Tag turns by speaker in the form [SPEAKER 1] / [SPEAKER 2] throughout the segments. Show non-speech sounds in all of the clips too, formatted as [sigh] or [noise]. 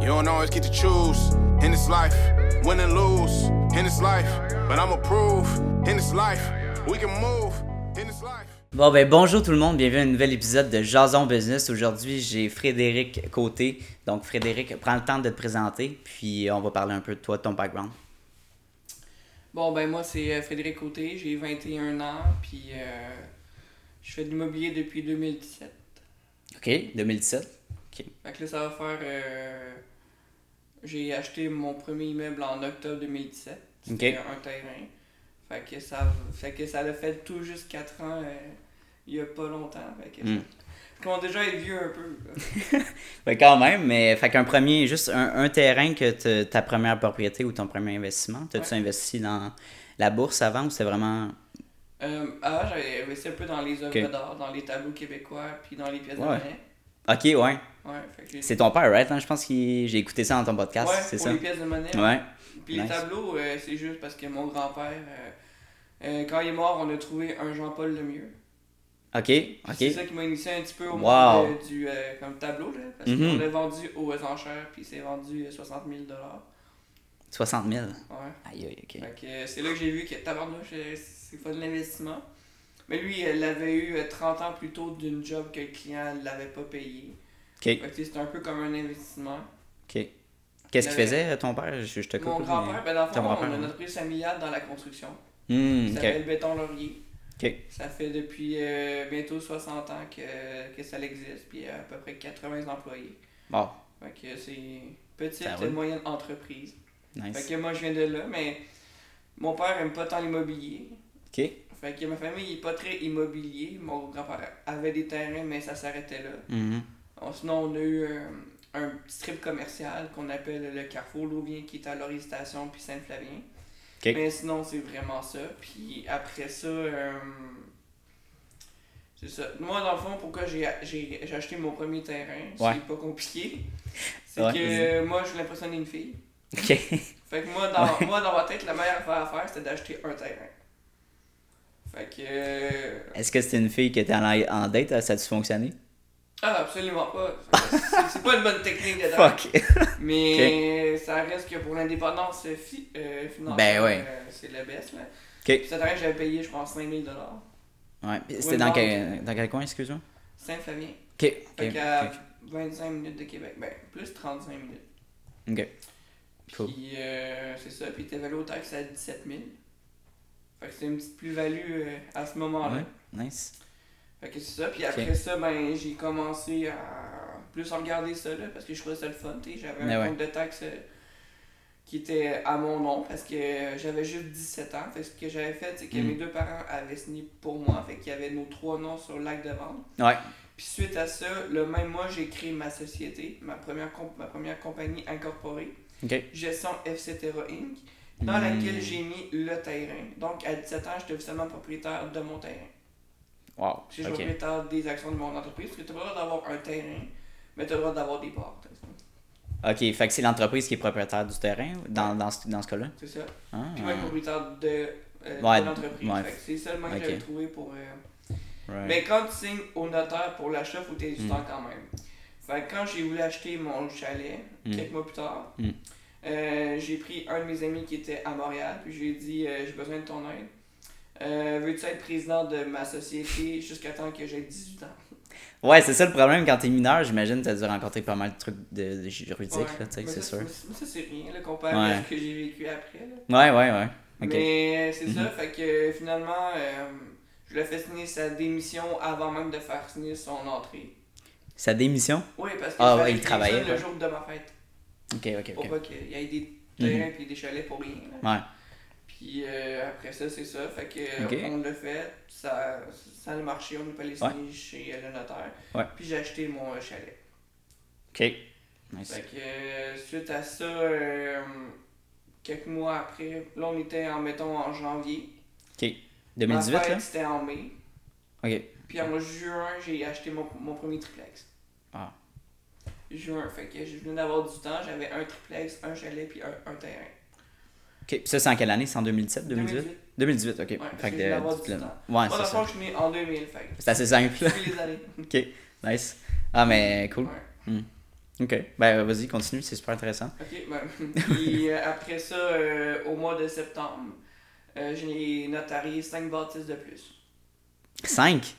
[SPEAKER 1] You don't always get to choose in this life, win and lose in this life. But I'ma prove in this life, we can move in this life.
[SPEAKER 2] Bon, ben bonjour tout le monde, bienvenue à un nouvel épisode de Jason Business. Aujourd'hui, j'ai Frédéric Côté. Donc, Frédéric, prends le temps de te présenter, puis on va parler un peu de toi, de ton background.
[SPEAKER 3] Bon, ben moi, c'est euh, Frédéric Côté, j'ai 21 ans, puis euh, je fais de l'immobilier depuis 2017.
[SPEAKER 2] OK, 2017. OK.
[SPEAKER 3] Fait que là, ça va faire. euh, j'ai acheté mon premier immeuble en octobre 2017. C'était un terrain. Fait que ça fait que ça l'a fait tout juste 4 ans, euh, il y a pas longtemps. Fait que.
[SPEAKER 2] Mm.
[SPEAKER 3] qu'on déjà est vieux un peu. là.
[SPEAKER 2] Ben, quand même, mais fait qu'un premier, juste un, un terrain que te- ta première propriété ou ton premier investissement, t'as-tu investi dans la bourse avant ou c'est vraiment.
[SPEAKER 3] Euh, avant, j'avais investi un peu dans les œuvres
[SPEAKER 2] Ok.
[SPEAKER 3] d'art, dans les tableaux québécois, puis dans les pièces
[SPEAKER 2] Ouais.
[SPEAKER 3] de monnaie.
[SPEAKER 2] Ok, ouais.
[SPEAKER 3] Ouais, fait que j'ai-
[SPEAKER 2] C'est ton père, right? hein? Je pense que j'ai écouté ça dans ton podcast,
[SPEAKER 3] ouais,
[SPEAKER 2] c'est
[SPEAKER 3] pour
[SPEAKER 2] ça?
[SPEAKER 3] les pièces de monnaie.
[SPEAKER 2] Ouais.
[SPEAKER 3] Puis
[SPEAKER 2] Nice.
[SPEAKER 3] les tableaux, euh, c'est juste parce que mon grand-père, euh, euh, quand il est mort, on a trouvé un Jean-Paul Lemieux.
[SPEAKER 2] Ok,
[SPEAKER 3] Puis C'est
[SPEAKER 2] ok.
[SPEAKER 3] ça qui m'a initié un petit peu au
[SPEAKER 2] Wow.
[SPEAKER 3] monde euh, du euh, comme tableau, là, parce
[SPEAKER 2] Mhm.
[SPEAKER 3] qu'on l'a vendu aux enchères, puis c'est vendu euh, 60 000
[SPEAKER 2] 60 000.
[SPEAKER 3] Ouais.
[SPEAKER 2] Aïe, aïe, ok.
[SPEAKER 3] Fait que, euh, c'est là que j'ai vu que tabarnouche, euh, c'est pas de l'investissement. Mais lui, il l'avait eu euh, 30 ans plus tôt d'une job que le client l'avait pas payé.
[SPEAKER 2] Ok.
[SPEAKER 3] Fait que, tu sais, c'est un peu comme un investissement.
[SPEAKER 2] Ok. Qu'est-ce qu'il
[SPEAKER 3] Le-
[SPEAKER 2] faisait euh, ton père Je, je te coupe.
[SPEAKER 3] Mon
[SPEAKER 2] là,
[SPEAKER 3] grand-père, ben, dans le
[SPEAKER 2] Ton
[SPEAKER 3] fond,
[SPEAKER 2] grand-père, hein.
[SPEAKER 3] on a
[SPEAKER 2] ouais.
[SPEAKER 3] notre prise familiale dans la construction.
[SPEAKER 2] mais- Hmm,
[SPEAKER 3] Ça
[SPEAKER 2] ok.
[SPEAKER 3] s'appelle Béton Laurier.
[SPEAKER 2] Ok.
[SPEAKER 3] Ça fait depuis euh, bientôt 60 ans que, que ça existe, puis il y a à peu près 80 employés.
[SPEAKER 2] Bon,
[SPEAKER 3] Fait que c'est une petite
[SPEAKER 2] Ça
[SPEAKER 3] et
[SPEAKER 2] roule.
[SPEAKER 3] moyenne entreprise. Fait
[SPEAKER 2] nice.
[SPEAKER 3] que moi, je viens de là, mais mon père aime pas tant l'immobilier.
[SPEAKER 2] Ok.
[SPEAKER 3] Fait que ma famille n'est pas très immobilier. Mon grand-père avait des terrains, mais ça s'arrêtait là.
[SPEAKER 2] Mhm.
[SPEAKER 3] On- sinon, on a eu euh, un petit strip commercial qu'on appelle le Carrefour Louvien, qui est à Laurie Station puis Saint-Flavien.
[SPEAKER 2] Ok.
[SPEAKER 3] Mais sinon, c'est vraiment ça. Puis après ça, euh, c'est ça. Moi, dans le fond, pourquoi j'ai j'ai- j'ai acheté mon premier terrain,
[SPEAKER 2] Ouais.
[SPEAKER 3] c'est pas
[SPEAKER 2] [laughs]
[SPEAKER 3] compliqué. C'est
[SPEAKER 2] Ouais,
[SPEAKER 3] que
[SPEAKER 2] vas-y.
[SPEAKER 3] euh, moi, je voulais impressionner une fille.
[SPEAKER 2] Ok. [laughs]
[SPEAKER 3] Fait que moi, dans, moi, dans ma tête, la meilleure affaire à faire, c'était d'acheter un terrain. Fait que. euh,
[SPEAKER 2] Est-ce que c'était une fille qui était en, en date Ça a-tu fonctionné
[SPEAKER 3] Ah, absolument pas. Fait que c'est- C'est pas une
[SPEAKER 2] [laughs]
[SPEAKER 3] bonne technique de
[SPEAKER 2] Fuck.
[SPEAKER 3] Mais ça reste que pour l'indépendance euh, fi- euh, financière,
[SPEAKER 2] Ben ouais.
[SPEAKER 3] euh, c'est le best. Là.
[SPEAKER 2] Ok.
[SPEAKER 3] Puis ça t'arrête, j'avais payé, je pense, 5000
[SPEAKER 2] Ouais. puis C'était
[SPEAKER 3] Oui,
[SPEAKER 2] dans,
[SPEAKER 3] non,
[SPEAKER 2] quel, dans quel coin, excuse-moi
[SPEAKER 3] Saint-Flavien.
[SPEAKER 2] Ok.
[SPEAKER 3] Fait euh,
[SPEAKER 2] ok,
[SPEAKER 3] qu'à
[SPEAKER 2] ok.
[SPEAKER 3] 25 minutes de Québec. Ben, plus 35 minutes.
[SPEAKER 2] Ok. Cool.
[SPEAKER 3] Puis euh, c'est ça. Puis t'évalues au taxe à 17 000. Fait que c'est une petite plus-value euh, à ce moment-là.
[SPEAKER 2] Ouais. Nice.
[SPEAKER 3] Fait que c'est ça. Puis après ça, ben, j'ai commencé à plus regarder ça, là, parce que je trouvais ça le fun. tu sais. J'avais
[SPEAKER 2] Mais
[SPEAKER 3] un
[SPEAKER 2] ouais.
[SPEAKER 3] compte de taxes euh, qui était à mon nom, parce que euh, j'avais juste 17 ans. Fait que ce que j'avais fait, c'est que
[SPEAKER 2] Mm.
[SPEAKER 3] mes deux parents avaient signé pour moi. Fait qu'il y avait nos trois noms sur l'acte de vente.
[SPEAKER 2] Ouais.
[SPEAKER 3] Puis suite à ça, le même mois, j'ai créé ma société, ma première, comp- ma première compagnie incorporée,
[SPEAKER 2] Ok.
[SPEAKER 3] Gestion FCTERA Inc., dans
[SPEAKER 2] Mm.
[SPEAKER 3] laquelle j'ai mis le terrain. Donc à 17 ans, j'étais seulement propriétaire de mon terrain.
[SPEAKER 2] Wow.
[SPEAKER 3] Si je
[SPEAKER 2] Ok.
[SPEAKER 3] veux tard des actions de mon entreprise, parce que tu as le droit d'avoir un terrain, mais tu as le droit d'avoir des parts. t'as raison.
[SPEAKER 2] Ok. Fait que c'est l'entreprise qui est propriétaire du terrain dans, dans ce, dans ce cas-là.
[SPEAKER 3] C'est ça.
[SPEAKER 2] Ah.
[SPEAKER 3] Puis moi, je suis propriétaire de, euh,
[SPEAKER 2] Ouais,
[SPEAKER 3] de l'entreprise.
[SPEAKER 2] ouais.
[SPEAKER 3] Fait que C'est seulement
[SPEAKER 2] Ok.
[SPEAKER 3] que j'avais trouvé pour. euh,
[SPEAKER 2] Right.
[SPEAKER 3] Mais quand tu signes au notaire pour l'achat, faut que tu
[SPEAKER 2] Mm.
[SPEAKER 3] du temps quand même. Fait que quand j'ai voulu acheter mon chalet,
[SPEAKER 2] Mm.
[SPEAKER 3] quelques mois plus tard,
[SPEAKER 2] Mm.
[SPEAKER 3] euh, j'ai pris un de mes amis qui était à Montréal, puis je lui ai dit euh, J'ai besoin de ton aide. Euh, Veux-tu être président de ma société jusqu'à temps que j'ai 18 ans
[SPEAKER 2] Ouais, c'est ça le problème quand t'es mineur, j'imagine t'as dû rencontrer pas mal de trucs de, de juridiques,
[SPEAKER 3] Ouais,
[SPEAKER 2] là, tu sais,
[SPEAKER 3] mais
[SPEAKER 2] c'est
[SPEAKER 3] ça,
[SPEAKER 2] sûr.
[SPEAKER 3] mais ça, c'est rien, là, comparé
[SPEAKER 2] Ouais.
[SPEAKER 3] à ce que j'ai vécu après. là.
[SPEAKER 2] Ouais, ouais, ouais. Ok.
[SPEAKER 3] Mais c'est
[SPEAKER 2] Mhm.
[SPEAKER 3] ça, fait que finalement, euh, je l'ai fait signer sa démission avant même de faire signer son entrée.
[SPEAKER 2] Sa démission
[SPEAKER 3] Oui, parce que
[SPEAKER 2] Ah,
[SPEAKER 3] j'avais
[SPEAKER 2] ouais, il
[SPEAKER 3] écrit
[SPEAKER 2] travaillait,
[SPEAKER 3] ça le
[SPEAKER 2] ouais.
[SPEAKER 3] jour de ma fête.
[SPEAKER 2] Ok, ok,
[SPEAKER 3] Pour
[SPEAKER 2] ok.
[SPEAKER 3] pas qu'il y ait des terrains puis des chalets pour rien. là.
[SPEAKER 2] Ouais.
[SPEAKER 3] Puis euh, après ça, c'est ça. Fait que euh,
[SPEAKER 2] Ok.
[SPEAKER 3] on l'a fait, ça, ça a marché, on n'est pas allé
[SPEAKER 2] Ouais.
[SPEAKER 3] signer chez euh, le notaire.
[SPEAKER 2] Ouais.
[SPEAKER 3] Puis j'ai acheté mon euh, chalet.
[SPEAKER 2] Ok. Nice.
[SPEAKER 3] Fait que euh, suite à ça, euh, quelques mois après, là on était en mettons en janvier.
[SPEAKER 2] Ok. 2018,
[SPEAKER 3] Ma fête,
[SPEAKER 2] là
[SPEAKER 3] C'était en mai.
[SPEAKER 2] Ok.
[SPEAKER 3] Puis en juin, j'ai acheté mon, mon premier triplex.
[SPEAKER 2] Ah.
[SPEAKER 3] Juin, fait que je venais d'avoir du temps, j'avais un triplex, un chalet puis un, un terrain.
[SPEAKER 2] Ok. Puis ça, c'est en quelle année C'est en 2017 2018
[SPEAKER 3] 2018.
[SPEAKER 2] 2018, ok.
[SPEAKER 3] parce
[SPEAKER 2] fait
[SPEAKER 3] que
[SPEAKER 2] que
[SPEAKER 3] je voulais avoir
[SPEAKER 2] de.
[SPEAKER 3] du
[SPEAKER 2] de-
[SPEAKER 3] temps.
[SPEAKER 2] Ouais,
[SPEAKER 3] Moi, dans
[SPEAKER 2] c'est
[SPEAKER 3] le fond,
[SPEAKER 2] ça.
[SPEAKER 3] je suis né en 2000, fait que
[SPEAKER 2] [laughs] C'est assez simple,
[SPEAKER 3] je
[SPEAKER 2] là.
[SPEAKER 3] suis les années.
[SPEAKER 2] Ok. Nice. Ah, mais cool.
[SPEAKER 3] Ouais.
[SPEAKER 2] Hmm. OK. Ben, vas-y, continue, c'est super intéressant.
[SPEAKER 3] OK, ben, puis euh, après ça, euh, au mois de septembre, euh, j'ai notarié 5 bâtisses de plus.
[SPEAKER 2] 5?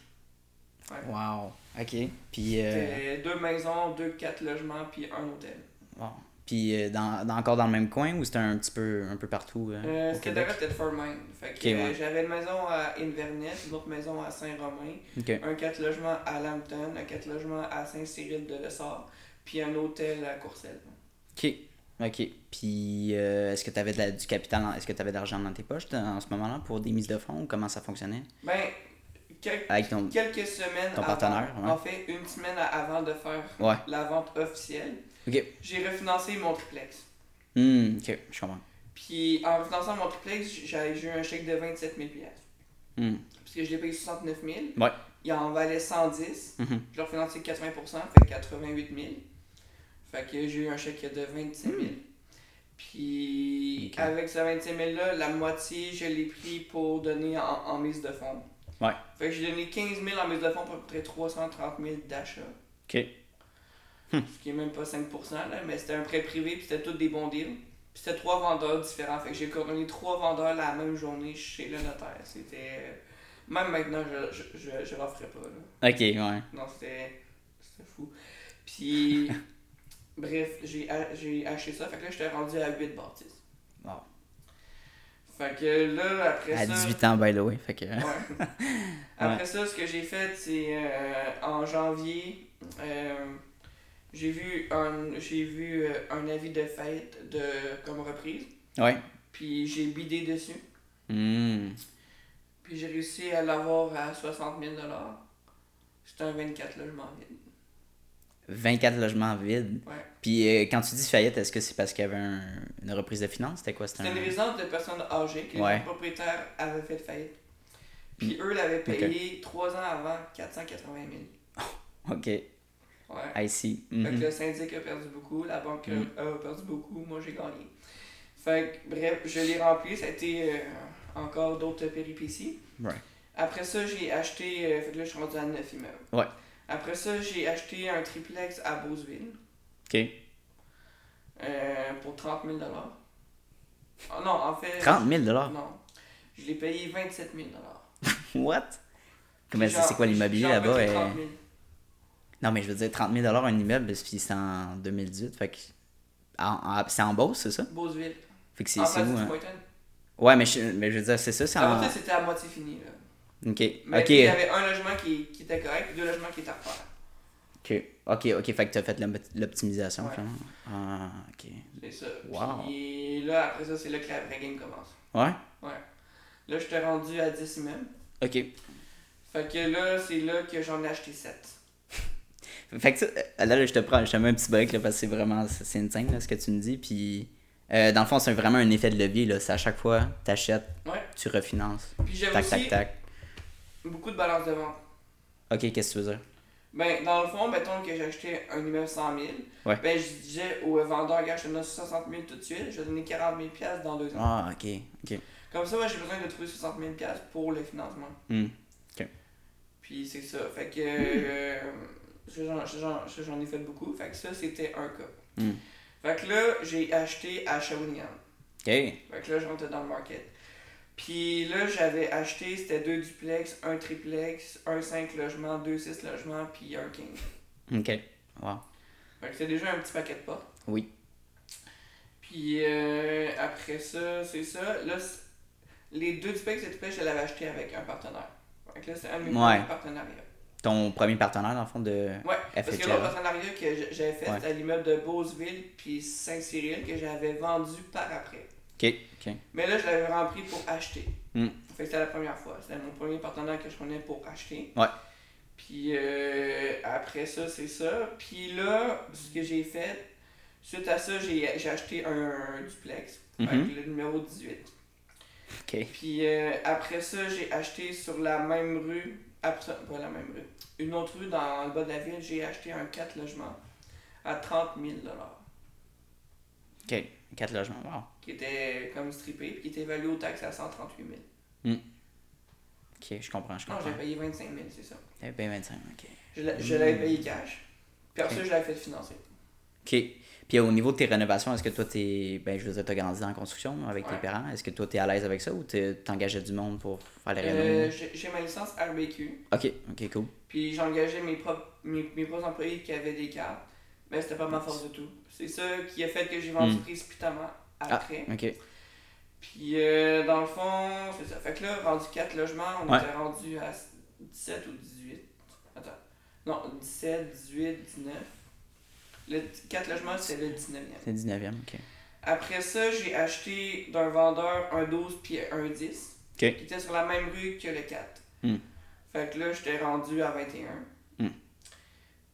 [SPEAKER 3] Ouais.
[SPEAKER 2] Wow. OK. Puis, euh,
[SPEAKER 3] C'était Deux maisons, deux quatre logements, puis un hôtel.
[SPEAKER 2] bon. Puis euh, dans, dans- encore dans le même coin ou c'était un petit peu, un peu partout euh,
[SPEAKER 3] Euh,
[SPEAKER 2] au
[SPEAKER 3] C'était
[SPEAKER 2] Québec?
[SPEAKER 3] derrière Tedford Mine. Fait que
[SPEAKER 2] Ok, ouais.
[SPEAKER 3] euh, j'avais une maison à Inverness, une autre maison à Saint-Romain,
[SPEAKER 2] OK.
[SPEAKER 3] un quatre logements à Lambton, un quatre logements à Saint-Cyril de Lessard, puis un hôtel à Courcelles.
[SPEAKER 2] OK. OK. Puis euh, est-ce que tu avais du capital, dans- est-ce que tu avais de l'argent dans tes poches dans- en ce moment-là pour des mises de fonds ou comment ça fonctionnait?
[SPEAKER 3] Ben, quel-
[SPEAKER 2] Avec ton...
[SPEAKER 3] quelques semaines
[SPEAKER 2] Ton
[SPEAKER 3] avant,
[SPEAKER 2] partenaire, ouais.
[SPEAKER 3] en fait, une semaine avant de faire
[SPEAKER 2] Ouais.
[SPEAKER 3] la vente officielle,
[SPEAKER 2] OK.
[SPEAKER 3] j'ai refinancé mon triplex.
[SPEAKER 2] Hmm, OK, je comprends.
[SPEAKER 3] Puis en refinançant mon triplex, j'avais j'ai eu un chèque de 27 000
[SPEAKER 2] Hmm.
[SPEAKER 3] Parce que je l'ai payé 69 000.
[SPEAKER 2] Ouais.
[SPEAKER 3] Il en valait 110.
[SPEAKER 2] Mhm.
[SPEAKER 3] Je l'ai refinancé 80 fait 88 000. Fait que j'ai eu un chèque de 25 000. Puis
[SPEAKER 2] Ok.
[SPEAKER 3] avec ce 25 000 là, la moitié, je l'ai pris pour donner en, en mise de fonds.
[SPEAKER 2] Ouais.
[SPEAKER 3] Fait que j'ai donné 15 000 en mise de fonds pour à peu près 330 000 d'achat.
[SPEAKER 2] OK.
[SPEAKER 3] Ce qui est même pas 5 là, mais c'était un prêt privé, puis c'était tous des bons deals. Puis c'était trois vendeurs différents. Fait que j'ai coroné trois vendeurs la même journée chez le notaire. C'était. Même maintenant, je, je, je, je l'en ferais pas, là.
[SPEAKER 2] OK, ouais.
[SPEAKER 3] Non, c'était. C'était fou.
[SPEAKER 2] [laughs]
[SPEAKER 3] Puis. bref, j'ai a- j'ai acheté ça. Fait que là, j'étais rendu à 8 bâtisses.
[SPEAKER 2] Wow.
[SPEAKER 3] Fait que là, après
[SPEAKER 2] À
[SPEAKER 3] ça.
[SPEAKER 2] 18 ans, by the way. Fait que... [laughs]
[SPEAKER 3] Ouais. Après ça, ce que j'ai fait, c'est euh, en janvier, euh, j'ai vu, un, j'ai vu euh, un avis de faillite de, comme reprise,
[SPEAKER 2] Ouais.
[SPEAKER 3] puis j'ai bidé dessus,
[SPEAKER 2] Hmm.
[SPEAKER 3] puis j'ai réussi à l'avoir à 60 000 C'était un 24 logements vides.
[SPEAKER 2] 24 logements vides.
[SPEAKER 3] Ouais.
[SPEAKER 2] Puis euh, quand tu dis faillite, est-ce que c'est parce qu'il y avait un- une reprise de finances? C'était quoi? C'était
[SPEAKER 3] C'était une
[SPEAKER 2] un...
[SPEAKER 3] résidence de personnes âgées que
[SPEAKER 2] Ah. Ouais.
[SPEAKER 3] les propriétaires avaient fait faillite. Puis eux l'avaient payé trois ans avant 480
[SPEAKER 2] OK,
[SPEAKER 3] 000. Ouais.
[SPEAKER 2] I see.
[SPEAKER 3] Fait que
[SPEAKER 2] Mhm.
[SPEAKER 3] le syndic a perdu beaucoup, la banque a-
[SPEAKER 2] Mhm.
[SPEAKER 3] a, perdu beaucoup, moi j'ai gagné. Fait que, bref, je l'ai rempli, ça a été euh, encore d'autres péripéties.
[SPEAKER 2] Right.
[SPEAKER 3] Après ça, j'ai acheté, euh, fait que là je suis rendu à 9 immeubles.
[SPEAKER 2] Ouais.
[SPEAKER 3] Après ça, j'ai acheté un triplex à Beauceville
[SPEAKER 2] OK.
[SPEAKER 3] euh, pour 30 000 Ah non, en fait.
[SPEAKER 2] 30 000
[SPEAKER 3] Non. Je l'ai payé 27 000
[SPEAKER 2] What? Comment
[SPEAKER 3] Genre-
[SPEAKER 2] c'est c'est quoi l'immobilier
[SPEAKER 3] genre
[SPEAKER 2] là-bas?
[SPEAKER 3] avec les
[SPEAKER 2] euh,
[SPEAKER 3] 30 000.
[SPEAKER 2] Non, mais je veux dire, 30 000 un immeuble, puis c'est en 2018. Fait que. en- en- C'est en Beauce, c'est ça?
[SPEAKER 3] Beauceville.
[SPEAKER 2] Fait que
[SPEAKER 3] En
[SPEAKER 2] c'est c'est
[SPEAKER 3] face du
[SPEAKER 2] où? hein?
[SPEAKER 3] Moïton.
[SPEAKER 2] Ouais, mais je, mais je veux dire, c'est ça, c'est en.
[SPEAKER 3] Avant ça, c'était à moitié fini. Là.
[SPEAKER 2] Ok.
[SPEAKER 3] Mais il y
[SPEAKER 2] Ok.
[SPEAKER 3] avait un logement qui, qui était correct, deux logements qui étaient à refaire.
[SPEAKER 2] Ok, ok, ok. Fait que t'as fait l'op- l'optimisation,
[SPEAKER 3] Ouais.
[SPEAKER 2] finalement. Ah, ok.
[SPEAKER 3] C'est ça.
[SPEAKER 2] Wow.
[SPEAKER 3] Puis là, après ça, c'est là que la vraie game commence.
[SPEAKER 2] Ouais?
[SPEAKER 3] Ouais. Là, j'étais rendu à 10 immeubles.
[SPEAKER 2] Ok.
[SPEAKER 3] Fait que là, c'est là que j'en ai acheté 7.
[SPEAKER 2] Fait que ça, euh, là, là, je te prends, je te mets un petit break, là, parce que c'est vraiment. c'est- C'est insane, là, ce que tu me dis. Puis. euh, dans le fond, c'est vraiment un effet de levier, là. C'est à chaque fois, t'achètes,
[SPEAKER 3] Ouais.
[SPEAKER 2] tu refinances.
[SPEAKER 3] Puis j'avais
[SPEAKER 2] Tac, tac,
[SPEAKER 3] aussi
[SPEAKER 2] tac.
[SPEAKER 3] beaucoup de balance de vente.
[SPEAKER 2] Ok, qu'est-ce que tu veux dire?
[SPEAKER 3] Ben, dans le fond, mettons que j'ai acheté un immeuble 100 000.
[SPEAKER 2] Ouais.
[SPEAKER 3] Ben, je disais au vendeur, regarde, je te donne 60 000 tout de suite, je vais te donner 40 000 piastres dans deux ans.
[SPEAKER 2] Ah, ok, ok.
[SPEAKER 3] Comme ça, moi, j'ai besoin de trouver 60 000 piastres pour le financement.
[SPEAKER 2] Hmm.
[SPEAKER 3] Puis c'est ça. Fait que. euh, ça, j'en- ça, j'en- ça, J'en ai fait beaucoup. Fait que ça, c'était un cas.
[SPEAKER 2] Mm.
[SPEAKER 3] Fait que là, j'ai acheté à Shawinigan.
[SPEAKER 2] Ok.
[SPEAKER 3] Fait que là, je rentrais dans le market. Puis là, j'avais acheté, c'était deux duplex, un triplex, un 5 logements, deux 6 logements, puis un 15.
[SPEAKER 2] Ok. Wow.
[SPEAKER 3] Fait que c'était déjà un petit paquet de portes.
[SPEAKER 2] Oui.
[SPEAKER 3] Puis euh, après ça, c'est ça. Là, c'est- les deux duplex et triplex, je l'avais acheté avec un partenaire. Fait que là, c'est un de mes
[SPEAKER 2] Ouais.
[SPEAKER 3] premiers partenariats.
[SPEAKER 2] Ton premier partenaire, dans le fond, de.
[SPEAKER 3] Ouais, parce que l'autre
[SPEAKER 2] FHL.
[SPEAKER 3] partenariat que j- j'avais fait,
[SPEAKER 2] Ouais.
[SPEAKER 3] c'était à l'immeuble de Beauceville puis Saint-Cyril que j'avais vendu par après.
[SPEAKER 2] Ok, ok.
[SPEAKER 3] Mais là, je l'avais rempli pour acheter.
[SPEAKER 2] Hmm.
[SPEAKER 3] Fait que c'était la première fois. C'était mon premier partenaire que je prenais pour acheter.
[SPEAKER 2] Ouais.
[SPEAKER 3] Puis euh, après ça, c'est ça. Puis là, ce que j'ai fait, suite à ça, j'ai j'ai acheté un, duplex. Fait que
[SPEAKER 2] Mhm.
[SPEAKER 3] le numéro 18.
[SPEAKER 2] Ok.
[SPEAKER 3] Puis euh, après ça, j'ai acheté sur la même rue, après, pas la même rue, une autre rue dans le bas de la ville, j'ai acheté un 4 logements à 30 000
[SPEAKER 2] Ok. Quatre logements, wow.
[SPEAKER 3] qui était comme strippé, puis qui était évalué aux taxes à 138 000.
[SPEAKER 2] Ok, je comprends, je
[SPEAKER 3] Non,
[SPEAKER 2] comprends.
[SPEAKER 3] j'ai payé 25 000, c'est ça.
[SPEAKER 2] T'avais payé 25, ok.
[SPEAKER 3] Je l'a- je
[SPEAKER 2] Mm.
[SPEAKER 3] l'avais payé cash, puis après
[SPEAKER 2] Ok.
[SPEAKER 3] ça, je l'avais fait financer.
[SPEAKER 2] OK. Puis au niveau de tes rénovations, est-ce que toi, t'es, ben, je veux dire, t'as grandi dans la construction avec tes
[SPEAKER 3] Ouais.
[SPEAKER 2] parents. Est-ce que toi, t'es à l'aise avec ça ou t'es- t'engageais du monde pour faire les
[SPEAKER 3] Euh,
[SPEAKER 2] rénovations?
[SPEAKER 3] j'ai j'ai ma licence RBQ,
[SPEAKER 2] OK, OK, cool.
[SPEAKER 3] puis j'engageais mes propres, mes, mes propres employés qui avaient des cartes, mais c'était pas ma force du tout. C'est ça qui a fait que j'ai vendu
[SPEAKER 2] Hmm.
[SPEAKER 3] précipitamment
[SPEAKER 2] Ah,
[SPEAKER 3] après.
[SPEAKER 2] OK.
[SPEAKER 3] Puis euh, dans le fond, c'est ça. Fait que là, rendu 4 logements, on
[SPEAKER 2] Ouais.
[SPEAKER 3] était rendu à 17 ou 18. Attends. Non, 17, 18, 19. Le 4 logements, c'est le 19e.
[SPEAKER 2] C'est le 19e, OK.
[SPEAKER 3] Après ça, j'ai acheté d'un vendeur un 12 puis un 10.
[SPEAKER 2] Ok.
[SPEAKER 3] Qui était sur la même rue que le 4.
[SPEAKER 2] Hmm.
[SPEAKER 3] Fait que là, j'étais rendu à 21.
[SPEAKER 2] Hmm.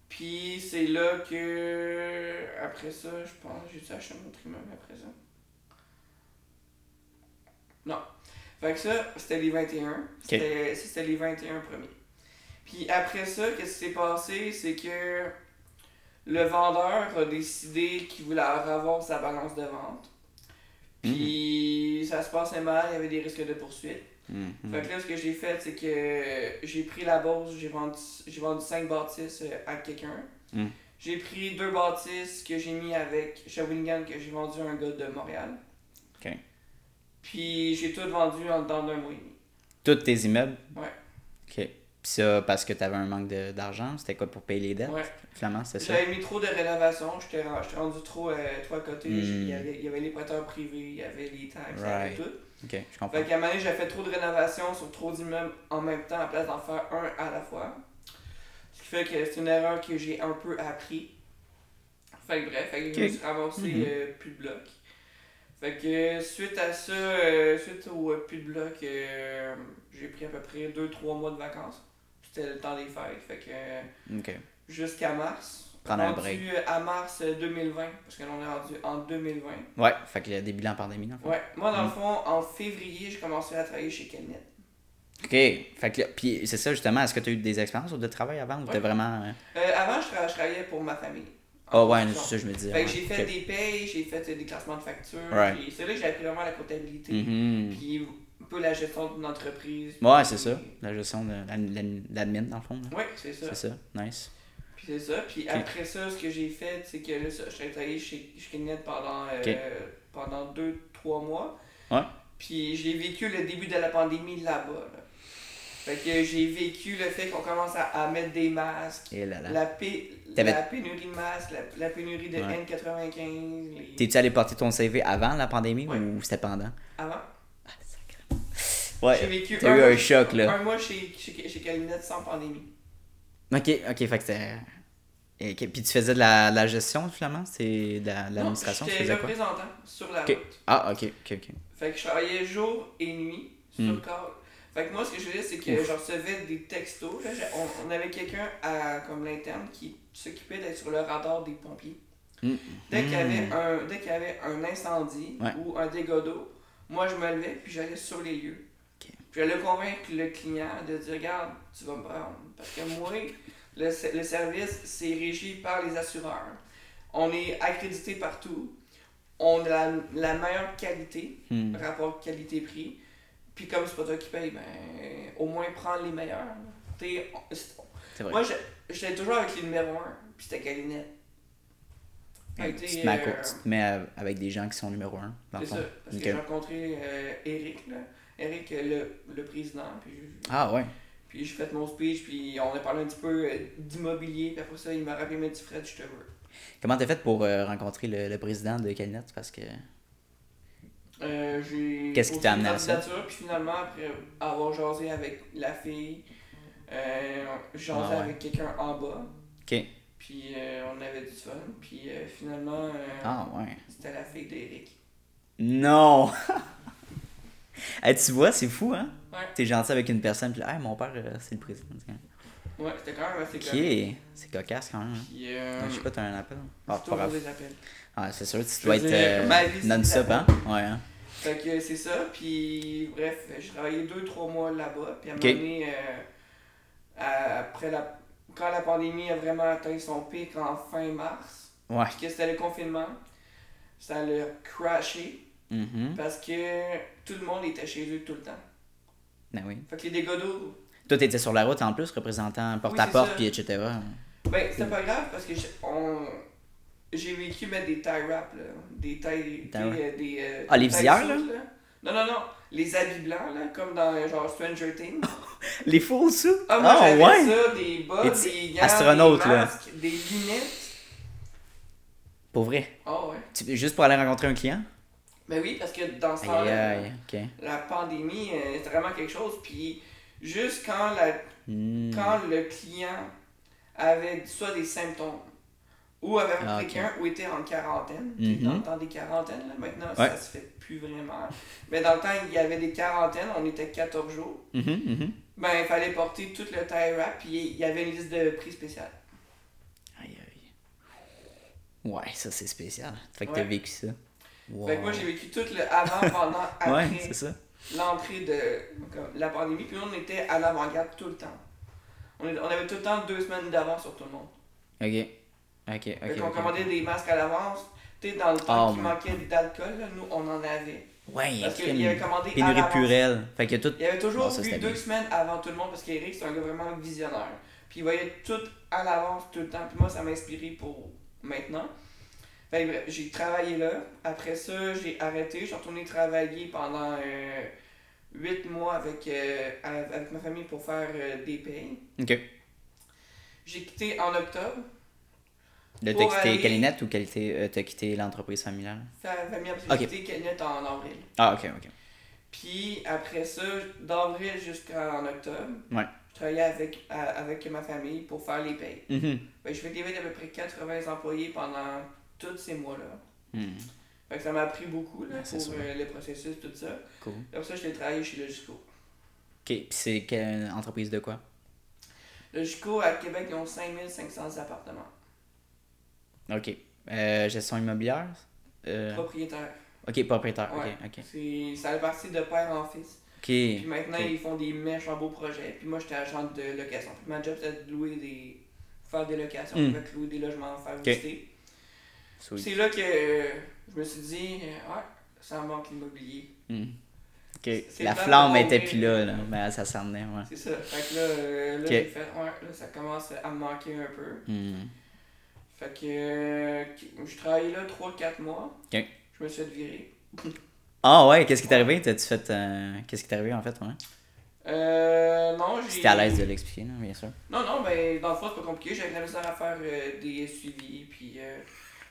[SPEAKER 3] Puis c'est là que. Après ça, je pense, j'ai dû acheter un autre immeuble après ça. Non. Fait que ça, c'était les 21. C'était- ça, C'était les 21 premiers. Puis après ça, qu'est-ce qui s'est passé? C'est que le vendeur a décidé qu'il voulait avoir sa balance de vente.
[SPEAKER 2] Hmm.
[SPEAKER 3] Puis ça se passait mal, il y avait des risques de poursuite.
[SPEAKER 2] Mhm.
[SPEAKER 3] Fait que là, ce que j'ai fait, c'est que j'ai pris la bourse, j'ai vendu, j'ai vendu 5 bâtisses euh, à quelqu'un.
[SPEAKER 2] Mm.
[SPEAKER 3] J'ai pris deux bâtisses que j'ai mis avec Shawinigan, que j'ai vendu à un gars de Montréal.
[SPEAKER 2] Ok.
[SPEAKER 3] Puis j'ai tout vendu en dedans d'un mois et demi.
[SPEAKER 2] Tous tes immeubles?
[SPEAKER 3] Ouais.
[SPEAKER 2] OK. Puis ça, parce que t'avais un manque de- d'argent, c'était quoi pour payer les dettes?
[SPEAKER 3] Ouais.
[SPEAKER 2] Flamand, c'est ça?
[SPEAKER 3] J'avais mis trop de rénovations, j'étais ren- j'étais rendu trop, euh, trop à côté.
[SPEAKER 2] Hmm.
[SPEAKER 3] Il, y avait, il y avait les prêteurs privés, il y avait les taxes, il y avait
[SPEAKER 2] Right.
[SPEAKER 3] tout.
[SPEAKER 2] OK, je comprends.
[SPEAKER 3] Fait qu'à un moment donné, j'ai fait trop de rénovations sur trop d'immeubles en même temps, à place d'en faire un à la fois. Ce qui fait que c'est une erreur que j'ai un peu appris. Fait que bref, fait que je me
[SPEAKER 2] Ok.
[SPEAKER 3] suis ramassé
[SPEAKER 2] Mhm.
[SPEAKER 3] euh, plus de blocs. Fait que euh, suite à ça, euh, suite au euh, plus de blocs, euh, j'ai pris à peu près 2-3 mois de vacances. C'était le temps des fêtes. Fait que euh,
[SPEAKER 2] OK.
[SPEAKER 3] jusqu'à mars.
[SPEAKER 2] Prendre un
[SPEAKER 3] Rendu, euh, à mars euh, 2020, parce que là, on est rendu en 2020.
[SPEAKER 2] Ouais, fait qu'il y a des bilans pandémie, dans le fond.
[SPEAKER 3] Ouais, moi dans le
[SPEAKER 2] Mm.
[SPEAKER 3] fond, en février, j'ai commencé à travailler chez Kennet.
[SPEAKER 2] OK. Fait que là, puis c'est ça, justement, est-ce que t'as eu des expériences de travail avant ou t'es
[SPEAKER 3] Ouais.
[SPEAKER 2] vraiment... euh,
[SPEAKER 3] Euh, avant, je, tra- je travaillais pour ma famille.
[SPEAKER 2] Ah ouais,
[SPEAKER 3] Genre.
[SPEAKER 2] c'est ça, je me dis.
[SPEAKER 3] Fait que j'ai fait des payes, j'ai fait euh, des classements de factures.
[SPEAKER 2] Right. Mm-hmm.
[SPEAKER 3] puis C'est là que j'ai appris vraiment la comptabilité. Puis un peu la gestion d'une entreprise.
[SPEAKER 2] Ouais,
[SPEAKER 3] puis-
[SPEAKER 2] c'est ça. La gestion de la- la- l'admin, dans le fond. là.
[SPEAKER 3] Ouais, c'est ça.
[SPEAKER 2] C'est ça. Nice.
[SPEAKER 3] Puis c'est ça. Puis après ça, ce que j'ai fait, c'est que là, ça, j'ai travaillé chez, chez Kenneth pendant, euh,
[SPEAKER 2] Ok.
[SPEAKER 3] pendant deux, trois mois.
[SPEAKER 2] Ouais.
[SPEAKER 3] Puis j'ai vécu le début de la pandémie là-bas. là. Fait que j'ai vécu le fait qu'on commence à, à mettre des masques.
[SPEAKER 2] Et Eh là là.
[SPEAKER 3] La, pé-
[SPEAKER 2] T'avais-
[SPEAKER 3] la pénurie de masques, la, la pénurie de
[SPEAKER 2] Ouais.
[SPEAKER 3] N95. les-
[SPEAKER 2] T'es-tu allé porter ton CV avant la pandémie
[SPEAKER 3] Ouais.
[SPEAKER 2] ou c'était pendant
[SPEAKER 3] Avant, j'ai
[SPEAKER 2] Ouais.
[SPEAKER 3] vécu
[SPEAKER 2] T'as eu
[SPEAKER 3] mois-
[SPEAKER 2] un choc, là.
[SPEAKER 3] Un mois chez, chez, chez Calinette sans pandémie.
[SPEAKER 2] Ok, ok, fait que c'était. Et ok, Puis tu faisais de la, de la gestion, finalement C'est de la- de
[SPEAKER 3] Non,
[SPEAKER 2] l'administration Tu
[SPEAKER 3] J'étais
[SPEAKER 2] faisais quoi
[SPEAKER 3] représentant sur la
[SPEAKER 2] Ok.
[SPEAKER 3] route.
[SPEAKER 2] Ah, ok, ok, ok.
[SPEAKER 3] Fait que je travaillais jour et nuit sur
[SPEAKER 2] Hmm.
[SPEAKER 3] le corps. Fait que moi, ce que je voulais, c'est que
[SPEAKER 2] Ouf.
[SPEAKER 3] je recevais des textos. là, j'ai- on, on avait quelqu'un à comme l'interne qui s'occupait d'être sur le radar des pompiers.
[SPEAKER 2] Hmm.
[SPEAKER 3] Dès qu'il y avait
[SPEAKER 2] Hmm.
[SPEAKER 3] un, dès qu'il y avait un incendie
[SPEAKER 2] Ouais.
[SPEAKER 3] ou un dégât d'eau, moi je me levais puis j'allais sur les lieux.
[SPEAKER 2] Ok.
[SPEAKER 3] Puis J'allais convaincre le client de dire regarde, tu vas me prendre. Parce que moi, le, se- le service, c'est régi par les assureurs. On est accrédité partout. On a la, la meilleure qualité,
[SPEAKER 2] Hmm.
[SPEAKER 3] rapport qualité-prix. Puis comme c'est pas toi qui paye, ben, au moins prends les meilleurs. T'es- c'est-
[SPEAKER 2] C'est vrai.
[SPEAKER 3] moi, je- j'étais toujours avec les numéros 1, puis c'était Galinette. Fait que,
[SPEAKER 2] tu,
[SPEAKER 3] t'sais,
[SPEAKER 2] te mets à co-
[SPEAKER 3] euh,
[SPEAKER 2] tu te mets à- avec des gens qui sont numéro 1, dans le
[SPEAKER 3] C'est
[SPEAKER 2] fond.
[SPEAKER 3] ça, parce
[SPEAKER 2] Ok.
[SPEAKER 3] que j'ai rencontré euh, Eric, là. Eric, euh, le, le président, puis je-
[SPEAKER 2] Ah, ouais.
[SPEAKER 3] puis j'ai fait mon speech, puis on a parlé un petit peu euh, d'immobilier, puis après ça, il m'a rappelé, il m'a dit Fred, je te veux.
[SPEAKER 2] Comment t'as fait pour euh, rencontrer le, le président de Calinet Parce que.
[SPEAKER 3] Euh, j'ai
[SPEAKER 2] Qu'est-ce qui
[SPEAKER 3] posé
[SPEAKER 2] t'a
[SPEAKER 3] une
[SPEAKER 2] amené à ça?
[SPEAKER 3] candidature, Puis finalement, après avoir jasé avec la fille, euh, jasé
[SPEAKER 2] Ah ouais.
[SPEAKER 3] avec quelqu'un en bas,
[SPEAKER 2] Ok.
[SPEAKER 3] puis euh, on avait du fun, puis euh, finalement, euh,
[SPEAKER 2] Ah, ouais.
[SPEAKER 3] c'était la fille d'Eric.
[SPEAKER 2] Non! [laughs] Eh, tu vois, c'est fou, hein?
[SPEAKER 3] Ouais.
[SPEAKER 2] T'es gentil avec une personne, puis là, Hey, mon père, euh, c'est le président.
[SPEAKER 3] Ouais, c'était quand même assez cool.
[SPEAKER 2] Ok, c'est cocasse quand même. hein.
[SPEAKER 3] Puis, euh,
[SPEAKER 2] Je sais pas, t'as un appel. Ah,
[SPEAKER 3] c'est
[SPEAKER 2] pas
[SPEAKER 3] toujours
[SPEAKER 2] grave.
[SPEAKER 3] des appels.
[SPEAKER 2] Ah, c'est sûr, tu
[SPEAKER 3] Je
[SPEAKER 2] dois
[SPEAKER 3] veux
[SPEAKER 2] être
[SPEAKER 3] dire,
[SPEAKER 2] euh,
[SPEAKER 3] ma vie, c'est
[SPEAKER 2] non-stop,
[SPEAKER 3] des
[SPEAKER 2] hein? Ouais, hein?
[SPEAKER 3] Fait que c'est ça, puis bref, j'ai travaillé 2-3 mois là-bas, puis à un
[SPEAKER 2] Ok.
[SPEAKER 3] moment donné, euh, à- après la, quand la pandémie a vraiment atteint son pic en fin mars,
[SPEAKER 2] Ouais.
[SPEAKER 3] puis que c'était le confinement, ça l'a crashé
[SPEAKER 2] Mhm.
[SPEAKER 3] parce que tout le monde était chez eux tout le temps.
[SPEAKER 2] Ben oui.
[SPEAKER 3] Fait que les dégâts d'eau,
[SPEAKER 2] Toi, t'étais sur la route en plus, représentant
[SPEAKER 3] c'est
[SPEAKER 2] porte-à-porte,
[SPEAKER 3] ça.
[SPEAKER 2] puis etc.
[SPEAKER 3] ben c'était pas grave parce que je- on, J'ai vécu mettre des tie wraps, là. Des tie.
[SPEAKER 2] Tie wrap.
[SPEAKER 3] des, euh, des, euh,
[SPEAKER 2] Ah, les
[SPEAKER 3] tie
[SPEAKER 2] visières,
[SPEAKER 3] suits,
[SPEAKER 2] là?
[SPEAKER 3] Non, non, non. Les habits blancs, là, comme dans euh, genre Stranger
[SPEAKER 2] [gasps]
[SPEAKER 3] Things.
[SPEAKER 2] Les faux sous?
[SPEAKER 3] Ah, moi,
[SPEAKER 2] Ah,
[SPEAKER 3] j'avais
[SPEAKER 2] ouais!
[SPEAKER 3] ça, des bas,
[SPEAKER 2] Et tu-
[SPEAKER 3] des gants,
[SPEAKER 2] astronaute,
[SPEAKER 3] des
[SPEAKER 2] là.
[SPEAKER 3] masques, des lunettes.
[SPEAKER 2] Pour vrai.
[SPEAKER 3] Ah ouais.
[SPEAKER 2] Tu- Juste pour aller rencontrer un client?
[SPEAKER 3] Ben oui, parce que dans ce
[SPEAKER 2] Aïe,
[SPEAKER 3] temps-là,
[SPEAKER 2] aïe, ok.
[SPEAKER 3] la pandémie, euh, c'est vraiment quelque chose. Puis juste quand, la,
[SPEAKER 2] Hmm.
[SPEAKER 3] quand le client avait soit des symptômes, ou avait
[SPEAKER 2] Ah,
[SPEAKER 3] rencontré
[SPEAKER 2] ok.
[SPEAKER 3] quelqu'un, ou était en quarantaine, puis
[SPEAKER 2] Mhm.
[SPEAKER 3] dans le temps des quarantaines, là, maintenant
[SPEAKER 2] Ouais.
[SPEAKER 3] ça se fait plus vraiment. Mais dans le temps, il y avait des quarantaines, on était 14 jours.
[SPEAKER 2] Mhm, mhm.
[SPEAKER 3] Ben, il fallait porter tout le tie wrap, puis il y avait une liste de prix spéciale.
[SPEAKER 2] Aïe, aïe. Ouais, ça c'est spécial. Fait que
[SPEAKER 3] Ouais.
[SPEAKER 2] t'as vécu ça. Wow.
[SPEAKER 3] Fait que moi, j'ai vécu tout le avant, pendant, après.
[SPEAKER 2] [laughs] Ouais, c'est ça.
[SPEAKER 3] l'entrée de comme, la pandémie, puis nous, on était à l'avant-garde tout le temps. On, est- on avait tout le temps deux semaines d'avance sur tout le monde.
[SPEAKER 2] Ok. Ok,
[SPEAKER 3] fait
[SPEAKER 2] ok.
[SPEAKER 3] qu'on
[SPEAKER 2] ok.
[SPEAKER 3] commandait des masques à l'avance. Tu sais, dans le temps
[SPEAKER 2] Oh,
[SPEAKER 3] qu'il
[SPEAKER 2] man.
[SPEAKER 3] manquait d'alcool, là, nous, on en avait.
[SPEAKER 2] Ouais,
[SPEAKER 3] Parce
[SPEAKER 2] crème,
[SPEAKER 3] qu'il avait commandé à
[SPEAKER 2] Pénurie de
[SPEAKER 3] l'avance.
[SPEAKER 2] purel. Fait que tout.
[SPEAKER 3] Il y avait toujours
[SPEAKER 2] Ah, ça,
[SPEAKER 3] eu
[SPEAKER 2] c'était
[SPEAKER 3] deux
[SPEAKER 2] bien.
[SPEAKER 3] semaines avant tout le monde, parce qu'Eric, c'est un gars vraiment visionnaire. Puis il voyait tout à l'avance tout le temps. Puis moi, ça m'a inspiré pour maintenant. Fait que bref, j'ai travaillé là. Après ça, j'ai arrêté. Je suis retourné travailler pendant euh, huit mois avec, euh, avec ma famille pour faire euh, des payes.
[SPEAKER 2] Ok.
[SPEAKER 3] J'ai quitté en octobre,
[SPEAKER 2] Là, t'as
[SPEAKER 3] Pour
[SPEAKER 2] quitté
[SPEAKER 3] aller-
[SPEAKER 2] Calinette ou qualité- euh, t'as quitté l'entreprise familiale?
[SPEAKER 3] fa- famille après,
[SPEAKER 2] Ok.
[SPEAKER 3] j'ai quitté Cagnette en avril.
[SPEAKER 2] Ah, ok, ok.
[SPEAKER 3] Puis après ça, d'avril jusqu'en octobre,
[SPEAKER 2] Ouais.
[SPEAKER 3] je travaillais avec, à- avec ma famille pour faire les payes.
[SPEAKER 2] Mhm.
[SPEAKER 3] Ben, je fais des veilles d'à peu près 80 employés pendant tous ces mois-là.
[SPEAKER 2] Hmm,
[SPEAKER 3] Fait que ça m'a appris beaucoup là,
[SPEAKER 2] Ouais, c'est
[SPEAKER 3] pour
[SPEAKER 2] sûr.
[SPEAKER 3] euh, le processus, tout ça.
[SPEAKER 2] Cool. Ok,
[SPEAKER 3] Comme ça, je l'ai travaillé chez Logico.
[SPEAKER 2] puis c'est quelle entreprise de quoi?
[SPEAKER 3] Logico, à Québec, ils ont 5500 appartements.
[SPEAKER 2] Ok. Euh, gestion immobilière? Euh,
[SPEAKER 3] Propriétaires.
[SPEAKER 2] ok, propriétaire.
[SPEAKER 3] Ouais.
[SPEAKER 2] Ok, ok.
[SPEAKER 3] C'est- Ça a parti de père en fils.
[SPEAKER 2] Ok.
[SPEAKER 3] Puis maintenant,
[SPEAKER 2] ok.
[SPEAKER 3] ils font des méchants beaux projets. Puis moi, j'étais agent de location. Puis ma job, c'était de louer des. faire des locations,
[SPEAKER 2] Mm.
[SPEAKER 3] fait que louer des logements, faire
[SPEAKER 2] Ok.
[SPEAKER 3] visiter.
[SPEAKER 2] Sweet.
[SPEAKER 3] C'est là que euh, je me suis dit, euh, ouais, ça me manque l'immobilier.
[SPEAKER 2] Hmm. Ok.
[SPEAKER 3] C'est
[SPEAKER 2] La
[SPEAKER 3] pas
[SPEAKER 2] flamme
[SPEAKER 3] pour
[SPEAKER 2] était
[SPEAKER 3] mourir.
[SPEAKER 2] plus là, là. Ben, ça s'en venait, ouais.
[SPEAKER 3] C'est ça. Fait que là, euh, là
[SPEAKER 2] Ok.
[SPEAKER 3] j'ai fait, ouais, là, ça commence à me manquer un peu.
[SPEAKER 2] Hmm.
[SPEAKER 3] Fait que euh, je travaillais là 3-4 mois.
[SPEAKER 2] Ok.
[SPEAKER 3] Je me suis fait virer.
[SPEAKER 2] Ah ouais, qu'est-ce qui t'est arrivé? T'as-tu fait. euh, Qu'est-ce qui t'est arrivé en fait? Ouais.
[SPEAKER 3] Euh, non, j'ai.
[SPEAKER 2] Si t'es à l'aise de l'expliquer, là, bien sûr.
[SPEAKER 3] Non, non, ben, dans le fond, c'est pas compliqué. J'avais de la misère à faire euh, des suivis. Puis. euh,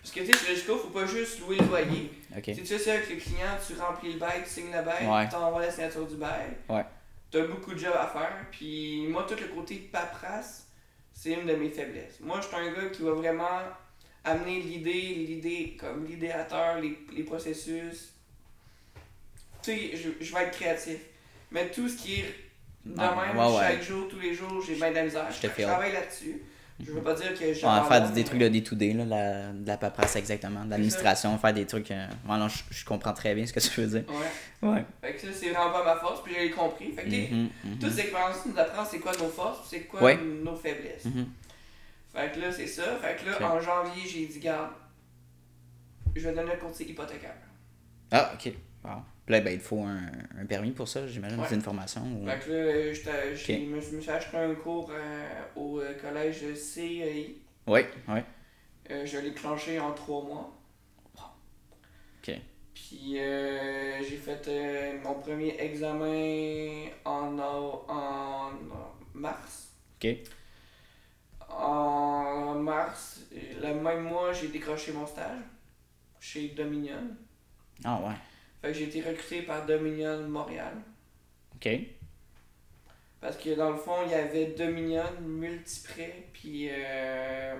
[SPEAKER 3] Parce que, tu sais, sur Logico, faut pas juste louer le loyer.
[SPEAKER 2] Ok.
[SPEAKER 3] Si tu fais ça avec le client, tu remplis le bail, tu signes le bail,
[SPEAKER 2] Ouais.
[SPEAKER 3] tu t'envoies la signature du bail.
[SPEAKER 2] Ouais.
[SPEAKER 3] T'as beaucoup de jobs à faire. Puis moi, tout le côté paperasse, c'est une de mes faiblesses. Moi, je suis un gars qui va vraiment amener l'idée, l'idée, comme l'idéateur, les, les processus. Tu sais, je, je vais être créatif. Mais tout ce qui est de
[SPEAKER 2] Ah,
[SPEAKER 3] même,
[SPEAKER 2] ouais, ouais.
[SPEAKER 3] chaque jour, tous les jours, j'ai bien de la misère.
[SPEAKER 2] Je te feel.
[SPEAKER 3] travaille là-dessus. Je veux pas dire que j'ai.
[SPEAKER 2] On va faire des trucs de day-to-day, là, la- de la paperasse exactement, de l'administration, faire des trucs. euh, ouais, non, je, je comprends très bien ce que tu veux dire.
[SPEAKER 3] Ouais.
[SPEAKER 2] Ouais.
[SPEAKER 3] Fait que ça, c'est vraiment pas ma force, puis je l'ai compris. Fait que tu sais,
[SPEAKER 2] Mhm, mhm.
[SPEAKER 3] Toutes ces expériences nous apprennent c'est quoi nos forces, c'est quoi
[SPEAKER 2] Ouais.
[SPEAKER 3] nos faiblesses.
[SPEAKER 2] Mhm.
[SPEAKER 3] Fait que là, c'est ça. Fait que là,
[SPEAKER 2] Ok.
[SPEAKER 3] en janvier, j'ai dit, garde, je vais donner un conseil hypothécaire.
[SPEAKER 2] Ah, ok. Wow. Puis là, ben, il te faut un, un permis pour ça, j'imagine,
[SPEAKER 3] Ouais.
[SPEAKER 2] c'est une formation. Ou...
[SPEAKER 3] Fait que là, j'étais- j'ai-
[SPEAKER 2] Mm. Ok.
[SPEAKER 3] je me suis- me suis acheté un cours euh, au euh, collège CEI.
[SPEAKER 2] Ouais, ouais.
[SPEAKER 3] Euh, je l'ai clenché en trois mois.
[SPEAKER 2] Ok.
[SPEAKER 3] Puis euh, j'ai fait euh, mon premier examen en, au- en mars.
[SPEAKER 2] Ok.
[SPEAKER 3] En mars, le même mois, j'ai décroché mon stage chez Dominion.
[SPEAKER 2] Ah, ouais.
[SPEAKER 3] Fait que j'ai été recruté par Dominion Montréal.
[SPEAKER 2] Ok.
[SPEAKER 3] Parce que dans le fond, il y avait Dominion, Multiprêt, puis. euh,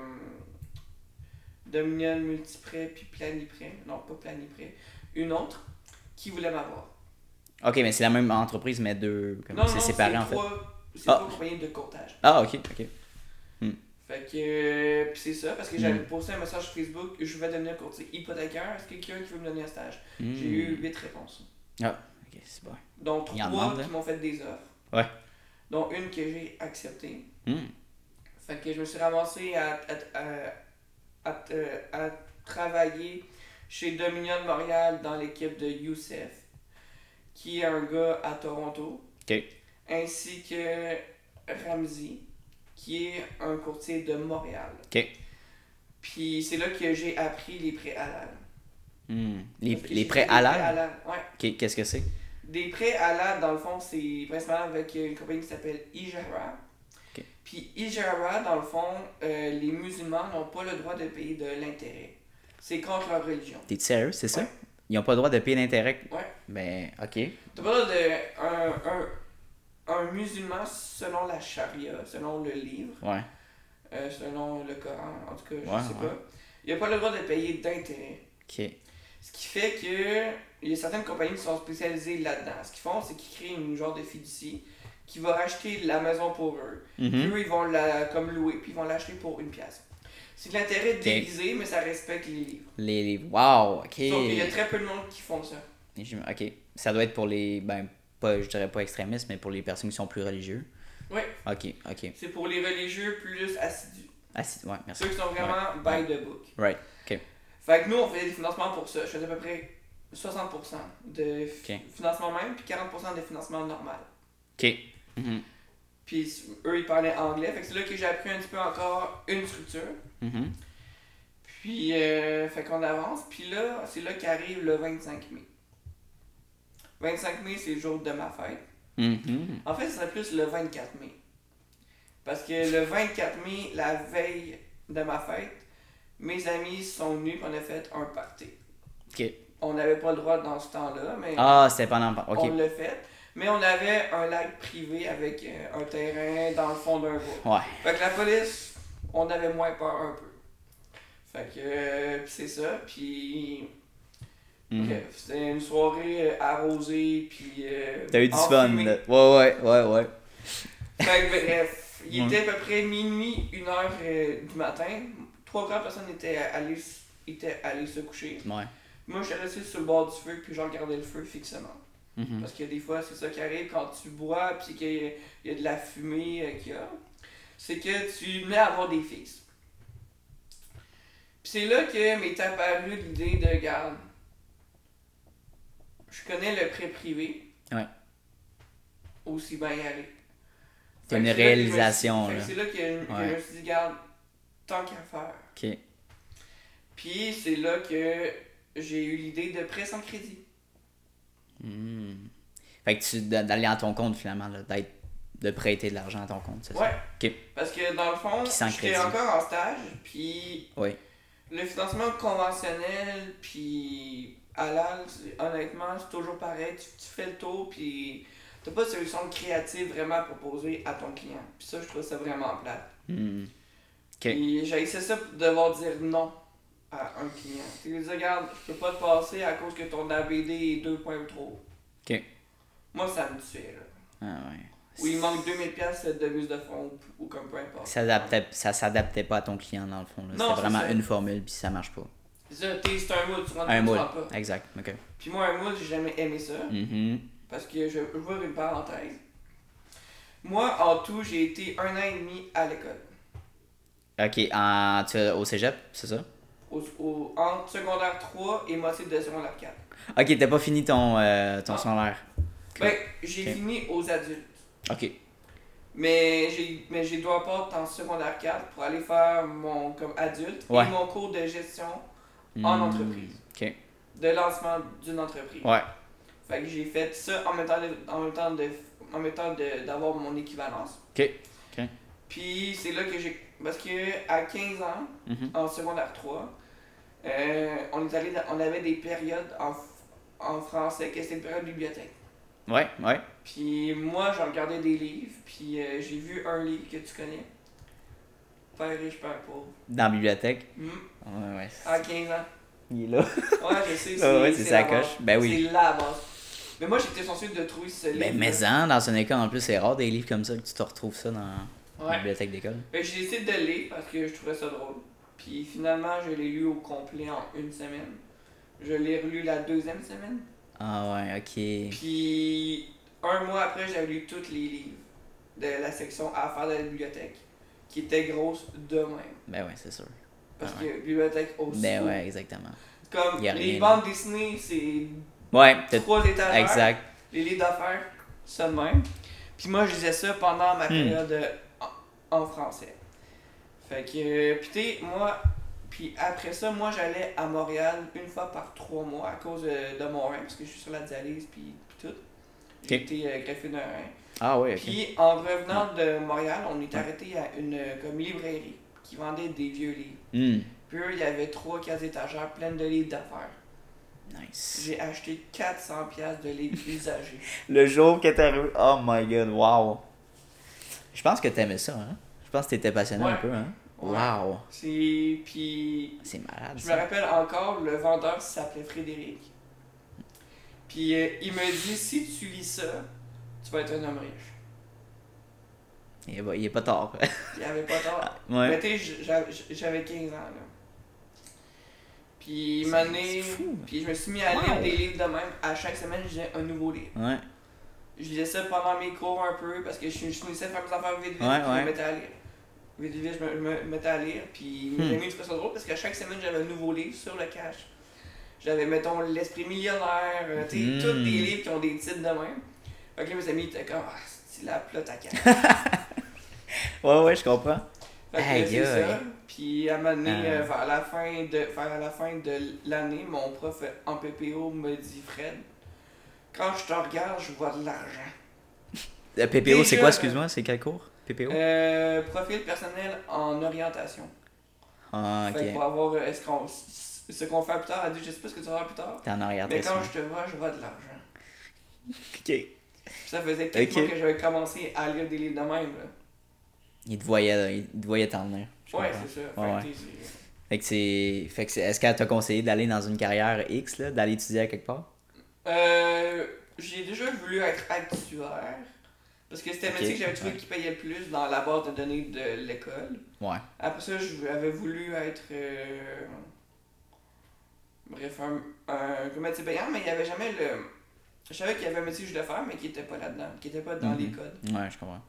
[SPEAKER 3] Dominion, Multiprêt, puis Planiprêt. Non, pas Planiprêt. Une autre qui voulait m'avoir.
[SPEAKER 2] Ok, mais c'est la même entreprise, mais deux. comme-
[SPEAKER 3] Non, non,
[SPEAKER 2] C'est séparé en fait.
[SPEAKER 3] trois- C'est
[SPEAKER 2] Ah.
[SPEAKER 3] trois compagnies de courtage.
[SPEAKER 2] Ah, ok, ok.
[SPEAKER 3] Fait que. euh, puis c'est ça, parce que j'avais
[SPEAKER 2] Mm.
[SPEAKER 3] posté un message sur Facebook, je vais devenir courtier hypothécaire, est-ce qu'il y a quelqu'un qui veut me donner un stage
[SPEAKER 2] Hmm. Ah,
[SPEAKER 3] J'ai eu 8 réponses.
[SPEAKER 2] Ok, c'est bon.
[SPEAKER 3] Dont
[SPEAKER 2] Il y en
[SPEAKER 3] 3
[SPEAKER 2] demande, hein?
[SPEAKER 3] qui m'ont fait des offres.
[SPEAKER 2] Ouais.
[SPEAKER 3] Dont une que j'ai acceptée.
[SPEAKER 2] Hmm.
[SPEAKER 3] Fait que je me suis ramassé à, à, à- à- euh, à travailler chez Dominion de Montréal dans l'équipe de Youssef, qui est un gars à Toronto.
[SPEAKER 2] Ok.
[SPEAKER 3] Ainsi que Ramsey, qui est un courtier de Montréal.
[SPEAKER 2] Ok.
[SPEAKER 3] Puis c'est là que j'ai appris les prêts halal.
[SPEAKER 2] Hmm. Les,
[SPEAKER 3] Parce que
[SPEAKER 2] les
[SPEAKER 3] j'ai
[SPEAKER 2] prêts
[SPEAKER 3] fait des
[SPEAKER 2] halal?
[SPEAKER 3] Ouais.
[SPEAKER 2] Qu'est- Qu'est-ce que c'est?
[SPEAKER 3] Des prêts halal, dans le fond, c'est principalement avec euh, une compagnie qui s'appelle Ijara.
[SPEAKER 2] Ok.
[SPEAKER 3] Puis Ijara, dans le fond, euh, les musulmans n'ont pas le droit de payer de l'intérêt. C'est contre leur religion.
[SPEAKER 2] T'es sérieux, c'est ça?
[SPEAKER 3] Ouais.
[SPEAKER 2] Ils n'ont pas le droit de payer l'intérêt.
[SPEAKER 3] Ouais.
[SPEAKER 2] Ben, ok.
[SPEAKER 3] T'as pas le droit de. Un, un, un musulman, selon la charia, selon le livre,
[SPEAKER 2] Ouais.
[SPEAKER 3] euh, selon le Coran, en tout cas, je
[SPEAKER 2] Ouais,
[SPEAKER 3] sais
[SPEAKER 2] ouais.
[SPEAKER 3] pas, il a pas le droit de payer d'intérêt.
[SPEAKER 2] Ok.
[SPEAKER 3] Ce qui fait que il y a certaines compagnies qui sont spécialisées là-dedans. Ce qu'ils font, c'est qu'ils créent une genre de fiducie qui va racheter la maison pour eux. Puis
[SPEAKER 2] Mhm.
[SPEAKER 3] eux, ils vont la comme louer, puis ils vont l'acheter pour une pièce. C'est de l'intérêt déguisé, mais ça respecte les livres.
[SPEAKER 2] Les, les- Wow, ok.
[SPEAKER 3] Sauf qu'il y a très peu de monde qui font ça.
[SPEAKER 2] Et j'im- Ok. Ça doit être pour les. Ben, pas, je dirais pas extrémistes, mais pour les personnes qui sont plus religieux.
[SPEAKER 3] Ouais,
[SPEAKER 2] Ok, ok.
[SPEAKER 3] c'est pour les religieux plus assidus.
[SPEAKER 2] Ah, si- ouais, merci.
[SPEAKER 3] Ceux qui sont vraiment by the book.
[SPEAKER 2] Right, ok.
[SPEAKER 3] Fait que nous, on faisait des financements pour ça. Je faisais à peu près 60% de fi-
[SPEAKER 2] Ok.
[SPEAKER 3] financement même, puis 40% de financement normal.
[SPEAKER 2] Ok. Mhm.
[SPEAKER 3] Puis eux, ils parlaient anglais. Fait que c'est là que j'ai appris un petit peu encore une structure.
[SPEAKER 2] Mhm.
[SPEAKER 3] Puis, euh, fait qu'on avance. Puis là, c'est là qu'arrive le 25 mai. 25 mai, c'est le jour de ma fête.
[SPEAKER 2] Mhm.
[SPEAKER 3] En fait, ce serait plus le 24 mai. Parce que le 24 mai, la veille de ma fête, mes amis sont venus et on a fait un party.
[SPEAKER 2] Ok.
[SPEAKER 3] On n'avait pas le droit dans ce temps-là, mais
[SPEAKER 2] Ah, c'était pendant. Ok.
[SPEAKER 3] on l'a fait. Mais on avait un lac privé avec euh, un terrain dans le fond d'un bois.
[SPEAKER 2] Ouais.
[SPEAKER 3] Fait que la police, on avait moins peur un peu. Fait que euh, pis c'est ça, puis
[SPEAKER 2] Mhm.
[SPEAKER 3] bref, c'était une soirée euh, arrosée, puis. euh,
[SPEAKER 2] T'as eu du fun.
[SPEAKER 3] enfumée.
[SPEAKER 2] là. Ouais, ouais, ouais, ouais.
[SPEAKER 3] Fait que bref, il
[SPEAKER 2] Ouais.
[SPEAKER 3] était à peu près minuit, une heure euh, du matin. Trois grandes personnes étaient allées, s- étaient allées se coucher.
[SPEAKER 2] Ouais.
[SPEAKER 3] Moi, j'étais resté sur le bord du feu, puis je regardais le feu fixement.
[SPEAKER 2] Mhm.
[SPEAKER 3] Parce que des fois, c'est ça qui arrive quand tu bois, puis qu'il y, a- il y a de la fumée euh, qu'il y a. C'est que tu venais à avoir des fils. Puis c'est là que m'est apparue l'idée de, garde. je connais le prêt privé.
[SPEAKER 2] Ouais.
[SPEAKER 3] Aussi bien y aller.
[SPEAKER 2] T'as une
[SPEAKER 3] Fait que c'est là que je me suis-
[SPEAKER 2] réalisation,
[SPEAKER 3] fait que
[SPEAKER 2] là.
[SPEAKER 3] C'est là que je, que
[SPEAKER 2] Ouais.
[SPEAKER 3] je me suis dit, garde, tant qu'à faire.
[SPEAKER 2] Ok.
[SPEAKER 3] Puis c'est là que j'ai eu l'idée de prêt sans crédit.
[SPEAKER 2] Hmm. Fait que tu d'a- d'aller à ton compte finalement, là, d'être de prêter de l'argent à ton compte, c'est
[SPEAKER 3] Ouais.
[SPEAKER 2] ça? Ok.
[SPEAKER 3] Parce que dans le fond,
[SPEAKER 2] Puis sans
[SPEAKER 3] j'étais
[SPEAKER 2] crédit.
[SPEAKER 3] encore en stage, puis
[SPEAKER 2] Oui.
[SPEAKER 3] le financement conventionnel, puis halal, c'est- honnêtement, c'est toujours pareil. Tu, tu fais le tour, puis t'as pas de solution créative vraiment à proposer à ton client. Puis ça, je trouve ça vraiment plate.
[SPEAKER 2] Hmm. Ok.
[SPEAKER 3] Puis j'ai essayé ça pour devoir dire non à un client. Tu lui dis, regarde, je peux pas te passer à cause que ton ABD est 2.3.
[SPEAKER 2] Ok.
[SPEAKER 3] Moi, ça me tuait, là.
[SPEAKER 2] Ah ouais.
[SPEAKER 3] Ou il manque 2000$ piastres de mise de fonds, ou, ou comme peu importe.
[SPEAKER 2] Ça s'adaptait- ça s'adaptait pas à ton client dans le fond. là.
[SPEAKER 3] Non,
[SPEAKER 2] C'était
[SPEAKER 3] c'est
[SPEAKER 2] vraiment
[SPEAKER 3] ça.
[SPEAKER 2] une formule puis ça marche pas.
[SPEAKER 3] C'est ça, t'es- c'est un moule, tu rentres
[SPEAKER 2] Un
[SPEAKER 3] tu
[SPEAKER 2] moule.
[SPEAKER 3] rentres pas.
[SPEAKER 2] Exact. Ok.
[SPEAKER 3] Puis moi, un moule, j'ai jamais aimé ça,
[SPEAKER 2] Mhm.
[SPEAKER 3] parce que je je vais ouvrir une parenthèse. Moi, en tout, j'ai été un an et demi à l'école.
[SPEAKER 2] Ok. en- tu vas au cégep, c'est ça?
[SPEAKER 3] Au, au- entre secondaire 3 et moitié de secondaire 4.
[SPEAKER 2] Ok, t'as pas fini ton, euh, ton
[SPEAKER 3] Non.
[SPEAKER 2] secondaire.
[SPEAKER 3] Ben, j'ai
[SPEAKER 2] Ok.
[SPEAKER 3] fini aux adultes.
[SPEAKER 2] Ok.
[SPEAKER 3] Mais j'ai mais j'ai dû apporter en secondaire 4 pour aller faire mon comme adulte
[SPEAKER 2] Ouais.
[SPEAKER 3] et mon cours de gestion
[SPEAKER 2] Hmm.
[SPEAKER 3] En entreprise.
[SPEAKER 2] Ok.
[SPEAKER 3] de lancement d'une entreprise.
[SPEAKER 2] Ouais.
[SPEAKER 3] Fait que j'ai fait ça en même temps de- en même temps de en même temps de- d'avoir mon équivalence.
[SPEAKER 2] Ok.
[SPEAKER 3] Puis c'est là que j'ai. Parce que à 15 ans,
[SPEAKER 2] Mhm.
[SPEAKER 3] en secondaire 3, euh, on, est allé dans- on avait des périodes en, f- en français que c'était une période bibliothèque.
[SPEAKER 2] Ouais, ouais.
[SPEAKER 3] Puis moi, je regardais des livres, puis euh, j'ai vu un livre que tu connais. Père riche, père pauvre.
[SPEAKER 2] Dans la bibliothèque.
[SPEAKER 3] Hmm,
[SPEAKER 2] Ouais, ouais.
[SPEAKER 3] À 15 ans.
[SPEAKER 2] Il est là.
[SPEAKER 3] Ouais, je sais.
[SPEAKER 2] [laughs] Ouais, ouais, c'est
[SPEAKER 3] la
[SPEAKER 2] sa
[SPEAKER 3] base.
[SPEAKER 2] coche. Ben oui.
[SPEAKER 3] C'est la base. Mais moi, j'étais censé de trouver ce livre.
[SPEAKER 2] Ben, mais en, dans une école en plus, c'est rare des livres comme ça que tu te retrouves ça dans la
[SPEAKER 3] Ouais.
[SPEAKER 2] bibliothèque d'école.
[SPEAKER 3] Fait que Ben, j'ai décidé de le lire parce que je trouvais ça drôle. Puis finalement, je l'ai lu au complet en une semaine. Je l'ai relu la deuxième semaine.
[SPEAKER 2] Ah ouais, ok.
[SPEAKER 3] Puis un mois après, j'avais lu tous les livres de la section affaires de la bibliothèque, qui était grosse de même.
[SPEAKER 2] Ben ouais, c'est sûr.
[SPEAKER 3] Parce
[SPEAKER 2] Ah
[SPEAKER 3] que bibliothèque aussi.
[SPEAKER 2] Ben ouais, exactement.
[SPEAKER 3] Comme
[SPEAKER 2] Y a
[SPEAKER 3] les
[SPEAKER 2] rien,
[SPEAKER 3] bandes dessinées, c'est
[SPEAKER 2] Ouais, t'as-
[SPEAKER 3] trois étagères.
[SPEAKER 2] exact.
[SPEAKER 3] Les livres d'affaires, ça de même. Puis moi, je lisais ça pendant ma
[SPEAKER 2] Hmm.
[SPEAKER 3] période euh, en, en français. Fait que, euh, puis tu sais, moi, Puis après ça, moi, j'allais à Montréal une fois par trois mois à cause euh, de, de mon rein, parce que je suis sur la dialyse, puis, puis tout. J'ai
[SPEAKER 2] Ok.
[SPEAKER 3] été euh, greffé d'un rein.
[SPEAKER 2] Ah oui, ok. Hmm.
[SPEAKER 3] Puis en revenant de Montréal, on est arrêté à une euh, comme librairie qui vendait des vieux livres.
[SPEAKER 2] Hmm,
[SPEAKER 3] Puis eux, il y avait trois, quatre étagères pleines de livres d'affaires.
[SPEAKER 2] Nice.
[SPEAKER 3] J'ai acheté 400 pièces de
[SPEAKER 2] [laughs]
[SPEAKER 3] livres usagés.
[SPEAKER 2] Le jour que t'es arrivé. Oh my god, wow. Je pense que t'aimais ça, hein? Je pense que t'étais passionné un
[SPEAKER 3] Ouais.
[SPEAKER 2] peu, hein?
[SPEAKER 3] Ouais.
[SPEAKER 2] Wow.
[SPEAKER 3] C'est puis
[SPEAKER 2] C'est malade,
[SPEAKER 3] Je me
[SPEAKER 2] ça.
[SPEAKER 3] rappelle encore, le vendeur s'appelait Frédéric. Puis euh, il me dit si tu lis ça, tu vas être un homme riche.
[SPEAKER 2] Il est, pas- il est pas tard. [laughs]
[SPEAKER 3] Il avait pas tort. Mais
[SPEAKER 2] Ah, ouais.
[SPEAKER 3] tu sais, j- j'a- j'avais 15 ans, là. Puis
[SPEAKER 2] C'est-
[SPEAKER 3] m'a
[SPEAKER 2] c'est fou. hein.
[SPEAKER 3] Puis je me suis mis à
[SPEAKER 2] Wow.
[SPEAKER 3] lire des livres de même. À chaque semaine, je lisais un nouveau livre.
[SPEAKER 2] Ouais.
[SPEAKER 3] Je lisais ça pendant mes cours un peu parce que je, je finissais de faire mes affaires vite vite.
[SPEAKER 2] Ouais,
[SPEAKER 3] puis Je
[SPEAKER 2] ouais.
[SPEAKER 3] me mettais à lire. Vite vite, je me, me- mettais à lire. Puis
[SPEAKER 2] Hmm.
[SPEAKER 3] mes amis trouvaient ça drôle parce qu'à chaque semaine, j'avais un nouveau livre sur le cash. J'avais, mettons, L'Esprit millionnaire. euh, tu sais,
[SPEAKER 2] Hmm.
[SPEAKER 3] tous des livres qui ont des titres de même. Fait que là, mes amis étaient comme Ah, c'est la plot à
[SPEAKER 2] [laughs]
[SPEAKER 3] cash.
[SPEAKER 2] Ouais, ouais, je comprends.
[SPEAKER 3] Fait que là, c'est
[SPEAKER 2] Aïe, aïe.
[SPEAKER 3] ça. Puis à un moment donné,
[SPEAKER 2] Ah.
[SPEAKER 3] euh, vers la fin de vers la fin de l'année, mon prof en PPO me dit Fred, quand je te regarde, je vois de l'argent.
[SPEAKER 2] Euh, PPO, c'est
[SPEAKER 3] Déjà,
[SPEAKER 2] quoi,
[SPEAKER 3] euh,
[SPEAKER 2] excuse-moi? C'est quel cours? PPO?
[SPEAKER 3] Euh, profil personnel en orientation.
[SPEAKER 2] ah,
[SPEAKER 3] Fait que
[SPEAKER 2] ok.
[SPEAKER 3] pour avoir euh, est-ce qu'on- ce qu'on fait plus tard, elle dit je sais pas ce que tu vas faire plus tard.
[SPEAKER 2] T'es en arrière
[SPEAKER 3] Mais
[SPEAKER 2] de
[SPEAKER 3] quand
[SPEAKER 2] ça.
[SPEAKER 3] je te vois, je vois de l'argent.
[SPEAKER 2] Ok.
[SPEAKER 3] Puis Ça faisait quelques
[SPEAKER 2] Ok.
[SPEAKER 3] mois que j'avais commencé à lire des livres de même. Là.
[SPEAKER 2] Il te voyait, là, il te voyait t'en venir. Je
[SPEAKER 3] Ouais,
[SPEAKER 2] comprends.
[SPEAKER 3] c'est ça. Fait que
[SPEAKER 2] Ouais, ouais.
[SPEAKER 3] t'es- c'est-
[SPEAKER 2] Fait que c'est. Fait que c'est. Est-ce qu'elle t'a conseillé d'aller dans une carrière X, là, d'aller étudier à quelque part?
[SPEAKER 3] Euh, j'ai déjà voulu être actuaire. Parce que c'était un
[SPEAKER 2] Ok,
[SPEAKER 3] métier que j'avais trouvé
[SPEAKER 2] ouais.
[SPEAKER 3] qui payait le plus dans la base de données de l'école.
[SPEAKER 2] Ouais.
[SPEAKER 3] Après ça, j'avais voulu être. euh, bref, un, un, un métier payant, mais il n'y avait jamais le. Je savais qu'il y avait un métier que je voulais faire, mais qui n'était pas là-dedans, qui n'était pas dans
[SPEAKER 2] Mhm.
[SPEAKER 3] les codes.
[SPEAKER 2] Ouais, je comprends.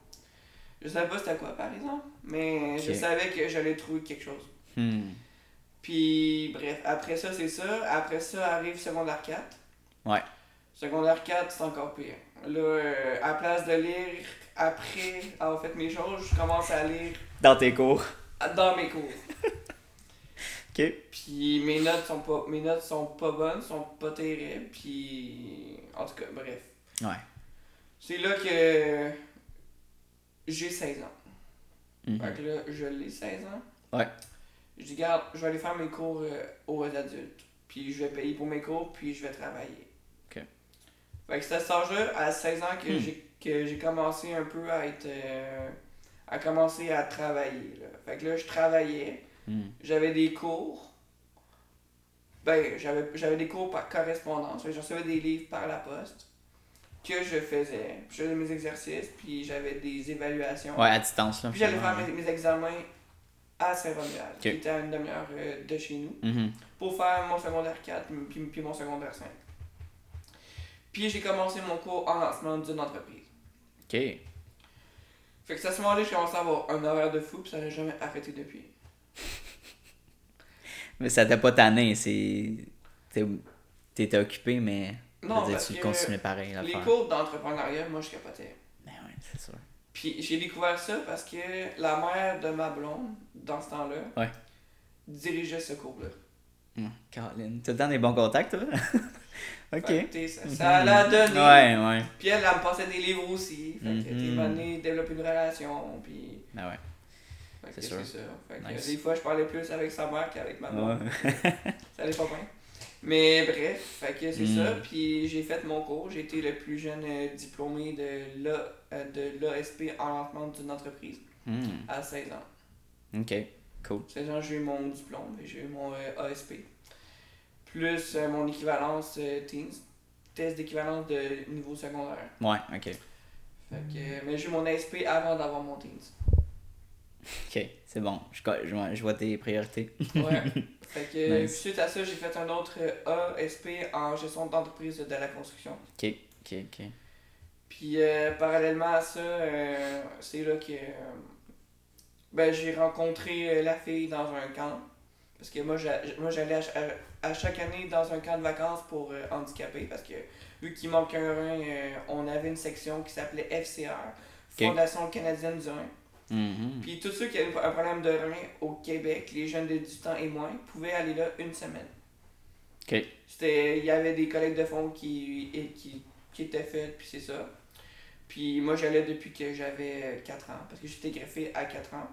[SPEAKER 3] Je savais pas c'était quoi, par exemple, mais je
[SPEAKER 2] Ok.
[SPEAKER 3] savais que j'allais trouver quelque chose.
[SPEAKER 2] Hmm.
[SPEAKER 3] Puis, bref, après ça, c'est ça. Après ça, arrive secondaire 4.
[SPEAKER 2] Ouais.
[SPEAKER 3] Secondaire 4, c'est encore pire. Là, euh, à place de lire après avoir fait mes choses, je commence à lire
[SPEAKER 2] Dans tes cours.
[SPEAKER 3] dans mes cours.
[SPEAKER 2] Ok.
[SPEAKER 3] Puis mes notes sont pas mes notes sont pas bonnes, sont pas terribles, puis en tout cas, bref.
[SPEAKER 2] Ouais.
[SPEAKER 3] C'est là que j'ai 16 ans.
[SPEAKER 2] Mhm.
[SPEAKER 3] Fait que là, je l'ai 16 ans.
[SPEAKER 2] Ouais.
[SPEAKER 3] Je dis garde, je vais aller faire mes cours euh, aux adultes, puis je vais payer pour mes cours, puis je vais travailler.
[SPEAKER 2] Ok.
[SPEAKER 3] Fait que c'est à cet âge-là, à 16 ans que
[SPEAKER 2] Hmm.
[SPEAKER 3] j'ai que j'ai commencé un peu à être euh, à commencer à travailler là. Fait que là, je travaillais
[SPEAKER 2] Hmm.
[SPEAKER 3] j'avais des cours. Ben, j'avais j'avais des cours par correspondance. Fait que Je recevais des livres par la poste que je faisais. Puis Je faisais mes exercices, puis j'avais des évaluations.
[SPEAKER 2] Ouais, à distance, là.
[SPEAKER 3] Puis j'allais faire
[SPEAKER 2] finalement,
[SPEAKER 3] mes, mes examens à Saint-Romuald, qui
[SPEAKER 2] Ok.
[SPEAKER 3] était à une demi-heure euh, de chez nous,
[SPEAKER 2] ouais. Mhm.
[SPEAKER 3] pour faire mon secondaire 4 puis, puis mon secondaire 5. Puis j'ai commencé mon cours en lancement d'une entreprise.
[SPEAKER 2] Ok.
[SPEAKER 3] Fait que c'est à ce moment-là, j'ai commencé à avoir un horaire de fou, puis ça n'a jamais arrêté depuis.
[SPEAKER 2] Mais ça t'a pas tanné, c'est. t'es- T'étais occupé, mais.
[SPEAKER 3] Non,
[SPEAKER 2] je veux dire,
[SPEAKER 3] parce
[SPEAKER 2] tu
[SPEAKER 3] que
[SPEAKER 2] continuais pareil à le
[SPEAKER 3] Les
[SPEAKER 2] faire.
[SPEAKER 3] cours d'entrepreneuriat, moi, je capotais.
[SPEAKER 2] Mais ouais, c'est sûr.
[SPEAKER 3] Puis j'ai découvert ça parce que la mère de ma blonde, dans ce temps-là,
[SPEAKER 2] Ouais.
[SPEAKER 3] dirigeait ce cours-là.
[SPEAKER 2] Hum, Colin, t'as le temps des bons contacts, toi? [laughs] ok. Hmm.
[SPEAKER 3] Fait que, t'sais, ça, ça l'a donné.
[SPEAKER 2] Ouais, ouais.
[SPEAKER 3] Puis elle, elle me passait des livres aussi. Fait que t'es
[SPEAKER 2] Mhm.
[SPEAKER 3] donné, développer une relation. Puis.
[SPEAKER 2] Ben ouais.
[SPEAKER 3] fait que
[SPEAKER 2] C'est
[SPEAKER 3] c'est
[SPEAKER 2] sûr.
[SPEAKER 3] ça. Fait que,
[SPEAKER 2] Nice.
[SPEAKER 3] des fois, je parlais plus avec sa mère qu'avec ma blonde.
[SPEAKER 2] Ouais.
[SPEAKER 3] Ça allait pas bien. Mais bref, fait que c'est
[SPEAKER 2] Mm.
[SPEAKER 3] ça. Puis j'ai fait mon cours. J'ai été le plus jeune euh, diplômé de l'A- euh, de l'ASP en lancement d'une entreprise
[SPEAKER 2] Hum,
[SPEAKER 3] à 16 ans.
[SPEAKER 2] Ok, cool.
[SPEAKER 3] 16 ans, j'ai eu mon diplôme, et j'ai eu mon euh, ASP. Plus euh, mon équivalence euh, Teens, test d'équivalence de niveau secondaire.
[SPEAKER 2] Ouais, ok.
[SPEAKER 3] Fait que, euh, mais j'ai eu mon ASP avant d'avoir mon Teens.
[SPEAKER 2] Ok, c'est bon. Je, co- je vois- je vois tes priorités.
[SPEAKER 3] Ouais. fait que, euh,
[SPEAKER 2] Nice.
[SPEAKER 3] suite à ça, j'ai fait un autre euh, ASP en gestion d'entreprise de la construction.
[SPEAKER 2] [laughs] Ok, ok, ok.
[SPEAKER 3] Puis euh, parallèlement à ça, euh, c'est là que euh, ben, j'ai rencontré euh, la fille dans un camp. Parce que moi, j'a- moi j'allais à, ch- à- à chaque année dans un camp de vacances pour euh, handicapés. Parce que vu qu'il manque un rein, euh, on avait une section qui s'appelait FCR,
[SPEAKER 2] Ok.
[SPEAKER 3] Fondation canadienne du rein.
[SPEAKER 2] Mhm.
[SPEAKER 3] Puis tous ceux qui avaient un problème de rein au Québec, les jeunes de 18 ans et moins, pouvaient aller là une semaine.
[SPEAKER 2] OK.
[SPEAKER 3] C'était, il y avait des collègues de fonds qui, et qui, qui étaient faites, puis c'est ça. Puis moi, j'allais depuis que j'avais 4 ans, parce que j'étais greffé à 4 ans.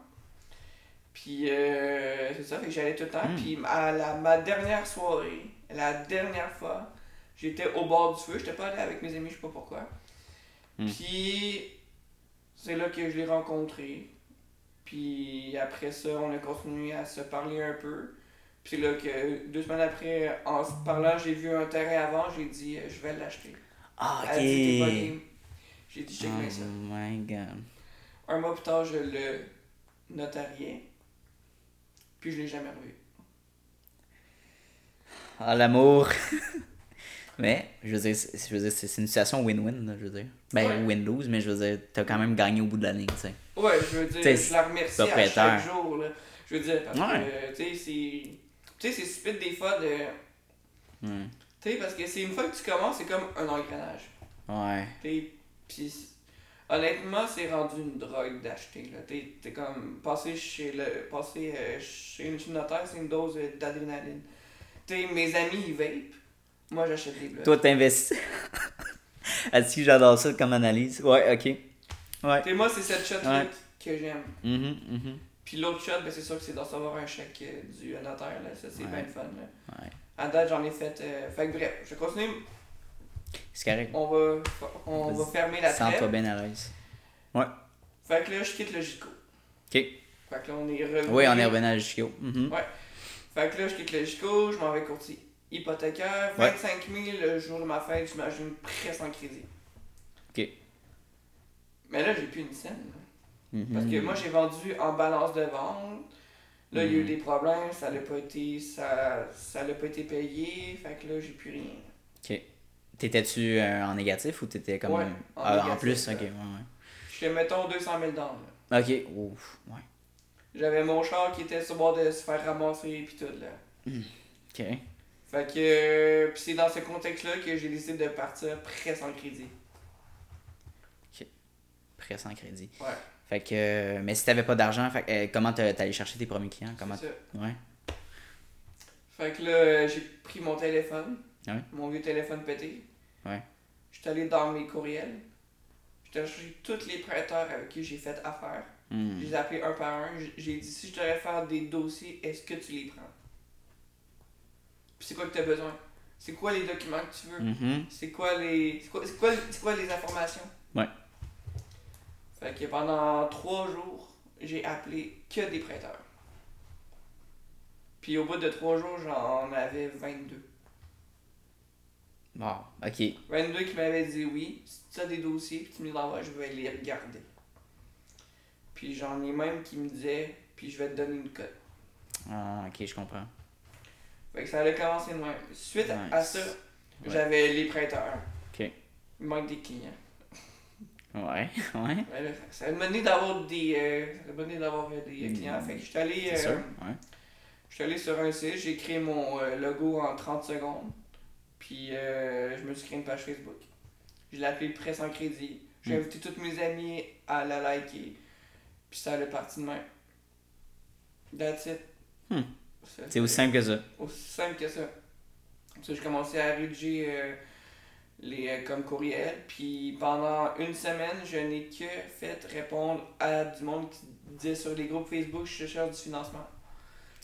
[SPEAKER 3] Puis euh, c'est ça, fait que j'allais tout le temps.
[SPEAKER 2] Mm.
[SPEAKER 3] Puis à la, ma dernière soirée, la dernière fois, j'étais au bord du feu. J'étais pas allé avec mes amis, je sais pas pourquoi.
[SPEAKER 2] Mm.
[SPEAKER 3] Puis c'est là que je l'ai rencontré. Puis après ça, on a continué à se parler un peu. Puis c'est là que deux semaines après, en se parlant, j'ai vu un terrain avant, j'ai dit euh, je vais l'acheter.
[SPEAKER 2] Ah,
[SPEAKER 3] Elle dit, T'es pas
[SPEAKER 2] OK.
[SPEAKER 3] game. J'ai dit
[SPEAKER 2] Oh
[SPEAKER 3] check bien ça.
[SPEAKER 2] my God. Ah.
[SPEAKER 3] Un mois plus tard, je le notariais. Puis je l'ai jamais revu.
[SPEAKER 2] Ah, l'amour. [laughs] mais, je veux dire, c'est- je veux dire, c'est c'est une situation win-win, là, je veux dire. Ben,
[SPEAKER 3] Ouais.
[SPEAKER 2] win-lose, mais je veux dire, t'as quand même gagné au bout de la ligne, tu sais.
[SPEAKER 3] Ouais, je veux dire,
[SPEAKER 2] T'sais,
[SPEAKER 3] je la remercie à
[SPEAKER 2] propriétaire.
[SPEAKER 3] chaque jour. Là. Je veux dire, parce
[SPEAKER 2] Ouais.
[SPEAKER 3] que, tu sais, c'est. Tu sais, c'est stupide des fois de.
[SPEAKER 2] Ouais.
[SPEAKER 3] Tu sais, parce que c'est une fois que tu commences, c'est comme un engrenage.
[SPEAKER 2] Ouais.
[SPEAKER 3] T'es- pis c- honnêtement, c'est rendu une drogue d'acheter. là. T'es t'es comme passer chez le passer euh, chez une chez le notaire, c'est une dose euh, d'adrénaline. T'sais, mes amis ils vapent, moi j'achète des blocs.
[SPEAKER 2] Toi, t'investis. [laughs] Est-ce que j'adore ça comme analyse? Ouais, ok. Ouais.
[SPEAKER 3] T'sais, moi c'est cette shot là
[SPEAKER 2] Ouais.
[SPEAKER 3] que j'aime.
[SPEAKER 2] Mhm, mhm.
[SPEAKER 3] Puis l'autre shot, ben, c'est sûr que c'est de recevoir un chèque euh, du euh, notaire là, ça c'est
[SPEAKER 2] Ouais.
[SPEAKER 3] bien le fun là.
[SPEAKER 2] Ouais.
[SPEAKER 3] À date j'en ai fait. euh, Fait que bref, je continue,
[SPEAKER 2] C'est correct.
[SPEAKER 3] on va on va
[SPEAKER 2] Vas-y.
[SPEAKER 3] fermer la
[SPEAKER 2] Sens-toi
[SPEAKER 3] trêve.
[SPEAKER 2] bien à l'aise.
[SPEAKER 3] Fait que là je quitte le Gico.
[SPEAKER 2] Ok.
[SPEAKER 3] Fait que là on est revenu.
[SPEAKER 2] Oui, on est revenu à Jusqu'au. Mhm.
[SPEAKER 3] Fait que là, je quitte le Gico, je m'en vais courtier hypothécaire.
[SPEAKER 2] Ouais.
[SPEAKER 3] 25 000 le jour de ma fête, j'imagine presque en crédit.
[SPEAKER 2] Ok.
[SPEAKER 3] Mais là, j'ai plus une scène. là.
[SPEAKER 2] Mhm.
[SPEAKER 3] Parce que moi, j'ai vendu en balance de vente. Là,
[SPEAKER 2] Mhm.
[SPEAKER 3] il y a eu des problèmes, ça l'a pas été, ça, ça l'a pas été payé. Fait que là, j'ai plus rien.
[SPEAKER 2] Ok. T'étais-tu euh, en négatif ou t'étais comme.
[SPEAKER 3] Ouais, en
[SPEAKER 2] Ah, en
[SPEAKER 3] négatif, euh.
[SPEAKER 2] plus,
[SPEAKER 3] là.
[SPEAKER 2] ok. Ouais, ouais.
[SPEAKER 3] Je fais, mettons, 200 000 là.
[SPEAKER 2] Ok. Ouf. Ouais.
[SPEAKER 3] J'avais mon char qui était sur le bord de se faire ramasser pis tout, là.
[SPEAKER 2] Ok.
[SPEAKER 3] Fait que... euh, Puis c'est dans ce contexte-là que j'ai décidé de partir presque en crédit.
[SPEAKER 2] Prêt sans crédit.
[SPEAKER 3] Ouais.
[SPEAKER 2] Fait que. euh, Mais si t'avais pas d'argent, fait que, euh, comment t'as- t'allais chercher tes premiers clients Comment
[SPEAKER 3] C'est ça.
[SPEAKER 2] Ouais.
[SPEAKER 3] Fait que là, euh, j'ai pris mon téléphone,
[SPEAKER 2] Ouais.
[SPEAKER 3] mon vieux téléphone pété.
[SPEAKER 2] Ouais.
[SPEAKER 3] J'étais allé dans mes courriels. J'étais allé chercher tous les prêteurs avec qui j'ai fait affaire. Je
[SPEAKER 2] Mhm.
[SPEAKER 3] les ai appelés un par un. J- J'ai dit si je devrais faire des dossiers, est-ce que tu les prends Puis c'est quoi que tu as besoin C'est quoi les documents que tu veux
[SPEAKER 2] Mhm.
[SPEAKER 3] C'est quoi les. C'est quoi, c'est quoi- c'est quoi les informations
[SPEAKER 2] Ouais.
[SPEAKER 3] Fait que pendant trois jours, j'ai appelé que des prêteurs. Puis au bout de trois jours, j'en avais 22.
[SPEAKER 2] Wow. Ok.
[SPEAKER 3] 22 qui m'avaient dit oui, si tu as des dossiers puis tu me les envoies, je vais les regarder. Puis j'en ai même qui me disaient, puis je vais te donner une cote.
[SPEAKER 2] Ah, ok, je comprends.
[SPEAKER 3] Fait que ça allait commencer de même. Suite à
[SPEAKER 2] Nice.
[SPEAKER 3] ça, j'avais les prêteurs.
[SPEAKER 2] Ok.
[SPEAKER 3] Il manque des clients.
[SPEAKER 2] Ouais. [laughs] Ouais.
[SPEAKER 3] Ouais, là, Ben, ça a mené d'avoir des, euh, ça a mené d'avoir euh, des
[SPEAKER 2] Mm.
[SPEAKER 3] clients. Fait que j'étais allé,
[SPEAKER 2] C'est
[SPEAKER 3] euh,
[SPEAKER 2] sûr. Ouais.
[SPEAKER 3] j'étais allé sur un site, j'ai créé mon euh, logo en 30 secondes. Puis euh, je me suis créé une page Facebook. Je l'ai appelée Presse en crédit. J'ai
[SPEAKER 2] Mm.
[SPEAKER 3] invité toutes mes amies à la liker. Puis ça a parti de même. That's it.
[SPEAKER 2] Hmm.
[SPEAKER 3] Ça,
[SPEAKER 2] C'est aussi simple que ça.
[SPEAKER 3] aussi simple que ça. Parce que je commençais à rédiger euh, les, euh, comme courriel, puis pendant une semaine, je n'ai que fait répondre à du monde qui disait sur les groupes Facebook je cherche du financement.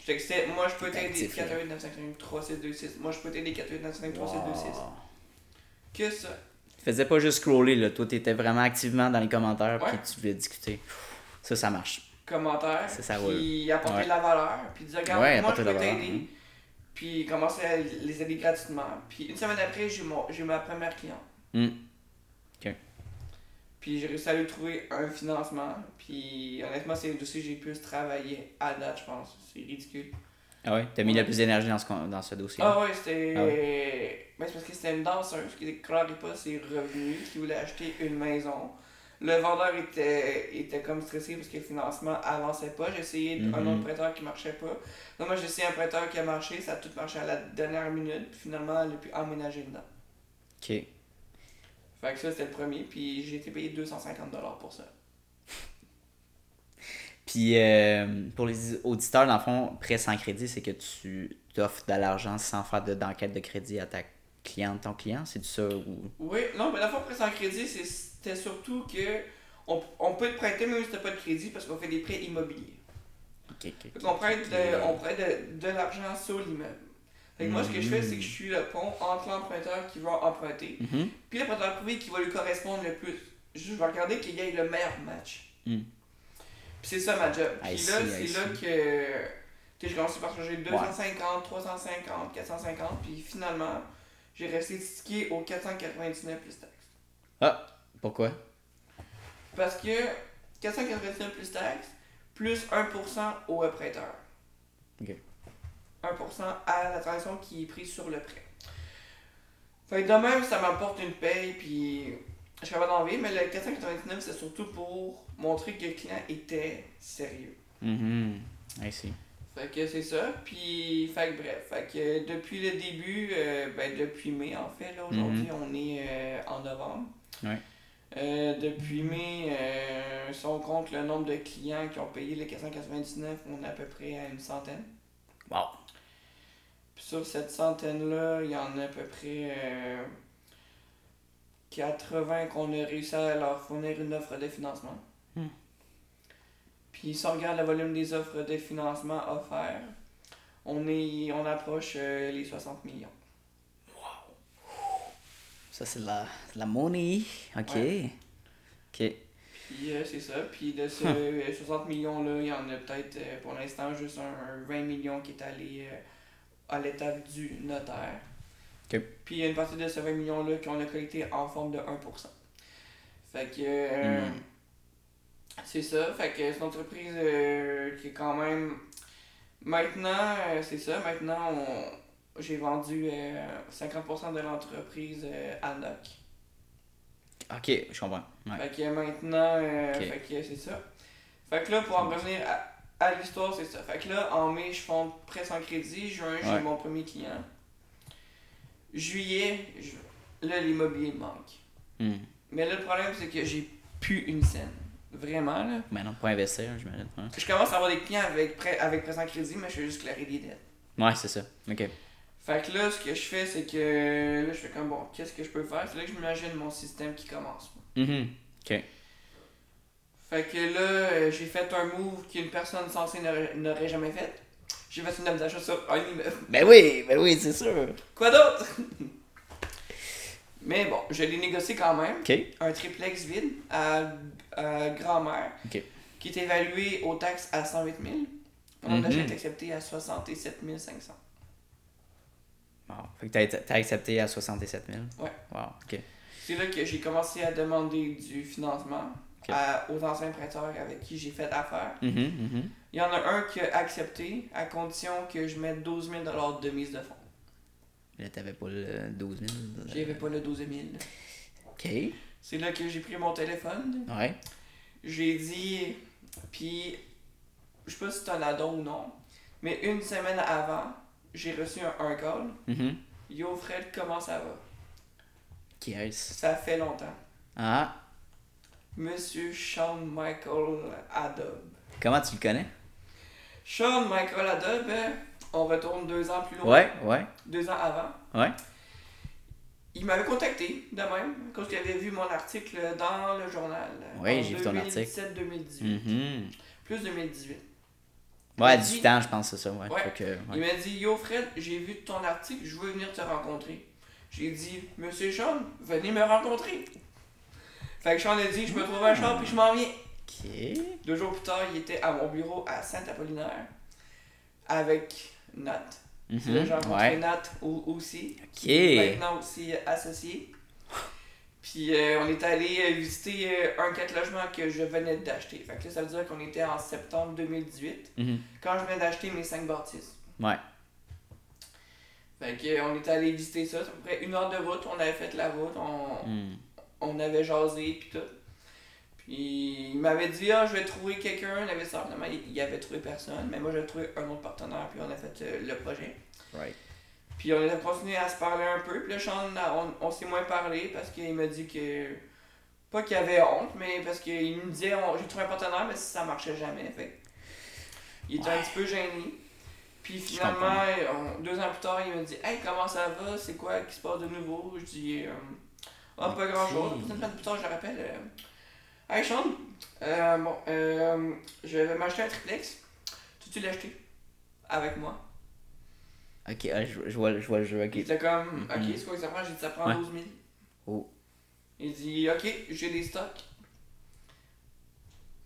[SPEAKER 3] Je textais, moi je peux
[SPEAKER 2] T'es
[SPEAKER 3] t'aider
[SPEAKER 2] actif,
[SPEAKER 3] 418 955 3626. Moi je peux t'aider 418 955 3626.
[SPEAKER 2] Wow.
[SPEAKER 3] Que ça.
[SPEAKER 2] Tu faisais pas juste scroller, là. Toi, t'étais vraiment activement dans les commentaires,
[SPEAKER 3] Ouais.
[SPEAKER 2] puis tu voulais discuter. Ça, ça marche.
[SPEAKER 3] commentaire,
[SPEAKER 2] C'est ça,
[SPEAKER 3] puis apporter
[SPEAKER 2] Ouais.
[SPEAKER 3] de la valeur, puis dire regarde,
[SPEAKER 2] Ouais,
[SPEAKER 3] moi
[SPEAKER 2] apporter
[SPEAKER 3] je
[SPEAKER 2] de
[SPEAKER 3] peux
[SPEAKER 2] la valeur,
[SPEAKER 3] t'aider,
[SPEAKER 2] hein.
[SPEAKER 3] puis commencer à les aider gratuitement. Puis une semaine après, j'ai mon- j'ai ma première cliente.
[SPEAKER 2] Hmm. Ok.
[SPEAKER 3] Puis j'ai réussi à lui trouver un financement, puis honnêtement, c'est le dossier que j'ai plus travaillé à date, je pense. C'est ridicule.
[SPEAKER 2] Ah ouais? T'as mis le plus d'énergie dans ce, con- dans ce dossier.
[SPEAKER 3] Ah ouais, c'était.
[SPEAKER 2] Ah
[SPEAKER 3] Ben, c'est parce que c'était une danseuse qui déclarait pas ses revenus, qui voulait acheter une maison. Le vendeur était, était comme stressé parce que le financement avançait pas. J'ai essayé un
[SPEAKER 2] Mhm.
[SPEAKER 3] autre prêteur qui marchait pas. Non, moi j'ai essayé un prêteur qui a marché, ça a tout marché à la dernière minute, puis finalement elle a pu emménager dedans.
[SPEAKER 2] Ok.
[SPEAKER 3] Fait que ça c'était le premier, puis j'ai été payé 250$ pour ça.
[SPEAKER 2] Puis euh, pour les auditeurs, dans le fond, prêt sans crédit, c'est que tu offres de l'argent sans faire de- d'enquête de crédit à ta cliente, ton client, c'est du ça ou...
[SPEAKER 3] Oui, non, mais la fois prêt sans crédit, c'est- c'était surtout que on, on peut te prêter même si t'as pas de crédit parce qu'on fait des prêts immobiliers.
[SPEAKER 2] Ok, ok.
[SPEAKER 3] Fait qu'on prête de, on prête de, de l'argent sur l'immeuble. Fait que moi, ce que je fais, c'est que je suis le pont entre l'emprunteur qui va emprunter,
[SPEAKER 2] Mhm.
[SPEAKER 3] puis l'emprunteur privé qui va lui correspondre le plus. Je vais regarder qu'il gagne le meilleur match.
[SPEAKER 2] Mm.
[SPEAKER 3] Puis c'est ça ma job.
[SPEAKER 2] I
[SPEAKER 3] Puis
[SPEAKER 2] see,
[SPEAKER 3] là,
[SPEAKER 2] I
[SPEAKER 3] c'est là
[SPEAKER 2] see.
[SPEAKER 3] que. Tu sais, je commence par changer 250, 350, 450, puis finalement, j'ai resté tiqué aux 499 plus taxes.
[SPEAKER 2] Ah, pourquoi?
[SPEAKER 3] Parce que 499 plus taxes, plus 1% au prêteur.
[SPEAKER 2] Ok.
[SPEAKER 3] 1% à la transaction qui est prise sur le prêt. Fait que de même, ça m'apporte une paye, puis je serais pas d'envie, mais le 499, c'est surtout pour montrer que le client était sérieux.
[SPEAKER 2] Mhm. I see.
[SPEAKER 3] Fait que c'est ça, puis fait que bref, fait que depuis le début, euh, ben depuis mai en fait, là aujourd'hui on est euh, en novembre.
[SPEAKER 2] Ouais.
[SPEAKER 3] Euh, depuis mai, euh, si on compte le nombre de clients qui ont payé les 499, on est à peu près à une centaine.
[SPEAKER 2] Wow.
[SPEAKER 3] Puis sur cette centaine-là, il y en a à peu près euh, 80 qu'on a réussi à leur fournir une offre de financement.
[SPEAKER 2] Hmm.
[SPEAKER 3] Puis si on regarde le volume des offres de financement offertes, on, est, on approche euh, les 60 millions.
[SPEAKER 2] Ça, c'est de la, de la money. Ok.
[SPEAKER 3] Ouais.
[SPEAKER 2] Ok.
[SPEAKER 3] Puis euh, c'est ça. Puis de ce euh, 60 millions-là, il y en a peut-être euh, pour l'instant juste un, un 20 millions qui est allé euh, à l'étape du notaire.
[SPEAKER 2] Ok.
[SPEAKER 3] Puis il y a une partie de ce 20 millions-là qu'on a collecté en forme de 1%. Fait que. euh,
[SPEAKER 2] Mm.
[SPEAKER 3] C'est ça. Fait que c'est une entreprise euh, qui est quand même. Maintenant, euh, c'est ça. Maintenant, on- j'ai vendu euh, 50% de l'entreprise euh, à NOC.
[SPEAKER 2] Ok, je comprends. Ouais.
[SPEAKER 3] Fait que maintenant, euh,
[SPEAKER 2] Ok.
[SPEAKER 3] fait que c'est ça. Fait que là, pour en revenir à, à l'histoire, c'est ça. Fait que là, en mai, je fonde prêt sans crédit. Juin, j'ai
[SPEAKER 2] Ouais.
[SPEAKER 3] mon premier client. Juillet, je- là, l'immobilier manque.
[SPEAKER 2] Hmm.
[SPEAKER 3] Mais là, le problème, c'est que j'ai plus une scène. Vraiment, là.
[SPEAKER 2] Mais Ben non, pour investir, j'imagine. hein. Ouais,
[SPEAKER 3] Je commence à avoir des clients avec prêt, avec prêt sans crédit, mais je fais juste clarer des dettes.
[SPEAKER 2] ouais c'est ça. Ok.
[SPEAKER 3] Fait que là, ce que je fais, c'est que là, je fais comme bon, qu'est-ce que je peux faire? C'est là que je m'imagine mon système qui commence.
[SPEAKER 2] Mhm.
[SPEAKER 3] Fait que là, euh, j'ai fait un move qu'une personne censée n'aurait n'aurait jamais fait. J'ai fait une offre d'achat sur un immeuble.
[SPEAKER 2] Ben oui, ben oui, c'est sûr.
[SPEAKER 3] Quoi d'autre? Mais bon, je l'ai négocié quand même.
[SPEAKER 2] Ok.
[SPEAKER 3] Un triplex vide à, à grand-mère
[SPEAKER 2] Ok.
[SPEAKER 3] qui est évalué aux taxes à 108 000. Mon offre d'achat
[SPEAKER 2] Mhm.
[SPEAKER 3] est accepté à 67 500.
[SPEAKER 2] Wow. Fait que t'as, été- t'as accepté à 67 000.
[SPEAKER 3] Ouais.
[SPEAKER 2] Wow. Ok.
[SPEAKER 3] C'est là que j'ai commencé à demander du financement
[SPEAKER 2] Ok.
[SPEAKER 3] à- aux anciens prêteurs avec qui j'ai fait affaire.
[SPEAKER 2] Mhm, mhm.
[SPEAKER 3] Il y en a un qui a accepté à condition que je mette 12 000 de mise de fonds.
[SPEAKER 2] Là, t'avais pas le 12 000.
[SPEAKER 3] J'avais pas le 12 000.
[SPEAKER 2] Ok. Ouais.
[SPEAKER 3] C'est là que j'ai pris mon téléphone. J'ai dit, puis je sais pas si c'est un ado ou non, mais une semaine avant, j'ai reçu un, un call.
[SPEAKER 2] Mhm.
[SPEAKER 3] Yo Fred, comment ça va?
[SPEAKER 2] Qui est-ce?
[SPEAKER 3] Ça fait longtemps.
[SPEAKER 2] Ah.
[SPEAKER 3] Monsieur Shawn Michael Adobe.
[SPEAKER 2] Comment tu le connais?
[SPEAKER 3] Shawn Michael Adobe, hein, on retourne deux ans plus loin.
[SPEAKER 2] Ouais, ouais,
[SPEAKER 3] Deux ans avant.
[SPEAKER 2] ouais.
[SPEAKER 3] Il m'avait contacté de même, quand il avait vu mon article dans le journal.
[SPEAKER 2] Oui, j'ai vu ton article.
[SPEAKER 3] 2017-2018.
[SPEAKER 2] Mhm.
[SPEAKER 3] Plus 2018.
[SPEAKER 2] Ouais, à
[SPEAKER 3] Il dit-
[SPEAKER 2] 18 ans, je pense, c'est ça. Ouais.
[SPEAKER 3] Ouais.
[SPEAKER 2] Fait que,
[SPEAKER 3] Il
[SPEAKER 2] ouais.
[SPEAKER 3] m'a dit Yo Fred, j'ai vu ton article, je veux venir te rencontrer. J'ai dit Monsieur Sean, venez me rencontrer. Fait que Sean a dit Je me trouve un char puis je m'en viens.
[SPEAKER 2] Ok.
[SPEAKER 3] Deux jours plus tard, il était à mon bureau à Saint-Apollinaire avec Nat. C'est là que j'ai
[SPEAKER 2] Mhm.
[SPEAKER 3] rencontré
[SPEAKER 2] Ouais.
[SPEAKER 3] Nat au- aussi.
[SPEAKER 2] Ok.
[SPEAKER 3] Maintenant aussi associé. Puis euh, on est allé euh, visiter euh, un quatre logements que je venais d'acheter. Fait que là, ça veut dire qu'on était en septembre 2018
[SPEAKER 2] Mhm.
[SPEAKER 3] quand je venais d'acheter mes 5 bâtisses.
[SPEAKER 2] Ouais.
[SPEAKER 3] Fait que, euh, on est allé visiter ça, c'est à peu près une heure de route, on avait fait la route, on,
[SPEAKER 2] Hmm.
[SPEAKER 3] on avait jasé puis tout. Puis il m'avait dit ah je vais trouver quelqu'un, il avait simplement il il avait trouvé personne, mais moi j'ai trouvé un autre partenaire puis on a fait euh, le projet.
[SPEAKER 2] Right.
[SPEAKER 3] Puis on a continué à se parler un peu, puis là Sean, on, on s'est moins parlé parce qu'il m'a dit que Pas qu'il avait honte, mais parce qu'il nous disait on- j'ai trouvé un partenaire, mais ça marchait jamais. Fait que Il était un petit peu gêné. Puis finalement, on- deux ans plus tard, il me dit Hey, comment ça va C'est quoi qui se passe de nouveau Je dis euh, Ah, pas
[SPEAKER 2] Ok.
[SPEAKER 3] grand chose. Puis Une semaine plus tard, je le rappelle euh, Hey, Sean, euh, bon, euh, je vais m'acheter un triplex. Tu tu l'acheter avec moi
[SPEAKER 2] Ok, ah, je, je vois, le- je vois le jeu,
[SPEAKER 3] Il
[SPEAKER 2] ok.
[SPEAKER 3] était comme, ok,
[SPEAKER 2] Mhm.
[SPEAKER 3] c'est quoi que ça prend? J'ai dit, ça prend
[SPEAKER 2] Ouais.
[SPEAKER 3] 12 000.
[SPEAKER 2] Oh.
[SPEAKER 3] Il dit, ok, j'ai des stocks.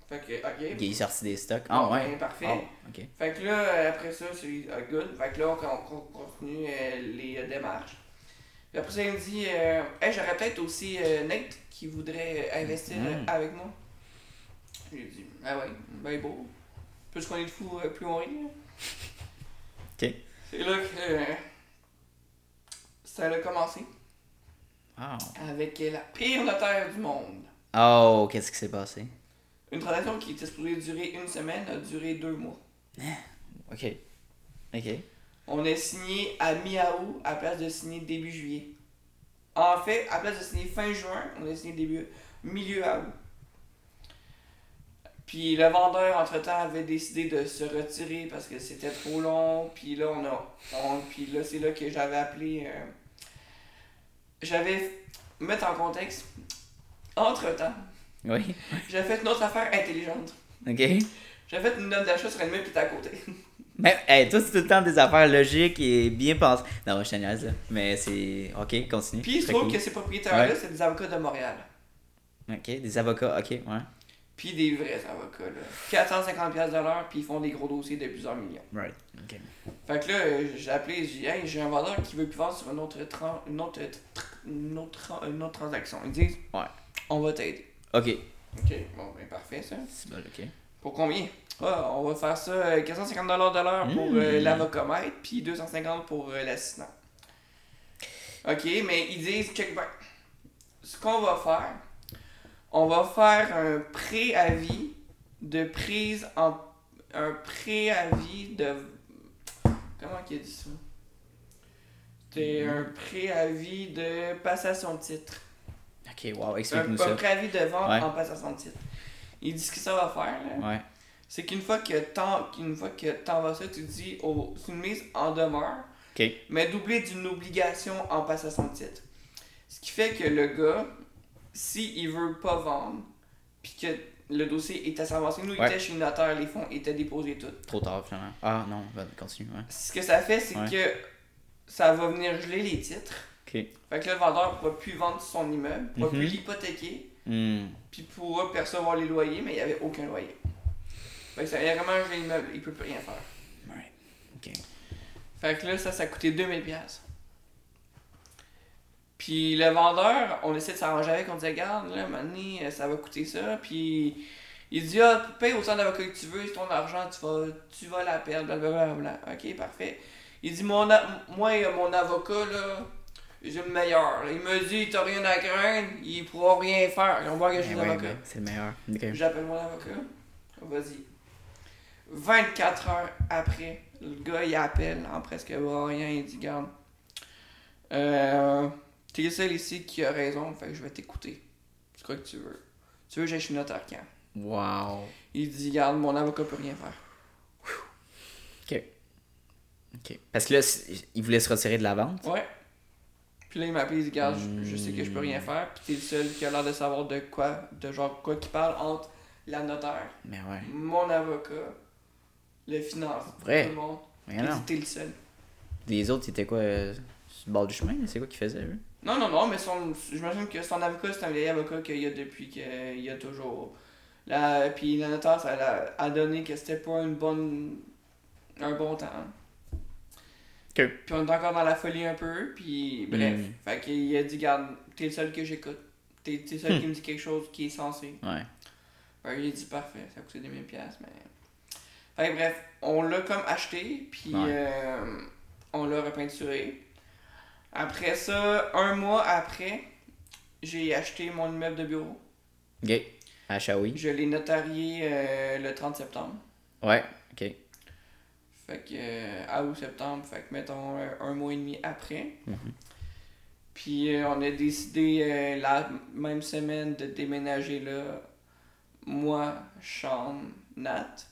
[SPEAKER 3] Fait que, ok.
[SPEAKER 2] Ok, il est sorti des stocks. Ah
[SPEAKER 3] Bon,
[SPEAKER 2] ouais.
[SPEAKER 3] ben, parfait.
[SPEAKER 2] Ah, ok.
[SPEAKER 3] Fait que là, après ça, c'est ah, good. Fait que là, on, on continue euh, les euh, démarches. Puis après ça, il me dit, euh, hey, j'aurais peut-être aussi euh, Nate qui voudrait euh, investir euh,
[SPEAKER 2] Mhm.
[SPEAKER 3] avec moi. J'ai dit, ah ouais, ben beau. Plus qu'on est de fou, euh, plus on rit. là.
[SPEAKER 2] Ok.
[SPEAKER 3] C'est là que euh, ça a commencé
[SPEAKER 2] Wow.
[SPEAKER 3] avec la pire notaire du monde.
[SPEAKER 2] Oh, qu'est-ce qui s'est passé?
[SPEAKER 3] Une transaction qui était supposée durer une semaine a duré deux mois.
[SPEAKER 2] Ok. Ok.
[SPEAKER 3] On a signé à mi-août à place de signer début juillet. En fait, à place de signer fin juin, on a signé début milieu à août. Puis le vendeur, entre-temps, avait décidé de se retirer parce que c'était trop long. Puis là, on a. on- puis là, c'est là que j'avais appelé. euh, j'avais. Mettre en contexte. Entre-temps,
[SPEAKER 2] Oui. [laughs]
[SPEAKER 3] j'avais fait une autre affaire intelligente.
[SPEAKER 2] Ok.
[SPEAKER 3] J'avais fait une note d'achat sur un immeuble qui était
[SPEAKER 2] [laughs]
[SPEAKER 3] à côté.
[SPEAKER 2] Mais, hey, toi, c'est tout le temps des affaires logiques et bien pensées. Non, je te niaise, là. Mais c'est. Ok, continue.
[SPEAKER 3] Puis il se
[SPEAKER 2] Très
[SPEAKER 3] trouve
[SPEAKER 2] cool.
[SPEAKER 3] que ces propriétaires-là,
[SPEAKER 2] Ouais.
[SPEAKER 3] c'est des avocats de Montréal.
[SPEAKER 2] Ok, des avocats, ok, ouais.
[SPEAKER 3] Puis des vrais avocats, là. 450$ piastres de l'heure, puis ils font des gros dossiers de plusieurs millions.
[SPEAKER 2] Right. Ok.
[SPEAKER 3] Fait que là, euh, j'ai appelé, j'ai dit, hey, j'ai un vendeur qui veut plus vendre sur une autre, tran- une autre, tr- une autre, tran- une autre transaction. Ils disent,
[SPEAKER 2] Ouais.
[SPEAKER 3] on va t'aider.
[SPEAKER 2] Ok.
[SPEAKER 3] Ok, bon, ben parfait, ça.
[SPEAKER 2] C'est bon, ok.
[SPEAKER 3] Pour combien Ah, On va faire ça euh, 450$ de l'heure pour euh,
[SPEAKER 2] Mm.
[SPEAKER 3] l'avocomètre, puis 250$ pour euh, l'assistant. Ok, mais ils disent, check back. Ce qu'on va faire, on va faire un préavis de prise en. Un préavis de. Comment qu'il a dit ça C'était un préavis de passation de titre.
[SPEAKER 2] Ok, wow,
[SPEAKER 3] Un,
[SPEAKER 2] explique-nous
[SPEAKER 3] un
[SPEAKER 2] ça.
[SPEAKER 3] préavis de vente
[SPEAKER 2] Ouais.
[SPEAKER 3] en passation de titre. Ils disent ce que ça va faire, là.
[SPEAKER 2] Ouais.
[SPEAKER 3] C'est qu'une fois que t'en, qu'une fois que t'en vas ça, tu dis au, c'est une mise en demeure,
[SPEAKER 2] Ok.
[SPEAKER 3] mais doublée d'une obligation en passation de titre. Ce qui fait que le gars, s'il veut pas vendre, puis que le dossier est à s'avancer, nous, il
[SPEAKER 2] Ouais.
[SPEAKER 3] était chez le notaire, les fonds étaient déposés tout.
[SPEAKER 2] Trop tard, finalement. Ah, non, va- continue, ouais.
[SPEAKER 3] Ce que ça fait, c'est
[SPEAKER 2] Ouais.
[SPEAKER 3] que ça va venir geler les titres.
[SPEAKER 2] Ok.
[SPEAKER 3] Fait que là, le vendeur pourra plus vendre son immeuble, pourra plus
[SPEAKER 2] Mhm.
[SPEAKER 3] l'hypothéquer,
[SPEAKER 2] Hmm.
[SPEAKER 3] puis pourra percevoir les loyers, mais il n'y avait aucun loyer. Fait que ça vient vraiment geler l'immeuble, il peut plus rien faire.
[SPEAKER 2] Right. Ok.
[SPEAKER 3] Fait que là, ça, ça coûtait 2000 pièces. Puis le vendeur, on essaie de s'arranger avec, on disait, garde, là, mané, ça va coûter ça. Puis il dit, ah, paye autant d'avocats que tu veux, c'est ton argent, tu vas, tu vas la perdre, blablabla. Ok, parfait. Il dit, mon a- moi, euh, mon avocat, là, j'ai le meilleur. Il me dit, t'as rien à craindre, il pourra rien faire. On va engager
[SPEAKER 2] Eh ouais,
[SPEAKER 3] l'avocat.
[SPEAKER 2] ouais, c'est le meilleur. Ok.
[SPEAKER 3] J'appelle mon avocat. Vas-y. 24 heures après, le gars il appelle en presque rien. Il dit Garde, euh, t'es le seul ici qui a raison, fait que je vais t'écouter. C'est quoi que tu veux Tu veux que j'aille chez le notaire quand
[SPEAKER 2] Wow.
[SPEAKER 3] Il dit Garde, mon avocat peut rien faire.
[SPEAKER 2] Ok. Ok. Parce que là, c'est- il voulait se retirer de la vente.
[SPEAKER 3] Ouais. Puis là, il m'appelle, il dit Garde, je- je sais que je peux rien faire, puis t'es le seul qui a l'air de savoir de quoi, de genre quoi qu'il parle entre la notaire,
[SPEAKER 2] Mais ouais.
[SPEAKER 3] mon avocat, le finance,
[SPEAKER 2] Vrai.
[SPEAKER 3] tout le monde.
[SPEAKER 2] Mais
[SPEAKER 3] Il dit
[SPEAKER 2] non.
[SPEAKER 3] T'es le seul.
[SPEAKER 2] Les autres, c'était quoi euh, Sur le bord du chemin C'est quoi qu'ils faisaient, eux
[SPEAKER 3] Non, non, non, mais son, j'imagine que son avocat, c'est un vieil avocat qu'il y a depuis qu'il y a toujours. La, puis la notaire, ça l'a- a donné que c'était pas une bonne, un bon temps.
[SPEAKER 2] Ok.
[SPEAKER 3] Puis on est encore dans la folie un peu, puis bref.
[SPEAKER 2] Mm.
[SPEAKER 3] Fait qu'il a dit, garde, t'es le seul que j'écoute. T'es t'es le seul
[SPEAKER 2] Hmm.
[SPEAKER 3] qui me dit quelque chose qui est sensé.
[SPEAKER 2] Ouais.
[SPEAKER 3] Fait qu'il a dit, parfait, ça a coûté 2000$, mais. Fait que bref, on l'a comme acheté, puis
[SPEAKER 2] Ouais.
[SPEAKER 3] euh, on l'a repeinturé. Après ça, un mois après, j'ai acheté mon immeuble de bureau.
[SPEAKER 2] Ok. À Shawi.
[SPEAKER 3] Je l'ai notarié euh, le 30 septembre.
[SPEAKER 2] Ouais. Ok. Mhm.
[SPEAKER 3] Fait que euh, à août septembre, fait que mettons euh, un mois et demi après. Puis euh, on a décidé euh, la même semaine de déménager là. Moi, Sean, Nat.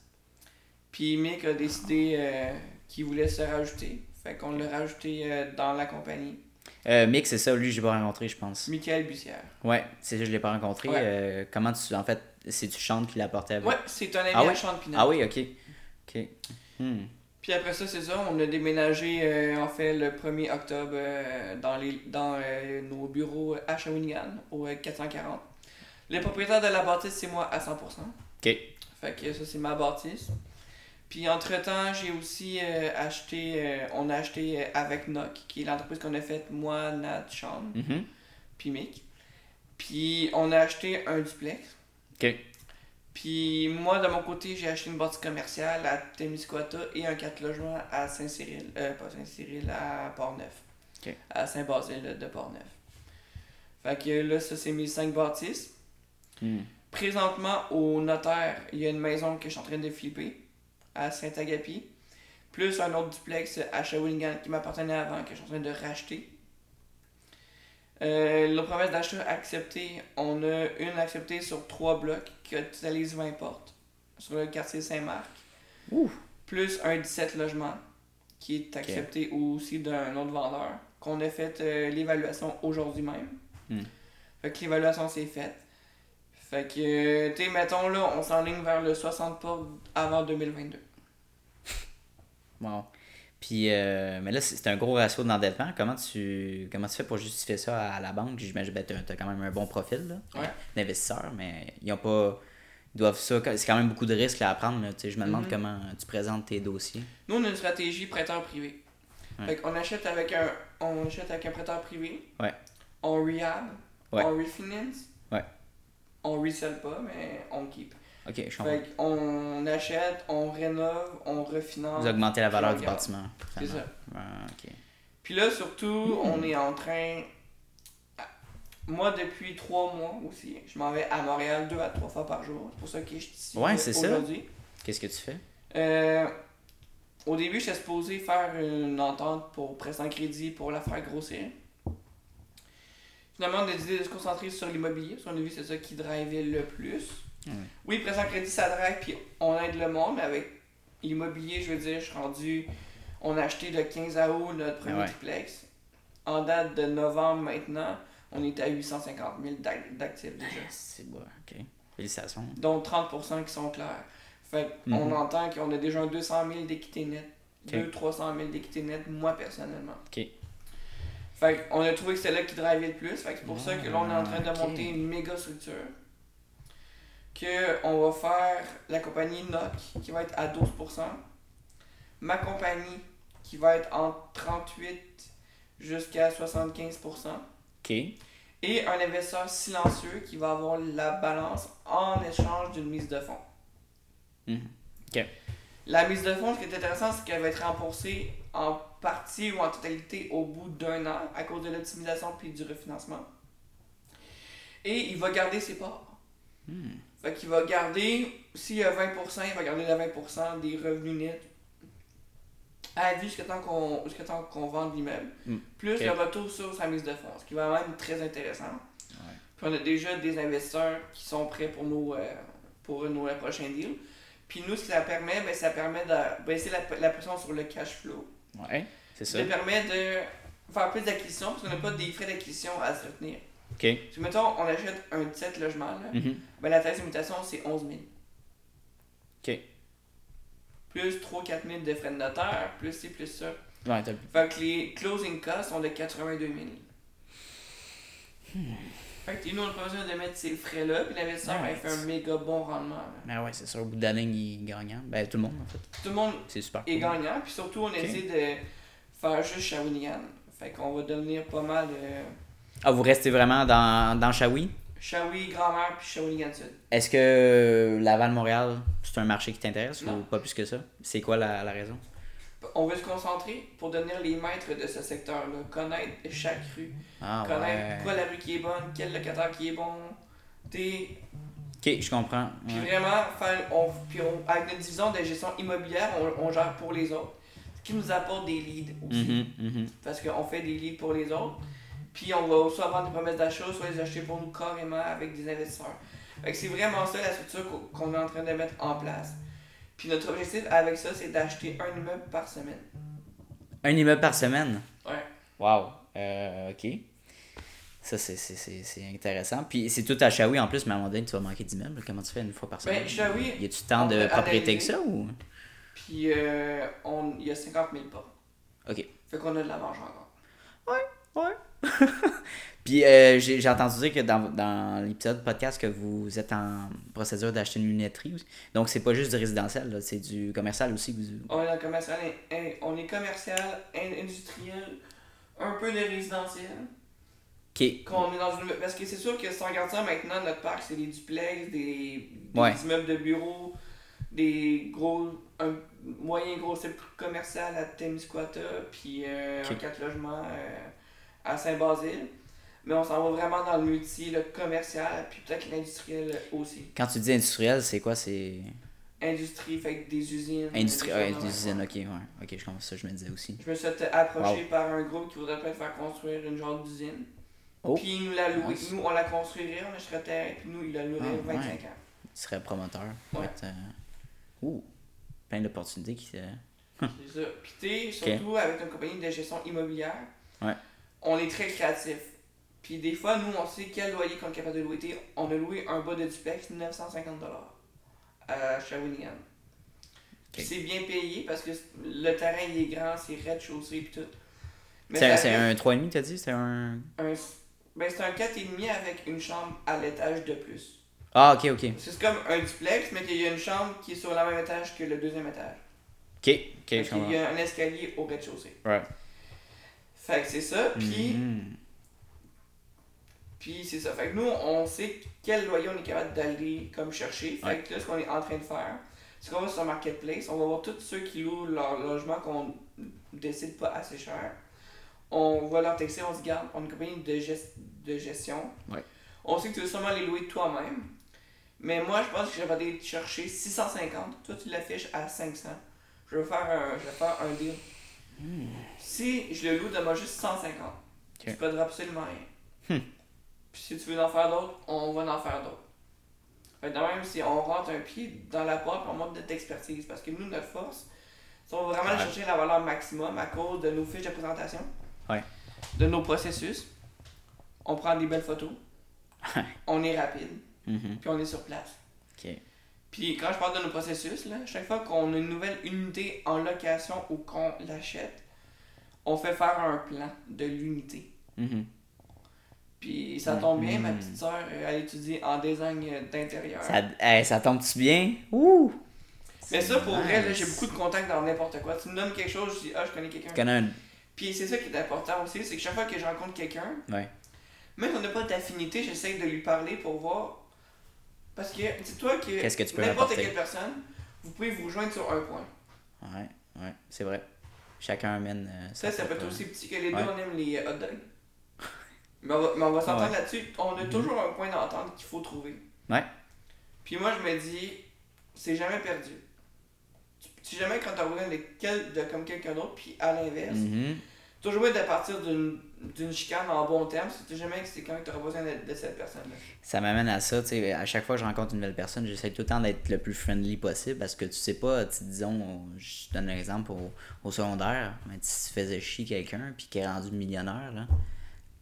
[SPEAKER 3] Puis Mick a décidé euh, qu'il voulait se rajouter. Fait qu'on l'a rajouté euh, dans la compagnie.
[SPEAKER 2] Euh, Mick, c'est ça, lui, je l'ai pas rencontré, je pense.
[SPEAKER 3] Michael Bussière.
[SPEAKER 2] Ouais, c'est ça, je l'ai pas rencontré.
[SPEAKER 3] Ouais.
[SPEAKER 2] Euh, comment tu. En fait, c'est du chante qui l'a apporté avec.
[SPEAKER 3] Ouais, c'est un ami
[SPEAKER 2] Ah
[SPEAKER 3] à
[SPEAKER 2] ouais?
[SPEAKER 3] Champignon.
[SPEAKER 2] Ah oui, ok. Ok. Hmm.
[SPEAKER 3] Puis après ça, c'est ça, on a déménagé euh, en fait le 1er octobre euh, dans, les, dans euh, nos bureaux à Shawinigan, au euh, 440. Le propriétaire de la bâtisse, c'est moi à 100%.
[SPEAKER 2] Ok.
[SPEAKER 3] Fait que ça, c'est ma bâtisse. Puis entre-temps, j'ai aussi euh, acheté, euh, on a acheté euh, avec Noc, qui est l'entreprise qu'on a faite, moi, Nat, Sean,
[SPEAKER 2] Mhm.
[SPEAKER 3] puis Mick. Puis on a acheté un duplex.
[SPEAKER 2] Ok.
[SPEAKER 3] Puis moi, de mon côté, j'ai acheté une bâtisse commerciale à Témiscouata et un 4 logements à Saint-Cyril, euh, pas Saint-Cyril, à Port-Neuf.
[SPEAKER 2] Ok.
[SPEAKER 3] À Saint-Basile de Port-Neuf. Fait que là, ça, c'est mes 5 bâtisses.
[SPEAKER 2] Hmm.
[SPEAKER 3] Présentement, au notaire, il y a une maison que je suis en train de flipper à Saint-Agapi. Plus un autre duplex à Shawinigan qui m'appartenait avant, que je suis en train de racheter. Euh, la promesse d'achat acceptée, on a une acceptée sur trois blocs qui totalise 20 portes sur le quartier Saint-Marc.
[SPEAKER 2] Ouh.
[SPEAKER 3] Plus un 17 logements qui est accepté aussi d'un autre vendeur qu'on a fait euh, l'évaluation aujourd'hui même.
[SPEAKER 2] Hmm.
[SPEAKER 3] Fait que l'évaluation s'est faite. Fait que, euh, tu sais, mettons là, on s'enligne vers le 60 portes avant 2022.
[SPEAKER 2] Wow. Puis, euh, mais là, c'est c'est un gros ratio d'endettement. Comment tu, comment tu fais pour justifier ça à la banque? J'imagine que tu as quand même un bon profil là,
[SPEAKER 3] Ouais.
[SPEAKER 2] d'investisseur, mais ils ont pas. Ils doivent ça. C'est quand même beaucoup de risques là, à prendre. là. Tu sais, Je me demande
[SPEAKER 3] Mhm.
[SPEAKER 2] comment tu présentes tes dossiers.
[SPEAKER 3] Nous, on a une stratégie prêteur privé.
[SPEAKER 2] Ouais.
[SPEAKER 3] Fait qu'on achète avec un on achète avec un prêteur privé.
[SPEAKER 2] Ouais.
[SPEAKER 3] On rehab,
[SPEAKER 2] Ouais.
[SPEAKER 3] on refinance.
[SPEAKER 2] Ouais.
[SPEAKER 3] On resell pas, mais on keep.
[SPEAKER 2] Ok, je comprends.
[SPEAKER 3] Fait qu'on achète, on rénove, on refinance.
[SPEAKER 2] Vous augmentez la
[SPEAKER 3] puis on
[SPEAKER 2] valeur du
[SPEAKER 3] garde.
[SPEAKER 2] bâtiment.
[SPEAKER 3] C'est
[SPEAKER 2] finalement.
[SPEAKER 3] ça.
[SPEAKER 2] Ah, ok.
[SPEAKER 3] Puis là, surtout,
[SPEAKER 2] Mm-hmm.
[SPEAKER 3] on est en train. Moi, depuis trois mois aussi, je m'en vais à Montréal deux à trois fois par jour. C'est pour ça que je suis ici
[SPEAKER 2] Ouais,
[SPEAKER 3] euh,
[SPEAKER 2] c'est ça.
[SPEAKER 3] aujourd'hui.
[SPEAKER 2] Qu'est-ce que tu fais?
[SPEAKER 3] Euh, au début, j'étais supposé faire une entente pour presse en crédit pour la faire grossir. Finalement, on a décidé de se concentrer sur l'immobilier, parce qu'on a vu que c'est ça qui drivait le plus.
[SPEAKER 2] Ouais.
[SPEAKER 3] Oui, presse en crédit, ça drive, puis on aide le monde, mais avec l'immobilier, je veux dire, je suis rendu. On a acheté le 15 à août notre premier
[SPEAKER 2] Ouais.
[SPEAKER 3] triplex. En date de novembre maintenant, on est à 850 000 d'ac- d'actifs déjà
[SPEAKER 2] C'est bon, ok. Félicitations.
[SPEAKER 3] dont 30% qui sont clairs. Fait qu'on
[SPEAKER 2] Mhm.
[SPEAKER 3] entend qu'on a déjà un 200 000 d'équité nette,
[SPEAKER 2] Ok.
[SPEAKER 3] 200-300 000 d'équité nette, moi personnellement.
[SPEAKER 2] Ok.
[SPEAKER 3] Fait qu'on a trouvé que c'est là qui drivait le plus, fait que c'est pour ça que là on est en train de
[SPEAKER 2] Ah, ok.
[SPEAKER 3] monter une méga structure. Que on va faire la compagnie NOC qui va être à 12%, ma compagnie qui va être entre 38 jusqu'à 75%.
[SPEAKER 2] Ok.
[SPEAKER 3] Et un investisseur silencieux qui va avoir la balance en échange d'une mise de fonds.
[SPEAKER 2] Mhm. Ok.
[SPEAKER 3] La mise de fonds, ce qui est intéressant, c'est qu'elle va être remboursée en partie ou en totalité au bout d'un an à cause de l'optimisation puis du refinancement. Et il va garder ses parts.
[SPEAKER 2] Hmm.
[SPEAKER 3] Fait qu'il va garder, s'il y a 20%, il va garder le 20% des revenus nets à vie jusqu'à temps qu'on jusqu'à temps qu'on vende l'immeuble.
[SPEAKER 2] Mm.
[SPEAKER 3] Plus
[SPEAKER 2] Ok.
[SPEAKER 3] le retour sur sa mise de fonds, ce qui va même être très intéressant.
[SPEAKER 2] Ouais.
[SPEAKER 3] Puis on a déjà des investisseurs qui sont prêts pour nos, euh, pour nos euh, prochains deals. Puis nous, ce que ça permet, ben, ça permet de baisser la, la pression sur le cash flow.
[SPEAKER 2] Ouais, c'est ça.
[SPEAKER 3] Ça permet de faire plus d'acquisition parce qu'on n'a pas des frais d'acquisition à se retenir.
[SPEAKER 2] Ok.
[SPEAKER 3] Si, mettons, on achète un 17 logements, là,
[SPEAKER 2] Mhm.
[SPEAKER 3] ben, la taxe d'imitation, c'est 11 000.
[SPEAKER 2] Ok.
[SPEAKER 3] Plus 3-4 000 de frais de notaire, plus ci, plus ça.
[SPEAKER 2] Ouais, t'as-
[SPEAKER 3] Fait que les closing costs sont de 82 000. Fait que nous, on a pas besoin de mettre ces frais-là, puis l'investisseur, ben, il fait un
[SPEAKER 2] Hmm. Nice.
[SPEAKER 3] méga bon rendement. là.
[SPEAKER 2] Mais Ben ouais, c'est sûr. Au bout de la ligne, il est gagnant. Ben, tout le monde, en fait.
[SPEAKER 3] Tout le monde
[SPEAKER 2] C'est super.
[SPEAKER 3] est
[SPEAKER 2] cool.
[SPEAKER 3] gagnant, puis surtout, on essaie de faire juste Shawinigan. Fait qu'on va devenir pas mal euh,
[SPEAKER 2] Ah, vous restez vraiment dans, dans Shawi?
[SPEAKER 3] Shawi, grand-mère, puis Shawinigan Sud.
[SPEAKER 2] Est-ce que Laval-Montréal, c'est un marché qui t'intéresse ou
[SPEAKER 3] Non.
[SPEAKER 2] pas plus que ça? C'est quoi la, la raison?
[SPEAKER 3] On veut se concentrer pour devenir les maîtres de ce secteur-là, connaître chaque rue,
[SPEAKER 2] Ah,
[SPEAKER 3] connaître
[SPEAKER 2] ouais.
[SPEAKER 3] quoi la rue qui est bonne, quel locataire qui est bon, t'es
[SPEAKER 2] Ok, je comprends.
[SPEAKER 3] Puis
[SPEAKER 2] Ouais.
[SPEAKER 3] vraiment, faire, on, puis on- avec notre division de gestion immobilière, on, on gère pour les autres. Ce qui nous apporte des leads aussi.
[SPEAKER 2] Mhm, mhm.
[SPEAKER 3] Parce qu'on fait des leads pour les autres. Puis on va soit avoir des promesses d'achat, soit les acheter pour nous carrément avec des investisseurs. Fait que c'est vraiment ça la structure qu'o- qu'on est en train de mettre en place. Puis notre objectif avec ça, c'est d'acheter un immeuble par semaine.
[SPEAKER 2] Un immeuble par semaine.
[SPEAKER 3] Ouais.
[SPEAKER 2] Wow. Euh, ok. Ça, c'est- c'est c'est- c'est intéressant. Puis c'est tout à Shawi en plus, mais à un moment donné, tu vas manquer d'immeubles. Comment tu fais une fois par semaine?
[SPEAKER 3] Shawi,
[SPEAKER 2] Y a-tu tant
[SPEAKER 3] on
[SPEAKER 2] de
[SPEAKER 3] peut
[SPEAKER 2] propriétés que
[SPEAKER 3] analyser.
[SPEAKER 2] ça ou.
[SPEAKER 3] Puis euh, on, il y a 50 000 portes.
[SPEAKER 2] Ok.
[SPEAKER 3] Fait qu'on a de la marge encore.
[SPEAKER 2] Ouais. [laughs] Puis euh, j'ai j'ai entendu dire que dans, dans l'épisode podcast que vous êtes en procédure d'acheter une lunetterie. aussi. Donc c'est pas juste du résidentiel, là, c'est du commercial aussi. que vous-
[SPEAKER 3] On est en commercial, in- in- on est commercial, in- industriel, un peu de résidentiel.
[SPEAKER 2] Ok.
[SPEAKER 3] Qu'on est dans une... Parce que c'est sûr que si on regarde ça maintenant, notre parc, c'est des duplex, des, des
[SPEAKER 2] Ouais.
[SPEAKER 3] immeubles de bureaux, des gros, un moyen gros centre commercial à Temiscouata, puis euh,
[SPEAKER 2] Ok.
[SPEAKER 3] un quatre logements euh, à Saint-Basile. Mais on s'en va vraiment dans le multi, le commercial, puis peut-être l'industriel aussi.
[SPEAKER 2] Quand tu dis industriel, c'est quoi C'est.
[SPEAKER 3] Industrie, fait que des usines.
[SPEAKER 2] Industrie. Ah,
[SPEAKER 3] choses de
[SPEAKER 2] des
[SPEAKER 3] même.
[SPEAKER 2] usines, ok, ouais. Ok, je comprends ça, je me disais aussi.
[SPEAKER 3] Je me suis fait approcher par un groupe qui voudrait peut-être faire construire une genre d'usine.
[SPEAKER 2] Oh.
[SPEAKER 3] Puis ils nous la louent.
[SPEAKER 2] Nice.
[SPEAKER 3] Nous, on la construirait, on achèterait terre, puis nous, ils la loueraient
[SPEAKER 2] Ah,
[SPEAKER 3] 25
[SPEAKER 2] ouais.
[SPEAKER 3] ans.
[SPEAKER 2] Tu serais promoteur. pour
[SPEAKER 3] Ouais.
[SPEAKER 2] être, euh, Ouh. Plein d'opportunités qui. euh,
[SPEAKER 3] C'est ça. Puis t'es, surtout avec une compagnie de gestion immobilière,
[SPEAKER 2] Ouais.
[SPEAKER 3] on est très créatif. Puis des fois, nous, on sait quel loyer qu'on est capable de louer. T'sais, on a loué un bas de duplex 950$ euh, à Shawinigan. Puis
[SPEAKER 2] Ok.
[SPEAKER 3] c'est bien payé parce que le terrain il est grand, c'est rez-de-chaussée puis tout. Mais
[SPEAKER 2] C'est
[SPEAKER 3] ça
[SPEAKER 2] c'est
[SPEAKER 3] fait
[SPEAKER 2] un 3,5, t'as dit C'est un.
[SPEAKER 3] un- ben, c'est un 4,5 avec une chambre à l'étage de plus.
[SPEAKER 2] Ah, ok, ok.
[SPEAKER 3] C'est comme un duplex, mais qu'il y a une chambre qui est sur le même étage que le deuxième étage.
[SPEAKER 2] Ok, ok, je
[SPEAKER 3] Il y
[SPEAKER 2] comprends.
[SPEAKER 3] a un escalier au rez-de-chaussée.
[SPEAKER 2] Ouais.
[SPEAKER 3] Fait que c'est ça, puis
[SPEAKER 2] Mhm.
[SPEAKER 3] puis c'est ça. Fait que nous, on sait quel loyer on est capable d'aller comme chercher. Fait
[SPEAKER 2] Ouais.
[SPEAKER 3] que là, ce qu'on est en train de faire, c'est qu'on va sur Marketplace, on va voir tous ceux qui louent leur logement qu'on décide pas assez cher. On va leur texter, on se garde, on est une compagnie de, gest- de gestion.
[SPEAKER 2] Ouais.
[SPEAKER 3] On sait que tu veux sûrement les louer toi-même. Mais moi, je pense que je vais aller te chercher 650. Toi, tu l'affiches à 500. Je vais faire un, je vais faire un deal. Si je le loue, donne-moi juste 150. Tu perdras absolument rien. Puis si tu veux en faire d'autres, on va en faire d'autres. Fait que de même, si on rentre un pied dans la porte, on montre notre expertise. Parce que nous, notre force, c'est qu'on va vraiment aller
[SPEAKER 2] Ouais.
[SPEAKER 3] chercher la valeur maximum à cause de nos fiches de présentation,
[SPEAKER 2] Ouais. [laughs]
[SPEAKER 3] de nos processus. On prend des belles photos, on est rapide,
[SPEAKER 2] Mhm.
[SPEAKER 3] puis on est sur place.
[SPEAKER 2] Ok.
[SPEAKER 3] Puis quand je parle de nos processus, là, chaque fois qu'on a une nouvelle unité en location ou qu'on l'achète, on fait faire un plan de l'unité.
[SPEAKER 2] Mhm.
[SPEAKER 3] Puis ça tombe bien, ma
[SPEAKER 2] Mhm.
[SPEAKER 3] petite soeur, elle étudie en design euh, d'intérieur.
[SPEAKER 2] Ça, hey, ça tombe-tu bien? Ouh!
[SPEAKER 3] Mais ça, pour vrai, là,
[SPEAKER 2] nice.
[SPEAKER 3] j'ai beaucoup de contacts dans n'importe quoi. Tu me nommes quelque chose, je dis, ah, je connais quelqu'un.
[SPEAKER 2] Tu connais un.
[SPEAKER 3] Puis c'est ça qui est important aussi, c'est que chaque fois que je rencontre quelqu'un,
[SPEAKER 2] Ouais.
[SPEAKER 3] même si on n'a pas d'affinité, j'essaie de lui parler pour voir. Parce que dis-toi que,
[SPEAKER 2] Qu'est-ce que tu peux
[SPEAKER 3] n'importe
[SPEAKER 2] apporter?
[SPEAKER 3] quelle personne, vous pouvez vous joindre sur un point.
[SPEAKER 2] Ouais, ouais, c'est vrai. Chacun amène. euh,
[SPEAKER 3] Ça,
[SPEAKER 2] sa
[SPEAKER 3] ça peut être
[SPEAKER 2] propre-
[SPEAKER 3] aussi petit que les deux,
[SPEAKER 2] Ouais.
[SPEAKER 3] on aime les hot dogs. Mais on va, mais on va s'entendre
[SPEAKER 2] Ouais. Mm-hmm.
[SPEAKER 3] là-dessus. On a toujours un point d'entente qu'il faut trouver.
[SPEAKER 2] Ouais.
[SPEAKER 3] Puis moi, je me dis, c'est jamais perdu. Tu, tu sais jamais quand t'as besoin de, quel- de comme quelqu'un d'autre, puis à l'inverse.
[SPEAKER 2] Mhm.
[SPEAKER 3] Toujours mieux de partir d'une d'une chicane en bon terme, c'est jamais que c'est quand tu auras besoin de, de cette personne-là.
[SPEAKER 2] Ça m'amène à ça, tu sais. À chaque fois que je rencontre une nouvelle personne, j'essaie tout le temps d'être le plus friendly possible parce que tu sais pas, tu sais, disons, je te donne un exemple au, au secondaire, mais si tu faisais chier quelqu'un puis qu'il est rendu millionnaire, là.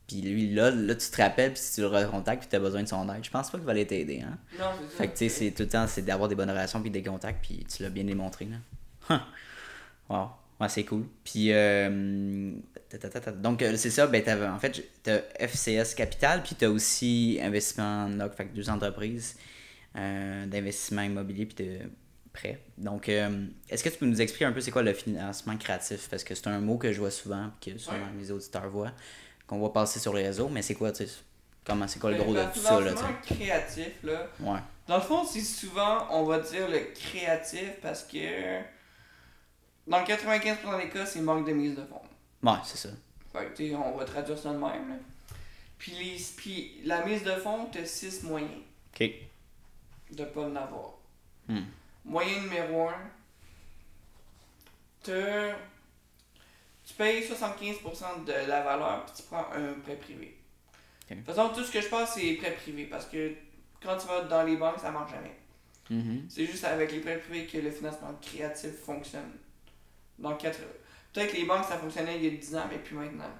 [SPEAKER 2] Puis lui, là, là, tu te rappelles, puis si tu le recontactes, puis tu as besoin de son aide, je pense pas qu'il va aller t'aider, hein.
[SPEAKER 3] Non, c'est ça.
[SPEAKER 2] Fait que tu sais, c'est tout le temps, c'est d'avoir des bonnes relations puis des contacts, puis tu l'as bien démontré là. Huh. wow, ouais, c'est cool. Puis euh, ta, ta, ta, ta. donc euh, c'est ça, ben t'avais- en fait t'as FCS Capital puis t'as aussi investissement NOC, fait que deux entreprises euh, d'investissement immobilier puis de prêt. Donc euh, est-ce que tu peux nous expliquer un peu c'est quoi le financement créatif parce que c'est un mot que je vois souvent puis que souvent
[SPEAKER 3] Ouais.
[SPEAKER 2] les auditeurs voient qu'on voit passer sur les réseaux, mais c'est quoi tu sais comment c'est quoi le
[SPEAKER 3] Mais
[SPEAKER 2] gros de
[SPEAKER 3] le
[SPEAKER 2] tout ça là, tu sais?
[SPEAKER 3] lancement créatif, là,
[SPEAKER 2] Ouais.
[SPEAKER 3] Dans le fond, c'est souvent, on va dire le créatif parce que dans 95% des cas, c'est manque de mise de fonds.
[SPEAKER 2] Ouais, c'est ça.
[SPEAKER 3] Fait que, tu sais, on va traduire ça de même. là. Puis, les, puis la mise de fonds, tu as 6 moyens
[SPEAKER 2] OK.
[SPEAKER 3] de pas en avoir.
[SPEAKER 2] Hmm.
[SPEAKER 3] Moyen numéro 1, tu tu payes 75% de la valeur, puis tu prends un prêt privé.
[SPEAKER 2] Ok.
[SPEAKER 3] De toute façon, tout ce que je pense, c'est prêt privé, parce que quand tu vas dans les banques, ça marche jamais.
[SPEAKER 2] Mhm.
[SPEAKER 3] C'est juste avec les prêts privés que le financement créatif fonctionne. Dans quatre... Peut-être que les banques, ça fonctionnait il y a 10 ans, mais plus maintenant.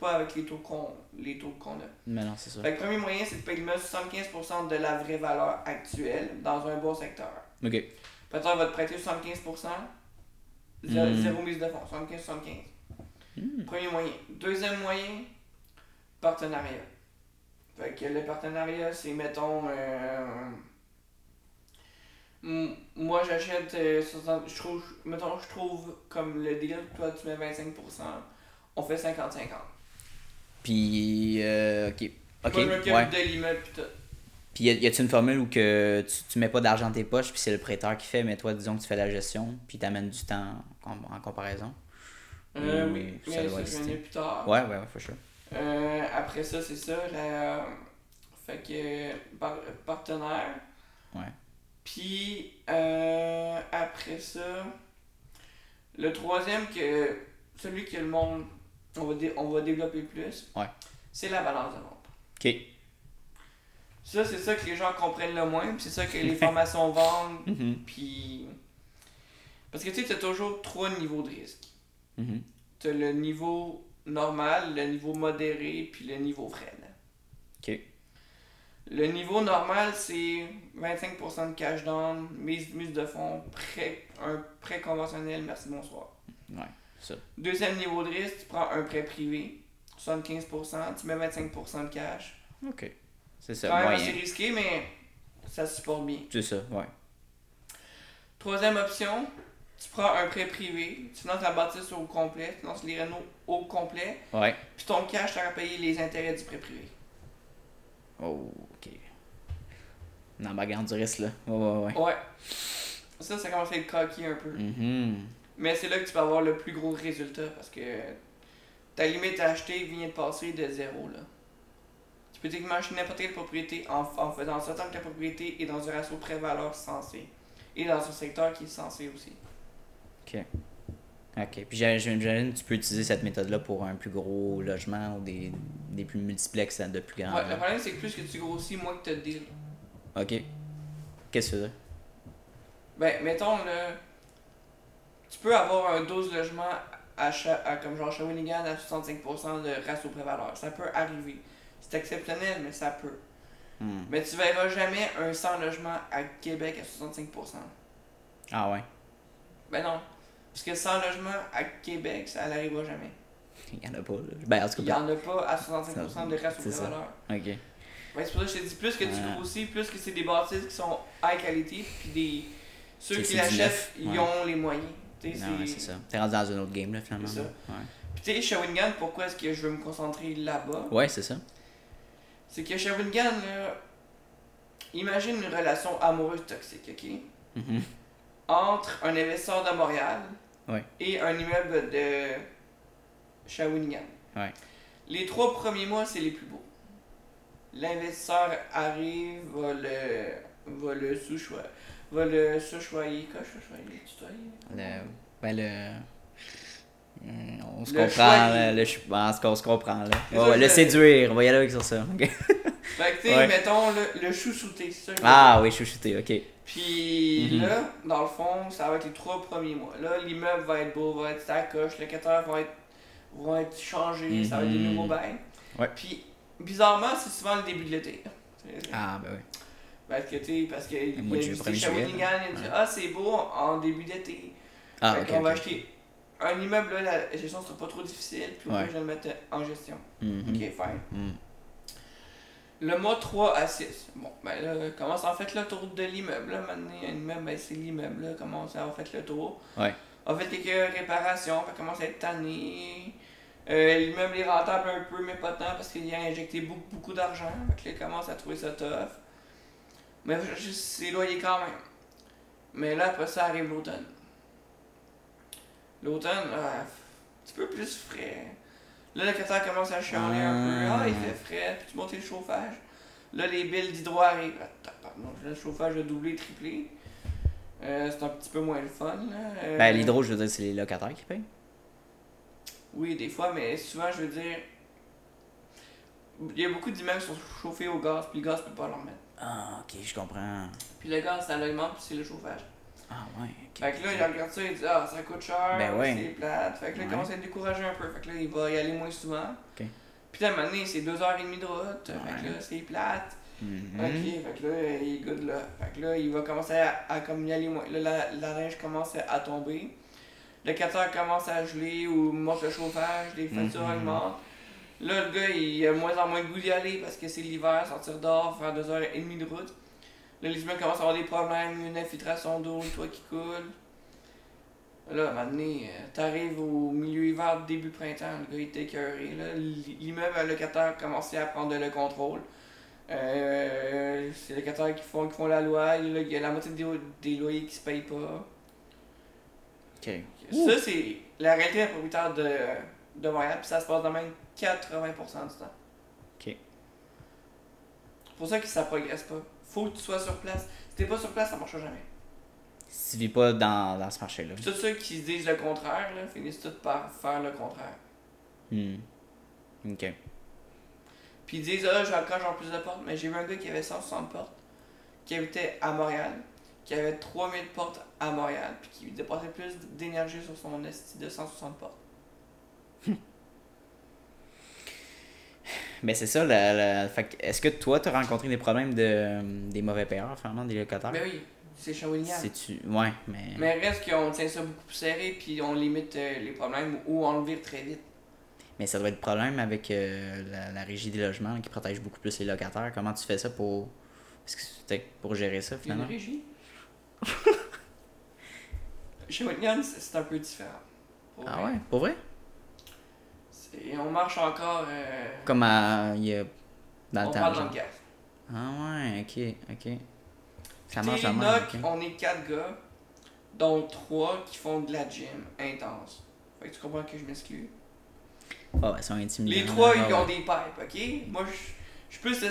[SPEAKER 3] Pas avec les taux qu'on les taux qu'on a.
[SPEAKER 2] Mais non, c'est ça.
[SPEAKER 3] Fait que le premier moyen, c'est de payer le 75% de la vraie valeur actuelle dans un bon secteur.
[SPEAKER 2] Ok.
[SPEAKER 3] Peut-être on va te prêter 75%, zéro,
[SPEAKER 2] Mhm.
[SPEAKER 3] zéro mise de fonds, 75, 75.
[SPEAKER 2] Mhm.
[SPEAKER 3] Premier moyen. Deuxième moyen, partenariat. Fait que le partenariat, c'est mettons. euh, m- moi j'achète euh, 60 je trouve mettons je trouve comme le deal toi tu mets 25% on fait 50 50
[SPEAKER 2] Puis, euh, ok. Ok,
[SPEAKER 3] moi je m'occupe
[SPEAKER 2] ouais.
[SPEAKER 3] de l'immeuble pis tout
[SPEAKER 2] Puis, y a- y a-tu une formule où que tu, tu mets pas d'argent dans tes poches, puis c'est le prêteur qui fait, mais toi, disons que tu fais la gestion, puis t'amènes du temps en, en comparaison?
[SPEAKER 3] euh,
[SPEAKER 2] Ou
[SPEAKER 3] oui
[SPEAKER 2] Hmm, ça doit
[SPEAKER 3] mais ça je vais
[SPEAKER 2] exister.
[SPEAKER 3] venir plus tard
[SPEAKER 2] Ouais, ouais, ouais, for sure.
[SPEAKER 3] Euh, après ça, c'est ça. la- Fait que par- partenaire.
[SPEAKER 2] Ouais.
[SPEAKER 3] Puis euh, après ça, le troisième que celui que le monde on va, dé- on va développer plus,
[SPEAKER 2] Ouais.
[SPEAKER 3] c'est la balance de vente.
[SPEAKER 2] Ok.
[SPEAKER 3] Ça, c'est ça que les gens comprennent le moins, puis c'est
[SPEAKER 2] [laughs]
[SPEAKER 3] ça que les formations vendent,
[SPEAKER 2] Mhm.
[SPEAKER 3] puis parce que tu sais, t'as toujours trois niveaux de risque.
[SPEAKER 2] Mhm.
[SPEAKER 3] T'as le niveau normal, le niveau modéré, puis le niveau frais.
[SPEAKER 2] Ok.
[SPEAKER 3] Le niveau normal, c'est 25% de cash down, mise, mise de fonds, prêt, un prêt conventionnel, merci, bonsoir.
[SPEAKER 2] Ouais, ça.
[SPEAKER 3] Deuxième niveau de risque, tu prends un prêt privé, 75%, tu mets 25% de cash.
[SPEAKER 2] Ok. C'est
[SPEAKER 3] Ah, C'est
[SPEAKER 2] ça,
[SPEAKER 3] quand même assez
[SPEAKER 2] moyen.
[SPEAKER 3] risqué, mais ça se supporte bien.
[SPEAKER 2] C'est ça, ouais.
[SPEAKER 3] Troisième option, tu prends un prêt privé, tu lances la bâtisse au complet, tu lances les rénaux au complet,
[SPEAKER 2] Ouais.
[SPEAKER 3] puis ton cash, tu payer les intérêts du prêt privé.
[SPEAKER 2] Oh, ok. Dans ma garde du risque, là. Ouais, ouais, ouais.
[SPEAKER 3] Ouais. Ça, ça commence à être coquille un peu.
[SPEAKER 2] Mhm.
[SPEAKER 3] Mais c'est là que tu vas avoir le plus gros résultat parce que ta limite à acheter vient de passer de zéro. Là. Tu peux techniquement acheter n'importe quelle propriété en, en faisant en sortant que la propriété est dans un ratio pré-valeur sensé et dans un secteur qui est sensé aussi.
[SPEAKER 2] Ok. Puis j'a- j'imagine que tu peux utiliser cette méthode-là pour un plus gros logement ou des, des plus multiplex de plus grand.
[SPEAKER 3] Ouais, le problème c'est que plus que tu grossis, moins que tu te deal.
[SPEAKER 2] Ok. Qu'est-ce que ça veut dire?
[SPEAKER 3] Ben, mettons là, tu peux avoir un 12 logements à, Sha- à- comme genre Shawinigan à 65% de ratio pré-valeur. Ça peut arriver. C'est exceptionnel, mais ça peut.
[SPEAKER 2] Hmm.
[SPEAKER 3] Mais tu verras jamais un 100 logements à Québec à 65%.
[SPEAKER 2] Ah ouais.
[SPEAKER 3] Ben non. Parce que 100 logements à Québec, ça n'arrivera jamais.
[SPEAKER 2] Il y en a pas, là. Ben, en tout
[SPEAKER 3] Il n'y
[SPEAKER 2] cas,
[SPEAKER 3] en a pas à 65% de ratio
[SPEAKER 2] C'est
[SPEAKER 3] de
[SPEAKER 2] ça.
[SPEAKER 3] valeur.
[SPEAKER 2] ok.
[SPEAKER 3] Ben, c'est pour ça que je te dis, plus que tu
[SPEAKER 2] Ouais.
[SPEAKER 3] grossis, plus que c'est des bâtisses qui sont high quality, puis des... ceux
[SPEAKER 2] C'est-
[SPEAKER 3] qui
[SPEAKER 2] c'est du
[SPEAKER 3] l'achètent,
[SPEAKER 2] neuf,
[SPEAKER 3] ils
[SPEAKER 2] ouais.
[SPEAKER 3] ont les moyens. Tu sais,
[SPEAKER 2] Non, ouais, c'est ça. T'es rendu dans un autre game, là, finalement.
[SPEAKER 3] C'est
[SPEAKER 2] là.
[SPEAKER 3] Puis tu sais, Shawinigan, pourquoi est-ce que je veux me concentrer là-bas?
[SPEAKER 2] Ouais, ouais c'est ça.
[SPEAKER 3] C'est que Shawinigan, là, imagine une relation amoureuse toxique, ok?
[SPEAKER 2] Mhm.
[SPEAKER 3] entre un investisseur de Montréal
[SPEAKER 2] Ouais.
[SPEAKER 3] et un immeuble de Shawinigan.
[SPEAKER 2] Ouais.
[SPEAKER 3] Les trois premiers mois, c'est les plus beaux. L'investisseur arrive, va le, va le souchoi, va le souchoyer, quoi, souchoyer, tutoyer?
[SPEAKER 2] Le... Ben, le... Hmm, On se
[SPEAKER 3] Le
[SPEAKER 2] comprend,
[SPEAKER 3] choix,
[SPEAKER 2] là,
[SPEAKER 3] il-
[SPEAKER 2] le ch- ben, en tout cas, on se comprend, là.
[SPEAKER 3] C'est
[SPEAKER 2] Ouais,
[SPEAKER 3] ça,
[SPEAKER 2] ouais, le
[SPEAKER 3] je-
[SPEAKER 2] séduire, on va y aller avec sur ça.
[SPEAKER 3] [laughs]
[SPEAKER 2] ok.
[SPEAKER 3] Fait que, tu sais,
[SPEAKER 2] Ouais.
[SPEAKER 3] mettons, le, le chou sauté, c'est ça. que je veux
[SPEAKER 2] Ah oui, chouchouté, ok.
[SPEAKER 3] Puis
[SPEAKER 2] Mhm.
[SPEAKER 3] là, dans le fond, ça va être les trois premiers mois. Là, l'immeuble va être beau, va être sacoche, les locataires vont être, vont être changés, ça va être des
[SPEAKER 2] Mhm.
[SPEAKER 3] nouveaux bails.
[SPEAKER 2] Ouais.
[SPEAKER 3] Puis, bizarrement, c'est souvent le début de l'été.
[SPEAKER 2] Ah, ben oui.
[SPEAKER 3] Parce que, tu sais, parce que il
[SPEAKER 2] mois
[SPEAKER 3] a
[SPEAKER 2] de juillet,
[SPEAKER 3] visité
[SPEAKER 2] premier juillet,
[SPEAKER 3] Shawinigan, il a dit
[SPEAKER 2] Ouais.
[SPEAKER 3] Ah, c'est beau en début d'été.
[SPEAKER 2] Ah,
[SPEAKER 3] fait
[SPEAKER 2] ok.
[SPEAKER 3] qu'on va
[SPEAKER 2] ok.
[SPEAKER 3] acheter un immeuble, là, la gestion sera pas trop difficile, puis on
[SPEAKER 2] Ouais.
[SPEAKER 3] peut le mettre en gestion.
[SPEAKER 2] Mhm.
[SPEAKER 3] Ok, fine.
[SPEAKER 2] Mhm.
[SPEAKER 3] Le mois 3 à 6. Bon, ben là, commence en fait le tour de l'immeuble. Là, maintenant, un immeuble, ben, c'est l'immeuble. Là, commence à en fait le tour.
[SPEAKER 2] Ouais.
[SPEAKER 3] On fait quelques réparations, on commence à être tanné. Euh, l'immeuble est rentable un peu, mais pas tant parce qu'il a injecté beaucoup, beaucoup d'argent. Fait que là, il commence à trouver ça tough. Mais je- je- c'est loyer quand même. Mais là, après ça arrive l'automne. L'automne, ah, un petit peu plus frais. Là, le locataire commence à chialer un peu. Ah, il fait frais, puis tu montes le chauffage. Là, les billes d'hydro arrivent. Ah, tabarnouche, là, le chauffage a doublé, triplé. Euh, c'est un petit peu moins le fun. Là. Euh,
[SPEAKER 2] Ben, l'hydro, je veux dire, c'est les locataires qui payent.
[SPEAKER 3] Oui, des fois, mais souvent, je veux dire. Il y a beaucoup d'immeubles qui sont chauffés au gaz, puis le gaz peut pas leur mettre.
[SPEAKER 2] Ah, ok, je comprends.
[SPEAKER 3] Puis le gaz, ça l'augmente, puis c'est le chauffage.
[SPEAKER 2] Ah, ouais. ok.
[SPEAKER 3] Fait que là, il regarde ça, il dit Ah, ça coûte cher,
[SPEAKER 2] Ben ouais.
[SPEAKER 3] c'est plate. Fait que là, il
[SPEAKER 2] Ouais.
[SPEAKER 3] commence à être découragé un peu. Fait que là, il va y aller moins souvent.
[SPEAKER 2] Ok.
[SPEAKER 3] Puis là, à un moment donné, c'est 2h30 de route. Fait que
[SPEAKER 2] Ouais.
[SPEAKER 3] là, c'est plate.
[SPEAKER 2] Mhm.
[SPEAKER 3] Ok, fait que là, il goûte là. Fait que là, il va commencer à, à comme y aller moins. Là, la, la neige commence à tomber. Le capteur commence à geler ou monte le chauffage, les factures
[SPEAKER 2] Mhm.
[SPEAKER 3] augmentent. Là, le gars, il a de moins en moins de goût d'y aller parce que c'est l'hiver, sortir dehors, faire deux heures et demie de route. Là, les humains commencent à avoir des problèmes, une infiltration d'eau, le toit qui coule. Là, à un moment donné, euh, t'arrives au milieu hiver, début printemps, le gars il était écœuré. Là, l'immeuble à locataire commençait à prendre le contrôle. Euh, c'est les locataires qui font, qui font la loi, il y a- il y a la moitié des, des loyers qui se payent pas.
[SPEAKER 2] Ok.
[SPEAKER 3] Ça, c'est la réalité des propriétaires de, de Montréal, puis ça se passe dans même 80% du temps.
[SPEAKER 2] Ok.
[SPEAKER 3] C'est pour ça que ça progresse pas. Faut que tu sois sur place. Si t'es pas sur place, ça marchera jamais.
[SPEAKER 2] Si tu vis pas dans, dans ce marché-là.
[SPEAKER 3] Puis tous ceux qui se disent le contraire, là, finissent tous par faire le contraire.
[SPEAKER 2] Hmm. Ok.
[SPEAKER 3] Puis ils disent, ah, j'ai encore genre plus de portes. Mais j'ai vu un gars qui avait 160 portes, qui habitait à Montréal, qui avait 3000 portes à Montréal, puis qui dépensait plus d'énergie sur son esti de 160 portes.
[SPEAKER 2] Mais c'est ça, la, la- fait que est-ce que toi, t'as rencontré des problèmes de, hmm, des mauvais payeurs, finalement, des locataires
[SPEAKER 3] Mais Ben oui, c'est Shawinigan.
[SPEAKER 2] C'est-tu. Ouais, mais.
[SPEAKER 3] Mais reste qu'on tient ça beaucoup plus serré, puis on limite euh, les problèmes ou on le vire très vite.
[SPEAKER 2] Mais ça doit être problème avec euh, la, la régie des logements là, qui protège beaucoup plus les locataires. Comment tu fais ça pour. Est-ce que c'était pour gérer ça
[SPEAKER 3] Une
[SPEAKER 2] finalement?
[SPEAKER 3] [laughs] régie. Shawinigan, c'est c'est un peu différent. Pour
[SPEAKER 2] Ah
[SPEAKER 3] vrai.
[SPEAKER 2] ouais, pour vrai?
[SPEAKER 3] C'est- On marche encore. euh,
[SPEAKER 2] Comme à. il y a- Dans le
[SPEAKER 3] on
[SPEAKER 2] temps.
[SPEAKER 3] parle dans
[SPEAKER 2] genre.
[SPEAKER 3] le gaz.
[SPEAKER 2] Ah ouais, ok, ok. Ça
[SPEAKER 3] T'sais,
[SPEAKER 2] marche, ça
[SPEAKER 3] Knock,
[SPEAKER 2] marche. ok.
[SPEAKER 3] on est quatre gars, dont trois qui font de la gym intense. Fait que tu comprends que je m'exclus.
[SPEAKER 2] Ah ouais, ils sont intimidants.
[SPEAKER 3] Les trois,
[SPEAKER 2] là,
[SPEAKER 3] ils
[SPEAKER 2] ouais.
[SPEAKER 3] ont des pipes, ok? Moi, je- je suis plus le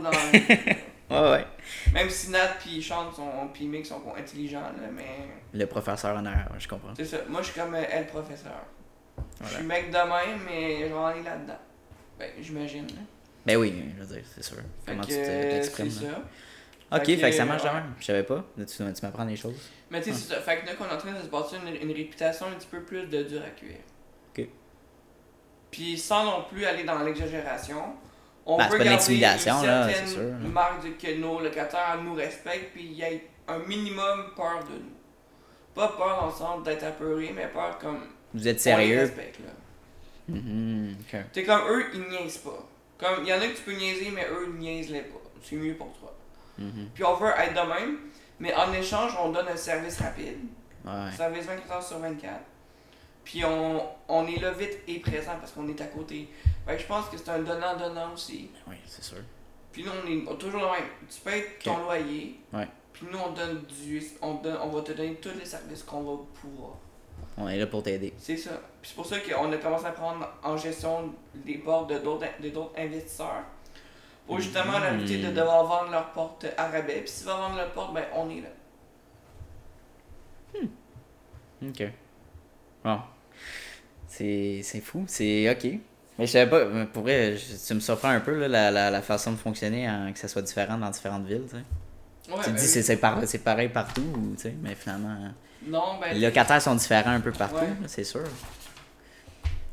[SPEAKER 2] [laughs]
[SPEAKER 3] dans le...
[SPEAKER 2] Ouais, Ah ouais.
[SPEAKER 3] Même si Nat puis Sean sont, puis Mick sont intelligents, là, mais...
[SPEAKER 2] Le professeur en arrière, ouais, je comprends.
[SPEAKER 3] C'est ça, moi, je suis comme euh, elle, professeur. Je
[SPEAKER 2] Hein? Voilà.
[SPEAKER 3] suis mec de même, mais j'en ai là-dedans. Ben, j'imagine, là.
[SPEAKER 2] Ben oui, je veux dire, c'est sûr.
[SPEAKER 3] Fait
[SPEAKER 2] Comment
[SPEAKER 3] que,
[SPEAKER 2] tu te-
[SPEAKER 3] euh,
[SPEAKER 2] t'exprimes?
[SPEAKER 3] c'est
[SPEAKER 2] là?
[SPEAKER 3] ça.
[SPEAKER 2] Ok,
[SPEAKER 3] Fait
[SPEAKER 2] fait,
[SPEAKER 3] que,
[SPEAKER 2] que ça marche quand
[SPEAKER 3] ouais.
[SPEAKER 2] même. Je savais pas. Tu, tu m'apprends des choses.
[SPEAKER 3] Mais tu sais, c'est ça. Fait que là, qu'on est en train de se bâtir une, une réputation un petit peu plus de dur à cuire.
[SPEAKER 2] Ok.
[SPEAKER 3] Puis sans non plus aller dans l'exagération, on
[SPEAKER 2] Ben, c'est
[SPEAKER 3] peut
[SPEAKER 2] pas de
[SPEAKER 3] garder une
[SPEAKER 2] l'intimidation, là, c'est
[SPEAKER 3] certaine
[SPEAKER 2] sûr.
[SPEAKER 3] marque de que nos locataires nous respectent, puis il y ait un minimum peur de nous. Pas peur dans le sens d'être apeuré, mais peur comme.
[SPEAKER 2] Vous êtes
[SPEAKER 3] On les
[SPEAKER 2] sérieux?
[SPEAKER 3] respecte, là.
[SPEAKER 2] Mhm, ok.
[SPEAKER 3] T'es comme eux, ils niaisent pas. Comme, il y en a que tu peux niaiser, mais eux, ils niaisent les pas. C'est mieux pour toi.
[SPEAKER 2] Mhm.
[SPEAKER 3] Puis on veut être de même, mais en échange, on donne un service rapide.
[SPEAKER 2] Ouais.
[SPEAKER 3] Service 24 heures sur 24. Puis on, on est là vite et présent parce qu'on est à côté. Fait que je pense que c'est un donnant-donnant aussi.
[SPEAKER 2] Oui, c'est sûr.
[SPEAKER 3] Puis nous, on est on est toujours le même. Tu payes ton
[SPEAKER 2] Ok.
[SPEAKER 3] loyer.
[SPEAKER 2] Ouais.
[SPEAKER 3] Puis nous, on donne du. On, donne, on va te donner tous les services qu'on va pouvoir.
[SPEAKER 2] On est là pour t'aider.
[SPEAKER 3] C'est ça. Puis c'est pour ça qu'on a commencé à prendre en gestion les portes de d'autres de d'autres investisseurs. Pour justement
[SPEAKER 2] Mhm.
[SPEAKER 3] l'inviter de devoir vendre leurs portes à rabais. Puis s'ils vont vendre leurs portes, ben on est là.
[SPEAKER 2] Ok. Bon. C'est c'est fou. C'est ok. Mais je savais pas. mais Pour vrai, je- tu me surprends un peu là, la, la, la façon de fonctionner, hein, que ça soit différent dans différentes villes. tu sais.
[SPEAKER 3] Ouais,
[SPEAKER 2] tu te
[SPEAKER 3] ben
[SPEAKER 2] dis
[SPEAKER 3] oui.
[SPEAKER 2] c'est c'est par- c'est pareil partout, ou, tu sais, mais finalement.
[SPEAKER 3] Non, ben.
[SPEAKER 2] Les locataires sont différents un peu partout,
[SPEAKER 3] Ouais.
[SPEAKER 2] là, c'est sûr.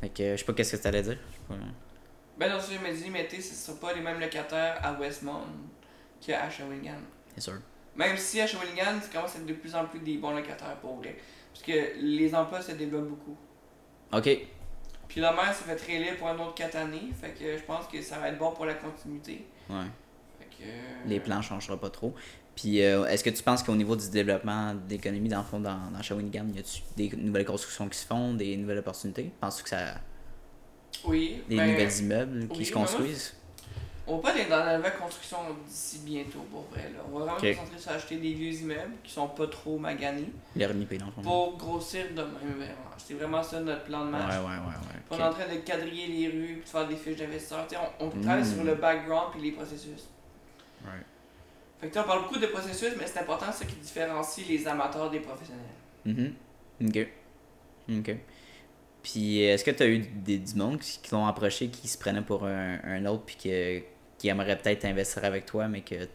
[SPEAKER 2] Fait que euh, je sais pas qu'est-ce que t'allais dire. Je sais pas.
[SPEAKER 3] Ben non, ça, je me dis, mais tu sais, ce sera pas les mêmes locataires à Westmont qu'à Shawinigan.
[SPEAKER 2] C'est sûr.
[SPEAKER 3] Même si à Shawinigan, ça commence à être de plus en plus des bons locataires pour vrai. Parce que les emplois se développent beaucoup.
[SPEAKER 2] Ok.
[SPEAKER 3] Puis le maire s'est fait très libre pour un autre 4 années, fait que je pense que ça va être bon pour la continuité.
[SPEAKER 2] Ouais.
[SPEAKER 3] Fait que...
[SPEAKER 2] Les plans changera pas trop. Puis, euh, est-ce que tu penses qu'au niveau du développement d'économie, dans le fond, dans, dans Shawinigan, y a-tu des nouvelles constructions qui se font, des nouvelles opportunités Penses-tu que ça.
[SPEAKER 3] Oui,
[SPEAKER 2] des
[SPEAKER 3] ben,
[SPEAKER 2] nouvelles immeubles qui
[SPEAKER 3] oui,
[SPEAKER 2] se
[SPEAKER 3] ben moi,
[SPEAKER 2] construisent
[SPEAKER 3] on va pas être dans la nouvelle construction d'ici bientôt pour vrai. Là. On va vraiment
[SPEAKER 2] Ok.
[SPEAKER 3] se concentrer sur acheter des vieux immeubles qui sont pas trop maganés
[SPEAKER 2] Les reniper, dans le fond.
[SPEAKER 3] pour grossir de même. vraiment. C'est vraiment ça notre plan de
[SPEAKER 2] Ouais, ouais,
[SPEAKER 3] match.
[SPEAKER 2] ouais. ouais.
[SPEAKER 3] On est
[SPEAKER 2] ok.
[SPEAKER 3] en train de quadriller les rues puis de faire des fiches d'investisseurs. Tu sais, On, on travaille
[SPEAKER 2] Mm.
[SPEAKER 3] sur le background puis les processus.
[SPEAKER 2] Right.
[SPEAKER 3] Fait que tu sais, on parle beaucoup de processus, mais c'est important c'est ce qui Euh, différencie les amateurs des professionnels.
[SPEAKER 2] Mhm. Ok. Ok. Puis est-ce que tu as eu des, du monde qui, qui l'ont approché, qui se prenait pour un, un autre, puis que, qui aimerait peut-être investir avec toi, mais que tu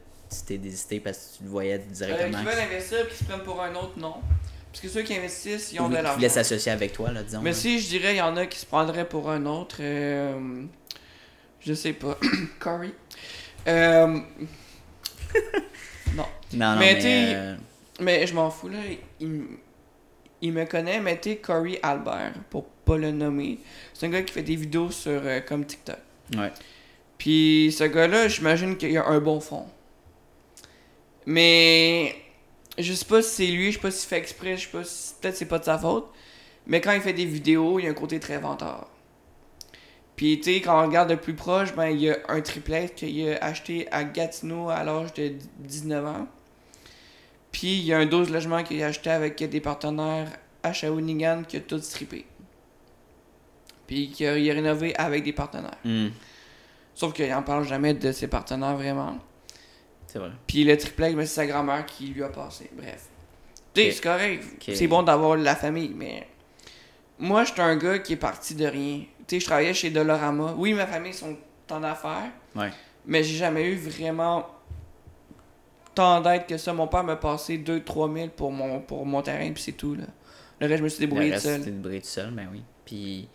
[SPEAKER 2] t'es désisté parce que tu le voyais
[SPEAKER 3] Euh,
[SPEAKER 2] directement
[SPEAKER 3] qui veulent investir qui se prennent pour un autre, non. Parce que ceux qui investissent, ils ont
[SPEAKER 2] ou
[SPEAKER 3] de
[SPEAKER 2] qui
[SPEAKER 3] l'argent.
[SPEAKER 2] voulaient s'associer avec toi, là, disons.
[SPEAKER 3] Mais
[SPEAKER 2] là.
[SPEAKER 3] si je dirais, il y en a qui se prendraient pour un autre. euh, je sais pas. [coughs] Corey. Euh, non.
[SPEAKER 2] Non, non,
[SPEAKER 3] Mais
[SPEAKER 2] mais,
[SPEAKER 3] t'es-
[SPEAKER 2] euh,
[SPEAKER 3] Mais je m'en fous, là. Il, m- il me connaît, mais t'es Corey Albert, pour pas le nommer. C'est un gars qui fait des vidéos sur euh, comme TikTok.
[SPEAKER 2] ouais.
[SPEAKER 3] Puis ce gars-là, j'imagine qu'il a un bon fond. Mais je sais pas si c'est lui, je sais pas s'il fait exprès, je sais pas si peut-être c'est pas de sa faute. Mais quand il fait des vidéos, il y a un côté très venteur. Puis tu sais, quand on regarde de plus proche, ben il y a un triplex qu'il a acheté à Gatineau à l'âge de 19 ans. Puis il y a un 12 logements qu'il a acheté avec des partenaires à Shawinigan qui a tout strippé. Puis qu'il a- il a rénové avec des partenaires.
[SPEAKER 2] Hum,
[SPEAKER 3] Sauf qu'il n'en parle jamais de ses partenaires vraiment.
[SPEAKER 2] c'est vrai.
[SPEAKER 3] Puis le triplex, mais c'est sa grand-mère qui lui a passé. Bref. Tu sais,
[SPEAKER 2] Ok.
[SPEAKER 3] c'est correct.
[SPEAKER 2] Ok.
[SPEAKER 3] C'est bon d'avoir la famille, mais. Moi, j'étais un gars qui est parti de rien. Tu sais, je travaillais chez Dolorama. Oui, ma famille sont en affaires,
[SPEAKER 2] Ouais.
[SPEAKER 3] mais j'ai jamais eu vraiment tant d'aide que ça. Mon père m'a passé 2-3 000 pour mon, pour mon terrain, puis c'est tout. Là. Le reste, je me suis
[SPEAKER 2] Le
[SPEAKER 3] débrouillé tout
[SPEAKER 2] reste,
[SPEAKER 3] seul.
[SPEAKER 2] t'es débrouillé tout seul, mais ben oui. Puis,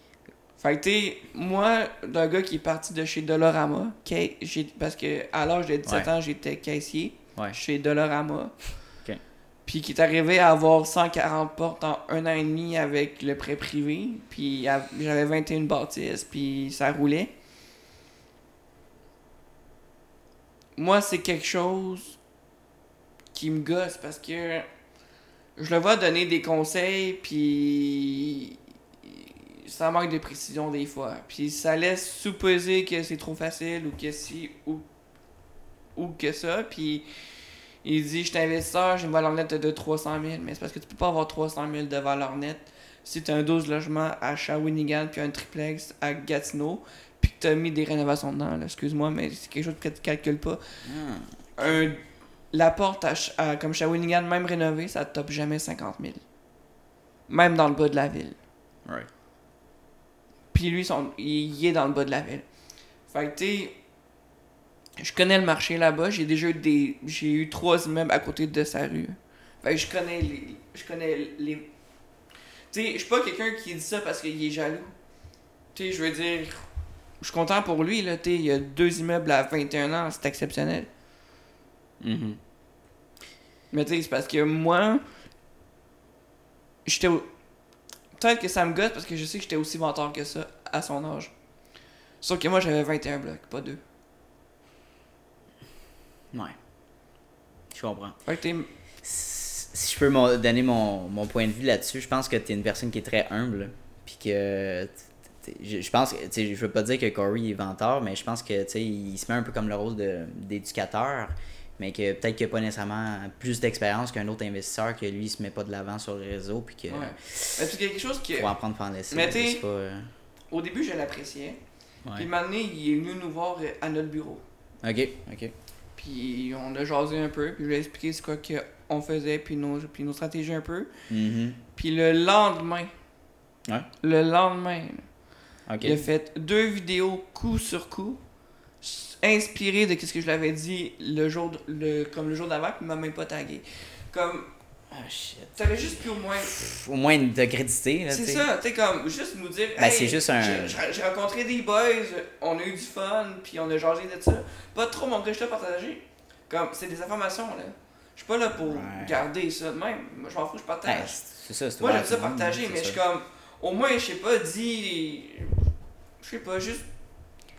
[SPEAKER 3] Fait que, tu sais, moi, d'un gars qui est parti de chez Dolorama, ca- j'ai- parce que à l'âge de 17
[SPEAKER 2] Ouais.
[SPEAKER 3] ans, j'étais caissier
[SPEAKER 2] ouais.
[SPEAKER 3] chez Dolorama.
[SPEAKER 2] Ok.
[SPEAKER 3] Puis qui est arrivé à avoir 140 portes en un an et demi avec le prêt privé. Puis à- j'avais 21 bâtisses, puis ça roulait. Moi, c'est quelque chose qui me gosse parce que je le vois donner des conseils, puis ça manque de précision des fois. Puis ça laisse supposer que c'est trop facile ou que si ou, ou que ça. Puis il dit Je suis investisseur, j'ai une valeur nette de 300 000. Mais c'est parce que tu peux pas avoir 300 000 de valeur nette si tu as un 12 logements à Shawinigan puis un triplex à Gatineau. Puis que tu as mis des rénovations dedans. là. Excuse-moi, mais c'est quelque chose que tu calcules pas
[SPEAKER 2] Ah,
[SPEAKER 3] un- la porte à, Ch- à- comme Shawinigan, même rénovée, ça te top jamais 50 000. Même dans le bas de la ville.
[SPEAKER 2] right.
[SPEAKER 3] Puis lui, son, il, il est dans le bas de la ville. Fait que, tu sais, je connais le marché là-bas. J'ai déjà eu des. J'ai eu trois immeubles à côté de sa rue. Fait que je connais les. Je connais les. Tu sais, je suis pas quelqu'un qui dit ça parce qu'il est jaloux. Tu sais, je veux dire. Je suis content pour lui, là. Tu sais, il y a deux immeubles à 21 ans, c'est exceptionnel.
[SPEAKER 2] Mhm.
[SPEAKER 3] Mais tu sais, c'est parce que moi, j'étais. au- Peut-être que ça me gosse parce que je sais que j'étais aussi menteur que ça à son âge. Sauf que moi, j'avais 21 blocs, pas 2.
[SPEAKER 2] Ouais. Je comprends.
[SPEAKER 3] Fait que t'es.
[SPEAKER 2] si je peux mon- donner mon, mon point de vue là-dessus, je pense que tu es une personne qui est très humble. Puis que. t- t- Je je pense que. tu sais, Je veux pas dire que Corey est venteur, mais je pense que tu sais, il se met un peu comme le rôle de- d'éducateur. Mais que peut-être qu'il n'a pas nécessairement plus d'expérience qu'un autre investisseur, que lui, il se met pas de l'avant sur le réseau. Puis que.
[SPEAKER 3] Ouais. Mais c'est quelque chose que.
[SPEAKER 2] Faut en prendre pour en laisser.
[SPEAKER 3] Mais
[SPEAKER 2] là,
[SPEAKER 3] t'sais-
[SPEAKER 2] c'est pas, euh,
[SPEAKER 3] Au début, je l'appréciais. Puis
[SPEAKER 2] ouais.
[SPEAKER 3] un moment donné, il est venu nous voir euh, à notre bureau.
[SPEAKER 2] Ok, ok.
[SPEAKER 3] Puis on a jasé un peu, puis je lui ai expliqué ce quoi que on faisait, puis nos, puis nos stratégies un peu.
[SPEAKER 2] Mhm.
[SPEAKER 3] Puis le lendemain.
[SPEAKER 2] Ouais.
[SPEAKER 3] Le lendemain,
[SPEAKER 2] Ok.
[SPEAKER 3] Il a fait deux vidéos coup sur coup, s- inspirées de ce que je l'avais dit le jour, d- le, comme le jour d'avant, puis il m'a même pas tagué. Comme,
[SPEAKER 2] Ah, shit.
[SPEAKER 3] ça avait juste pu au moins.
[SPEAKER 2] Pff, Au moins de créditer. là,
[SPEAKER 3] C'est
[SPEAKER 2] t'sais.
[SPEAKER 3] ça, tu sais, comme, juste nous dire.
[SPEAKER 2] Ben, c'est juste un-
[SPEAKER 3] j'ai- J'ai j'ai rencontré des boys, on a eu du fun, puis on a jasé de ça. Pas trop mon gars, je te partagé. Comme, c'est des informations, là. Je suis pas là pour
[SPEAKER 2] Ouais. Ben,
[SPEAKER 3] garder ça de même. Moi, je m'en fous, je partage.
[SPEAKER 2] Ouais, c'est ça. c'est
[SPEAKER 3] Moi,
[SPEAKER 2] ouvert
[SPEAKER 3] j'aime ça
[SPEAKER 2] à tout le monde,
[SPEAKER 3] partager,
[SPEAKER 2] c'est
[SPEAKER 3] mais je suis
[SPEAKER 2] ça.
[SPEAKER 3] comme. Au moins, je sais pas, dis. Je sais pas, juste.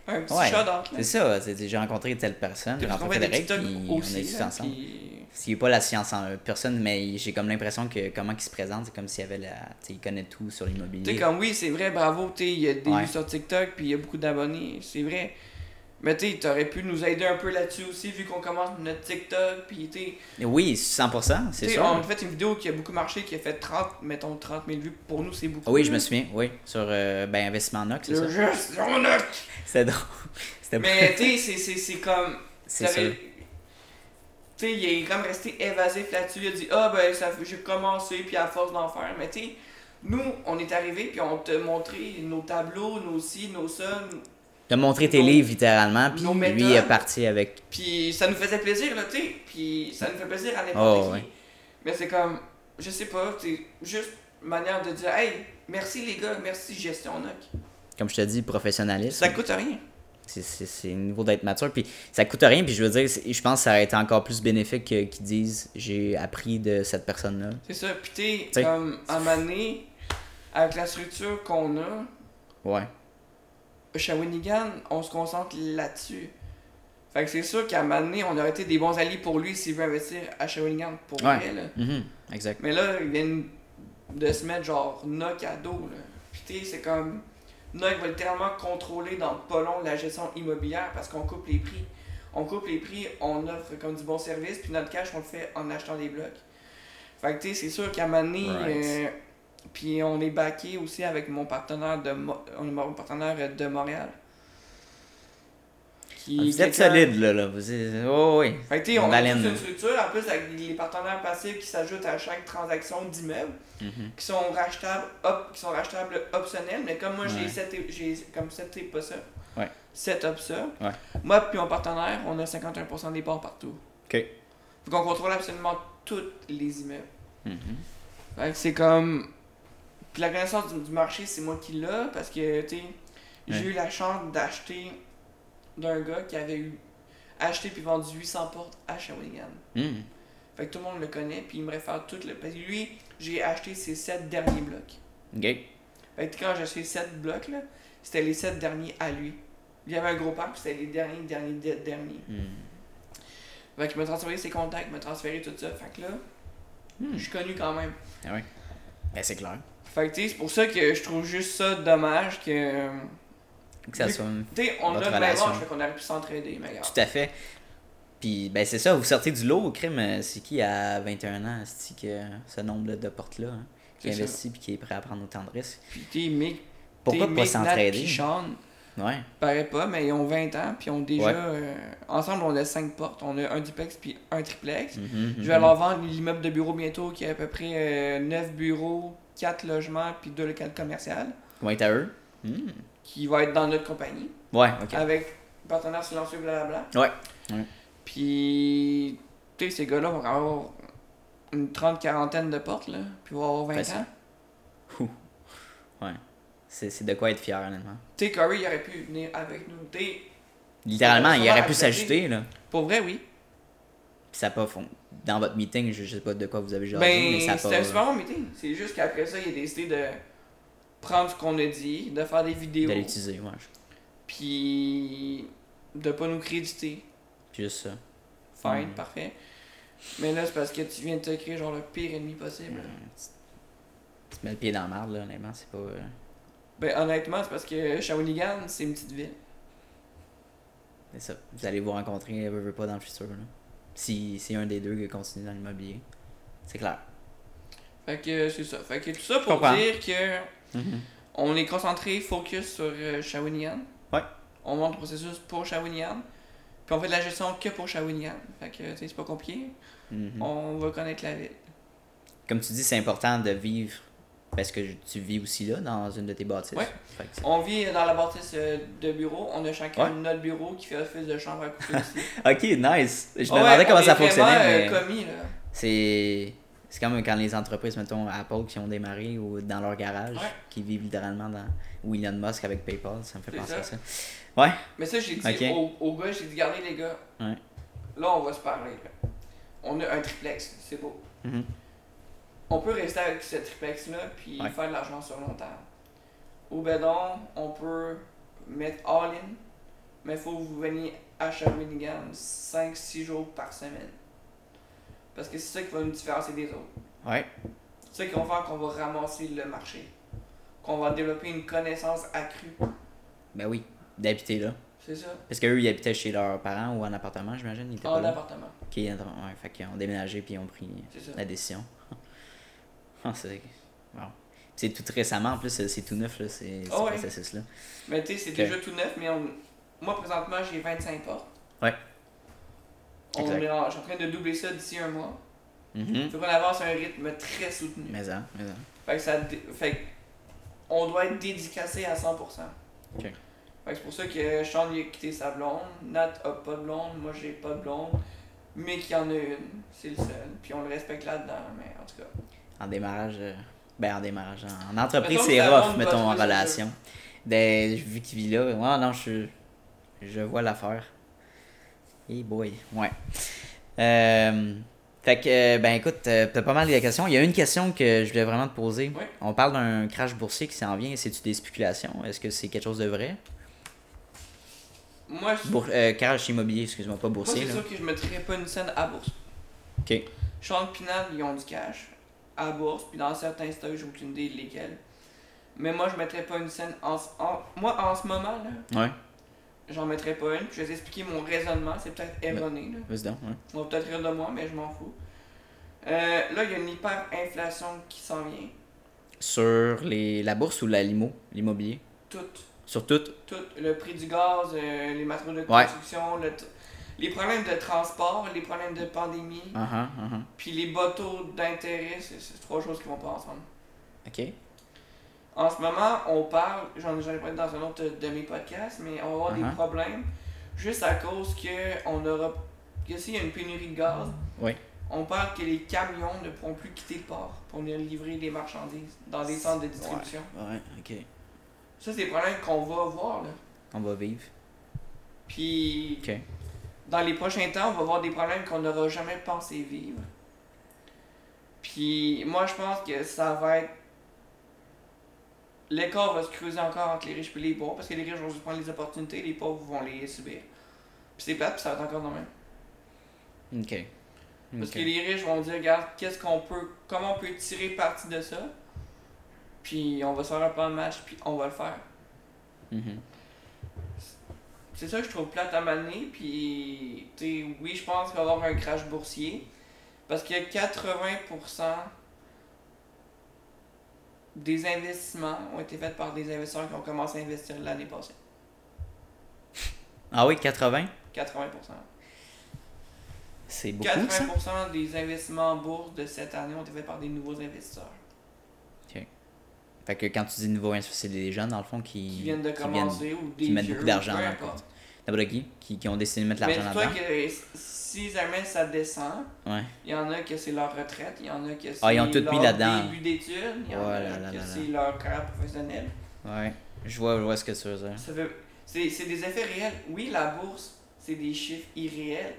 [SPEAKER 3] Un petit
[SPEAKER 2] Ouais,
[SPEAKER 3] shout-out, là.
[SPEAKER 2] C'est ça, c'est- c'est- j'ai rencontré telle personne, j'ai
[SPEAKER 3] Parce qu'on
[SPEAKER 2] rencontré
[SPEAKER 3] fait des
[SPEAKER 2] Frédéric,
[SPEAKER 3] TikTok
[SPEAKER 2] puis on
[SPEAKER 3] aussi,
[SPEAKER 2] est tous
[SPEAKER 3] là,
[SPEAKER 2] ensemble.
[SPEAKER 3] puis-
[SPEAKER 2] S'il n'est pas la science en personne, mais il- j'ai comme l'impression que comment il se présente, c'est comme s'il y avait la. tu sais, il connaît tout sur
[SPEAKER 3] T'sais,
[SPEAKER 2] l'immobilier.
[SPEAKER 3] comme oui, c'est vrai, bravo, t'sais, il y a des
[SPEAKER 2] Ouais.
[SPEAKER 3] vues sur TikTok, puis il y a beaucoup d'abonnés, c'est vrai. Mais tu t'aurais pu nous aider un peu là-dessus aussi, vu qu'on commence notre TikTok, puis t'sais,
[SPEAKER 2] Oui, 100%, c'est
[SPEAKER 3] t'sais,
[SPEAKER 2] sûr.
[SPEAKER 3] on a fait une vidéo qui a beaucoup marché, qui a fait 30, mettons 30 000 vues, pour nous c'est beaucoup.
[SPEAKER 2] Ah oui, je me
[SPEAKER 3] là.
[SPEAKER 2] souviens, oui, sur euh, ben, Investissement Noc, c'est ça.
[SPEAKER 3] Le
[SPEAKER 2] [laughs]
[SPEAKER 3] gestion note.
[SPEAKER 2] C'était drôle. C'était
[SPEAKER 3] Mais tu c'est c'est- c'est comme.
[SPEAKER 2] C'est
[SPEAKER 3] t'aurais-
[SPEAKER 2] sûr.
[SPEAKER 3] t'sais, il est comme resté évasif là-dessus, il a dit ah ben ça, j'ai commencé, puis à force d'en faire, mais tu Nous, on est arrivés, puis on t'a montré nos tableaux, nos ci, nos ça. nos-
[SPEAKER 2] T'as montré tes
[SPEAKER 3] Nos-
[SPEAKER 2] livres littéralement, puis
[SPEAKER 3] nos
[SPEAKER 2] lui
[SPEAKER 3] méthodes.
[SPEAKER 2] est parti avec.
[SPEAKER 3] Puis ça nous faisait plaisir, là, tu sais. Puis ça nous fait plaisir à n'importe
[SPEAKER 2] Oh,
[SPEAKER 3] qui.
[SPEAKER 2] ouais.
[SPEAKER 3] Mais c'est comme, je sais pas, c'est juste une manière de dire, hey, merci les gars, merci Gestion Noc.
[SPEAKER 2] Comme je te dis, professionnaliste.
[SPEAKER 3] Ça coûte rien.
[SPEAKER 2] C'est- C'est c'est le niveau d'être mature. Puis ça coûte rien. Puis je veux dire, c'est- je pense que ça aurait été encore plus bénéfique que- qu'ils disent j'ai appris de cette personne-là.
[SPEAKER 3] C'est ça. Puis t'es,
[SPEAKER 2] T'sais,
[SPEAKER 3] comme, à un moment donné, avec la structure qu'on a,
[SPEAKER 2] Ouais.
[SPEAKER 3] Shawinigan, on se concentre là-dessus. Fait que c'est sûr qu'à un moment donné, on aurait été des bons alliés pour lui s'il veut investir à Shawinigan pour
[SPEAKER 2] Ouais.
[SPEAKER 3] vrai, là.
[SPEAKER 2] Mhm, Exact.
[SPEAKER 3] Mais là, ils viennent de se mettre genre Noc à dos. Là. Puis t'sais, c'est comme. Noc va littéralement contrôler dans pas long la gestion immobilière parce qu'on coupe les prix. On coupe les prix, on offre comme du bon service, puis notre cash, on le fait en achetant des blocs. Fait que t'sais, c'est sûr qu'à un moment donné,
[SPEAKER 2] Right.
[SPEAKER 3] euh, puis on est backé aussi avec mon partenaire de, Mo- euh, mon partenaire de Montréal. Qui
[SPEAKER 2] Ah, Vous êtes
[SPEAKER 3] quelqu'un-
[SPEAKER 2] solide, là. là. Vous êtes- oh, oui.
[SPEAKER 3] fait que, tu sais, on
[SPEAKER 2] Une
[SPEAKER 3] a
[SPEAKER 2] haleine.
[SPEAKER 3] toute une structure, en plus, avec les partenaires passifs qui s'ajoutent à chaque transaction d'immeuble,
[SPEAKER 2] Mhm.
[SPEAKER 3] qui sont rachetables, op- qui sont rachetables optionnels, mais comme moi, j'ai
[SPEAKER 2] Ouais.
[SPEAKER 3] sept et- j'ai comme 7 et pas ça.
[SPEAKER 2] Ouais.
[SPEAKER 3] 7 up ça.
[SPEAKER 2] Ouais.
[SPEAKER 3] Moi, puis mon partenaire, on a 51% des parts partout.
[SPEAKER 2] OK.
[SPEAKER 3] Donc, on contrôle absolument tous les immeubles.
[SPEAKER 2] Mhm.
[SPEAKER 3] Fait que c'est comme. Puis la connaissance du, du marché, c'est moi qui l'ai parce que, tu sais, j'ai
[SPEAKER 2] Ouais.
[SPEAKER 3] eu la chance d'acheter d'un gars qui avait eu acheté puis vendu 800 portes à Shawinigan.
[SPEAKER 2] Mhm.
[SPEAKER 3] Fait que tout le monde le connaît, puis il me réfère tout le. Parce que lui, j'ai acheté ses 7 derniers blocs.
[SPEAKER 2] OK.
[SPEAKER 3] Fait que quand j'ai acheté 7 blocs, là, c'était les 7 derniers à lui. Il y avait un gros parc, puis c'était les derniers, derniers, de- derniers.
[SPEAKER 2] Mhm.
[SPEAKER 3] Fait qu'il m'a transféré ses contacts, m'a transféré tout ça. Fait que là,
[SPEAKER 2] Hmm.
[SPEAKER 3] je suis connu quand même.
[SPEAKER 2] Ah oui. Ben, c'est clair.
[SPEAKER 3] Fait que tu sais, c'est pour ça que je trouve juste ça dommage que.
[SPEAKER 2] Que ça
[SPEAKER 3] Vu-
[SPEAKER 2] soit.
[SPEAKER 3] Tu sais, on
[SPEAKER 2] Votre
[SPEAKER 3] a le même
[SPEAKER 2] relation.
[SPEAKER 3] âge, fait qu'on aurait pu s'entraider, mais regarde.
[SPEAKER 2] Tout à fait. Puis, ben, c'est ça, vous sortez du lot au crime. euh, C'est qui à 21 ans, c'est que ce nombre de portes-là, hein, qui
[SPEAKER 3] C'est ça.
[SPEAKER 2] investit puis qui est prêt à prendre autant de risques?
[SPEAKER 3] Puis tu sais, Mick. tu sais,
[SPEAKER 2] Pourquoi pas
[SPEAKER 3] Mick, Nat,
[SPEAKER 2] s'entraider?
[SPEAKER 3] puis Sean,
[SPEAKER 2] Ouais.
[SPEAKER 3] paraît pas, mais ils ont 20 ans, puis ils ont déjà.
[SPEAKER 2] Ouais.
[SPEAKER 3] euh, ensemble, on a 5 portes. On a un duplex, puis un triplex.
[SPEAKER 2] Mhm,
[SPEAKER 3] Je vais
[SPEAKER 2] mhm.
[SPEAKER 3] leur vendre l'immeuble de bureau bientôt qui a à peu près 9 bureaux, 4 logements, puis 2 locales commerciales,
[SPEAKER 2] Ouais, t'as eux? Hmm.
[SPEAKER 3] qui va être dans notre compagnie,
[SPEAKER 2] Ouais, ok.
[SPEAKER 3] avec partenaire silencieux, blablabla.
[SPEAKER 2] Ouais. Ouais.
[SPEAKER 3] Puis, tu sais, ces gars-là vont avoir une trente, quarantaine de portes, là, puis vont avoir 20
[SPEAKER 2] Facile.
[SPEAKER 3] ans.
[SPEAKER 2] Ouais. C'est c'est de quoi être fier, honnêtement.
[SPEAKER 3] Tu sais, Corey, il aurait pu venir avec nous. Tu sais,
[SPEAKER 2] Littéralement, il
[SPEAKER 3] sûrement
[SPEAKER 2] aurait pu
[SPEAKER 3] accepté.
[SPEAKER 2] s'ajouter, là.
[SPEAKER 3] pour vrai, oui.
[SPEAKER 2] Puis ça a pas fond. Dans votre meeting, je je sais pas de quoi vous avez jasé, mais ça
[SPEAKER 3] Ben,
[SPEAKER 2] a
[SPEAKER 3] c'était un
[SPEAKER 2] pas.
[SPEAKER 3] super bon meeting. C'est juste qu'après ça, il a décidé de prendre ce qu'on a dit, de faire des
[SPEAKER 2] de
[SPEAKER 3] vidéos,
[SPEAKER 2] l'utiliser, ouais.
[SPEAKER 3] puis de pas nous créditer.
[SPEAKER 2] Juste ça.
[SPEAKER 3] Fine,
[SPEAKER 2] Mm.
[SPEAKER 3] parfait. Mais là, c'est parce que tu viens de te créer genre le pire ennemi possible.
[SPEAKER 2] Tu te mets le pied dans la marde, là, honnêtement, c'est pas. euh,
[SPEAKER 3] Ben, honnêtement, c'est parce que Shawinigan, c'est une petite ville.
[SPEAKER 2] C'est ça. Vous allez vous rencontrer, euh, veux, veux pas, dans le futur, là. Si, si un des deux qui continue dans l'immobilier. C'est clair.
[SPEAKER 3] Fait que c'est ça. Fait que tout ça pour
[SPEAKER 2] comprends.
[SPEAKER 3] dire que on est concentré, focus sur euh, Shawinigan.
[SPEAKER 2] Ouais.
[SPEAKER 3] On monte le processus pour Shawinigan. Puis on fait de la gestion que pour Shawinigan. Fait que, tu sais, c'est pas compliqué.
[SPEAKER 2] Mhm.
[SPEAKER 3] On va connaître la ville.
[SPEAKER 2] Comme tu dis, c'est important de vivre parce que je- tu vis aussi là, dans une de tes bâtisses.
[SPEAKER 3] Ouais.
[SPEAKER 2] Fait que c'est-
[SPEAKER 3] On vit dans la bâtisse euh, de bureau. On a chacun
[SPEAKER 2] Ouais.
[SPEAKER 3] notre bureau qui fait office de chambre à
[SPEAKER 2] [laughs]
[SPEAKER 3] coucher aussi.
[SPEAKER 2] Ok, nice. Je me
[SPEAKER 3] Ah ouais,
[SPEAKER 2] demandais
[SPEAKER 3] on
[SPEAKER 2] comment
[SPEAKER 3] est
[SPEAKER 2] ça
[SPEAKER 3] vraiment,
[SPEAKER 2] fonctionnait,
[SPEAKER 3] euh,
[SPEAKER 2] mais
[SPEAKER 3] commis, là.
[SPEAKER 2] c'est c'est comme quand les entreprises, mettons Apple, qui ont démarré ou dans leur garage,
[SPEAKER 3] Ouais.
[SPEAKER 2] qui vivent littéralement dans ou Elon Musk avec PayPal, ça me fait
[SPEAKER 3] C'est
[SPEAKER 2] penser
[SPEAKER 3] ça.
[SPEAKER 2] à ça. Ouais.
[SPEAKER 3] Mais ça, j'ai dit
[SPEAKER 2] Ok.
[SPEAKER 3] au, au gars, j'ai dit, regardez les gars,
[SPEAKER 2] Ouais.
[SPEAKER 3] là, on va se parler. là. On a un triplex, c'est beau.
[SPEAKER 2] Mhm.
[SPEAKER 3] On peut rester avec ce triplex-là, puis
[SPEAKER 2] Ouais.
[SPEAKER 3] faire de l'argent sur long terme. Au bedon, on peut mettre all-in, mais faut que vous veniez à Shawinigan 5-6 jours par semaine. Parce que c'est ça qui va nous différencier des autres.
[SPEAKER 2] Ouais.
[SPEAKER 3] C'est ça qui va faire qu'on va ramasser le marché. Qu'on va développer une connaissance accrue.
[SPEAKER 2] Ben oui, d'habiter là.
[SPEAKER 3] C'est ça.
[SPEAKER 2] Parce qu'eux, ils habitaient chez leurs parents ou en appartement, j'imagine. Ils étaient pas
[SPEAKER 3] En
[SPEAKER 2] là.
[SPEAKER 3] appartement.
[SPEAKER 2] Ok, attends, ouais, fait qu'ils ont déménagé puis ils ont pris
[SPEAKER 3] C'est ça.
[SPEAKER 2] la décision. [laughs] Ah, c'est. wow. C'est tout récemment, en plus, c'est c'est tout neuf, là, c'est- ce
[SPEAKER 3] Ah ouais.
[SPEAKER 2] processus-là.
[SPEAKER 3] Mais tu sais, c'est
[SPEAKER 2] Ok.
[SPEAKER 3] déjà tout neuf, mais on... moi présentement j'ai 25 portes.
[SPEAKER 2] Ouais.
[SPEAKER 3] On
[SPEAKER 2] Exact.
[SPEAKER 3] est en- Je suis en train de doubler ça d'ici un mois.
[SPEAKER 2] Mhm.
[SPEAKER 3] Faut qu'on avance à un rythme très soutenu.
[SPEAKER 2] Mais ça, mais ça.
[SPEAKER 3] Fait que ça. dé- Fait que on doit être dédicacé à 100%.
[SPEAKER 2] Ok.
[SPEAKER 3] Fait que c'est pour ça que Sean il a quitté sa blonde, Nat a pas de blonde, moi j'ai pas de blonde, mais qu'il y en a une, c'est le seul. Puis on le respecte là-dedans, mais en tout cas.
[SPEAKER 2] En démarrage. euh, Ben, en démarrage. En, en entreprise,
[SPEAKER 3] Mettons que
[SPEAKER 2] c'est
[SPEAKER 3] ta
[SPEAKER 2] rough,
[SPEAKER 3] blonde
[SPEAKER 2] mettons, en
[SPEAKER 3] bosse là,
[SPEAKER 2] relation. Ben, vu qu'il vit là, ouais, non, je suis- Je vois l'affaire. Hey boy, ouais. Euh, fait que, euh, ben écoute, euh, t'as pas mal de questions. Il y a une question que je voulais vraiment te poser.
[SPEAKER 3] Oui.
[SPEAKER 2] On parle d'un crash boursier qui s'en vient. C'est-tu des spéculations? Est-ce que c'est quelque chose de vrai?
[SPEAKER 3] Moi, je-
[SPEAKER 2] Bour- euh, crash immobilier, excuse-moi, pas
[SPEAKER 3] moi
[SPEAKER 2] boursier.
[SPEAKER 3] c'est
[SPEAKER 2] là.
[SPEAKER 3] sûr que je mettrais pas une scène à bourse.
[SPEAKER 2] Ok.
[SPEAKER 3] Sean Pinal, ils ont du cash à bourse, puis dans certains stocks, j'ai aucune idée lesquels. Mais moi, je mettrais pas une scène en, ce- en- moi en ce moment là,
[SPEAKER 2] Ouais,
[SPEAKER 3] j'en mettrais pas une. Puis je vais t'expliquer mon raisonnement, c'est peut-être erroné là.
[SPEAKER 2] vas-y donc. ouais.
[SPEAKER 3] On va peut-être rire de moi, mais je m'en fous. Euh, là, il y a une hyperinflation qui s'en vient.
[SPEAKER 2] Sur les, la bourse ou la limo, l'immobilier?
[SPEAKER 3] Tout,
[SPEAKER 2] Sur tout?
[SPEAKER 3] tout, le prix du gaz, euh, les matériaux de
[SPEAKER 2] Ouais.
[SPEAKER 3] construction, le t- les problèmes de transport, les problèmes de pandémie,
[SPEAKER 2] Ah ah, ah ah.
[SPEAKER 3] puis les bateaux d'intérêt, c'est c'est trois choses qui vont pas ensemble.
[SPEAKER 2] Ok.
[SPEAKER 3] En ce moment, on parle, j'en ai déjà parlé dans un autre de mes podcasts, mais on va avoir
[SPEAKER 2] Uh-huh.
[SPEAKER 3] des problèmes juste à cause que on aura que s'il y a une pénurie de gaz,
[SPEAKER 2] Oui.
[SPEAKER 3] on parle que les camions ne pourront plus quitter le port pour venir livrer les marchandises dans des centres de distribution.
[SPEAKER 2] Ouais, ok.
[SPEAKER 3] Ça, c'est des problèmes qu'on va voir là.
[SPEAKER 2] On va vivre.
[SPEAKER 3] Puis
[SPEAKER 2] Ok.
[SPEAKER 3] dans les prochains temps, on va voir des problèmes qu'on n'aura jamais pensé vivre. Puis moi, je pense que ça va être. L'écart va se creuser encore entre les riches et les pauvres parce que les riches vont juste prendre les opportunités les pauvres vont les subir. Puis c'est plate, puis ça va être encore de même.
[SPEAKER 2] Ok.
[SPEAKER 3] Parce
[SPEAKER 2] Ok.
[SPEAKER 3] que les riches vont dire, regarde, qu'est-ce qu'on peut, comment on peut tirer parti de ça, puis on va se faire un plan de match, puis on va le faire.
[SPEAKER 2] Mhm.
[SPEAKER 3] C'est ça que je trouve plate à maner, puis tu sais, oui, je pense qu'il va y avoir un crash boursier, parce que 80% des investissements ont été faits par des investisseurs qui ont commencé à investir l'année passée.
[SPEAKER 2] Ah oui, 80
[SPEAKER 3] 80%.
[SPEAKER 2] C'est beaucoup ça
[SPEAKER 3] 80% des investissements en bourse de cette année ont été faits par des nouveaux investisseurs.
[SPEAKER 2] Fait que quand tu dis nouveau investisseur, c'est des gens dans le fond qui.
[SPEAKER 3] qui viennent de commencer ou des
[SPEAKER 2] qui mettent
[SPEAKER 3] vieux,
[SPEAKER 2] beaucoup d'argent
[SPEAKER 3] peu
[SPEAKER 2] dans le
[SPEAKER 3] importe.
[SPEAKER 2] compte. N'importe qui, qui, qui ont décidé de mettre
[SPEAKER 3] Mais
[SPEAKER 2] l'argent
[SPEAKER 3] dis-toi
[SPEAKER 2] là-dedans.
[SPEAKER 3] que si jamais ça descend,
[SPEAKER 2] Ouais.
[SPEAKER 3] il y en a que c'est leur retraite, il y en a que c'est
[SPEAKER 2] Ah, ils ont tout
[SPEAKER 3] leur
[SPEAKER 2] mis là-dedans.
[SPEAKER 3] début d'études, il y en
[SPEAKER 2] Oh
[SPEAKER 3] a
[SPEAKER 2] là là
[SPEAKER 3] que
[SPEAKER 2] là
[SPEAKER 3] c'est leur carrière professionnelle.
[SPEAKER 2] Ouais. Je vois, je vois ce que tu veux dire.
[SPEAKER 3] Ça veut- C'est c'est des effets réels. Oui, la bourse, c'est des chiffres irréels.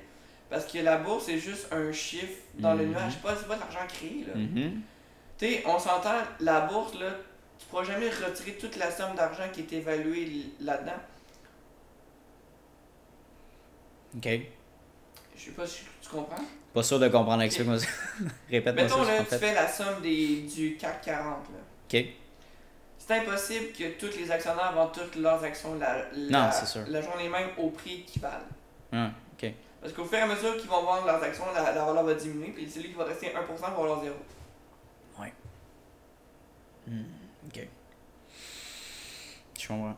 [SPEAKER 3] Parce que la bourse, c'est juste un chiffre dans le
[SPEAKER 2] Mhm.
[SPEAKER 3] nuage. C'est pas, c'est pas de l'argent créé. Là.
[SPEAKER 2] Mhm.
[SPEAKER 3] Tu sais, on s'entend, la bourse, là, tu pourras jamais retirer toute la somme d'argent qui est évaluée l- là-dedans.
[SPEAKER 2] Ok.
[SPEAKER 3] Je sais pas si tu comprends.
[SPEAKER 2] Pas sûr de comprendre l'explication. [laughs] Répète-moi
[SPEAKER 3] Mettons,
[SPEAKER 2] ça.
[SPEAKER 3] là,
[SPEAKER 2] en
[SPEAKER 3] tu
[SPEAKER 2] fait.
[SPEAKER 3] fais la somme des, du CAC 40. Là.
[SPEAKER 2] Ok.
[SPEAKER 3] C'est impossible que tous les actionnaires vendent toutes leurs actions la, la,
[SPEAKER 2] Non, c'est sûr.
[SPEAKER 3] la journée même au prix qu'ils valent.
[SPEAKER 2] Ouais, Ah, ok.
[SPEAKER 3] Parce qu'au fur et à mesure qu'ils vont vendre leurs actions, la, la valeur va diminuer, puis celui qui va rester 1% va valoir 0.
[SPEAKER 2] Ok. Je comprends.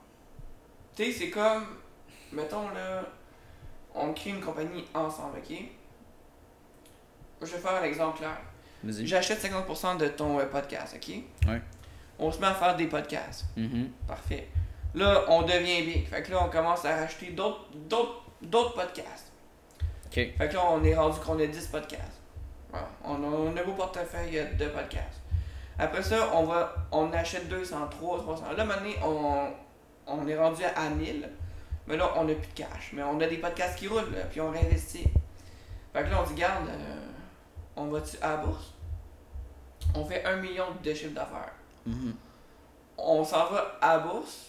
[SPEAKER 3] Tu sais, c'est comme, mettons là, on crée une compagnie ensemble, ok? Je vais faire un exemple clair.
[SPEAKER 2] Vas-y.
[SPEAKER 3] J'achète 50% de ton euh, podcast, ok?
[SPEAKER 2] Ouais.
[SPEAKER 3] On se met à faire des podcasts.
[SPEAKER 2] Mhm.
[SPEAKER 3] Parfait. Là, on devient big. Fait que là, on commence à racheter d'autres, d'autres, d'autres podcasts.
[SPEAKER 2] Ok.
[SPEAKER 3] Fait que là, on est rendu qu'on a 10 podcasts. Ouais. On a on a un beau portefeuille de podcasts. Après ça, on va on achète 200, 300, 300. Là, maintenant, on, on est rendu à 1000. Mais là, on n'a plus de cash. Mais on a des podcasts qui roulent, là, puis on réinvestit. Fait que là, on dit, garde, euh, on va-tu à la bourse? On fait 1 million de chiffre d'affaires
[SPEAKER 2] Mhm.
[SPEAKER 3] on s'en va à la bourse,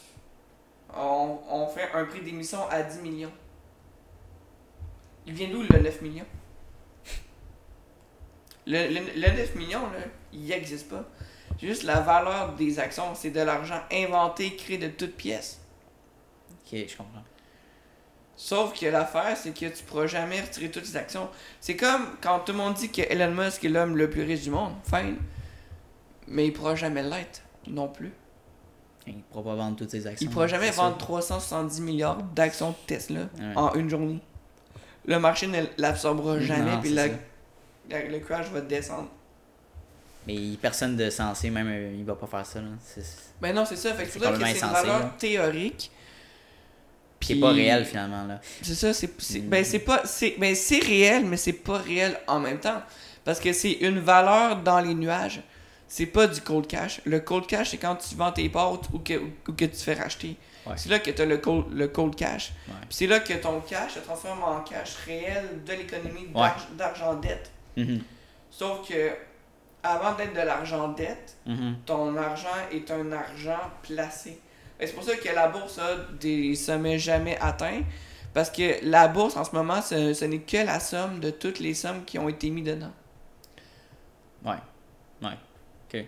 [SPEAKER 3] on, on fait un prix d'émission à 10 millions. Il vient d'où le 9 millions le, le- le 9 millions, là, il n'existe pas. C'est juste la valeur des actions, c'est de l'argent inventé, créé de toutes pièces.
[SPEAKER 2] Ok, je comprends.
[SPEAKER 3] Sauf que l'affaire, c'est que tu pourras jamais retirer toutes les actions. C'est comme quand tout le monde dit que Elon Musk est l'homme le plus riche du monde, fine. Mais il pourra jamais l'être non plus.
[SPEAKER 2] Il pourra pas vendre toutes ses actions. hein,
[SPEAKER 3] Il pourra jamais
[SPEAKER 2] c'est sûr.
[SPEAKER 3] vendre 370 milliards d'actions de Tesla
[SPEAKER 2] Ouais.
[SPEAKER 3] en une journée. Le marché ne l'absorbera jamais,
[SPEAKER 2] Non,
[SPEAKER 3] puis
[SPEAKER 2] c'est
[SPEAKER 3] la-
[SPEAKER 2] ça.
[SPEAKER 3] la- le crash va descendre.
[SPEAKER 2] Mais personne de sensé, même, euh, il va pas faire ça. Là. C'est, c'est-
[SPEAKER 3] Ben non, c'est ça. Fait que
[SPEAKER 2] C'est
[SPEAKER 3] c'est pour ça que
[SPEAKER 2] complètement
[SPEAKER 3] c'est une
[SPEAKER 2] insensé,
[SPEAKER 3] valeur
[SPEAKER 2] là.
[SPEAKER 3] théorique.
[SPEAKER 2] qui est
[SPEAKER 3] Puis-
[SPEAKER 2] pas réel finalement. Là.
[SPEAKER 3] C'est ça, c'est c'est-
[SPEAKER 2] Mm.
[SPEAKER 3] ben c'est pas c'est ben c'est réel mais c'est pas réel en même temps parce que c'est une valeur dans les nuages. C'est pas du cold cash. Le cold cash c'est quand tu vends tes portes ou que ou que tu te fais racheter.
[SPEAKER 2] Ouais.
[SPEAKER 3] C'est là que tu as le cold, le cold cash.
[SPEAKER 2] Ouais.
[SPEAKER 3] Puis c'est là que ton cash se transforme en cash réel de l'économie
[SPEAKER 2] Ouais.
[SPEAKER 3] d'arg- d'argent dette.
[SPEAKER 2] Mhm,
[SPEAKER 3] Sauf que avant d'être de l'argent dette,
[SPEAKER 2] mhm.
[SPEAKER 3] ton argent est un argent placé. Et C'est pour ça que la bourse a des sommets jamais atteints. Parce que la bourse en ce moment, ce, ce n'est que la somme de toutes les sommes qui ont été mises dedans.
[SPEAKER 2] Hum. Ouais. Ouais. Ok.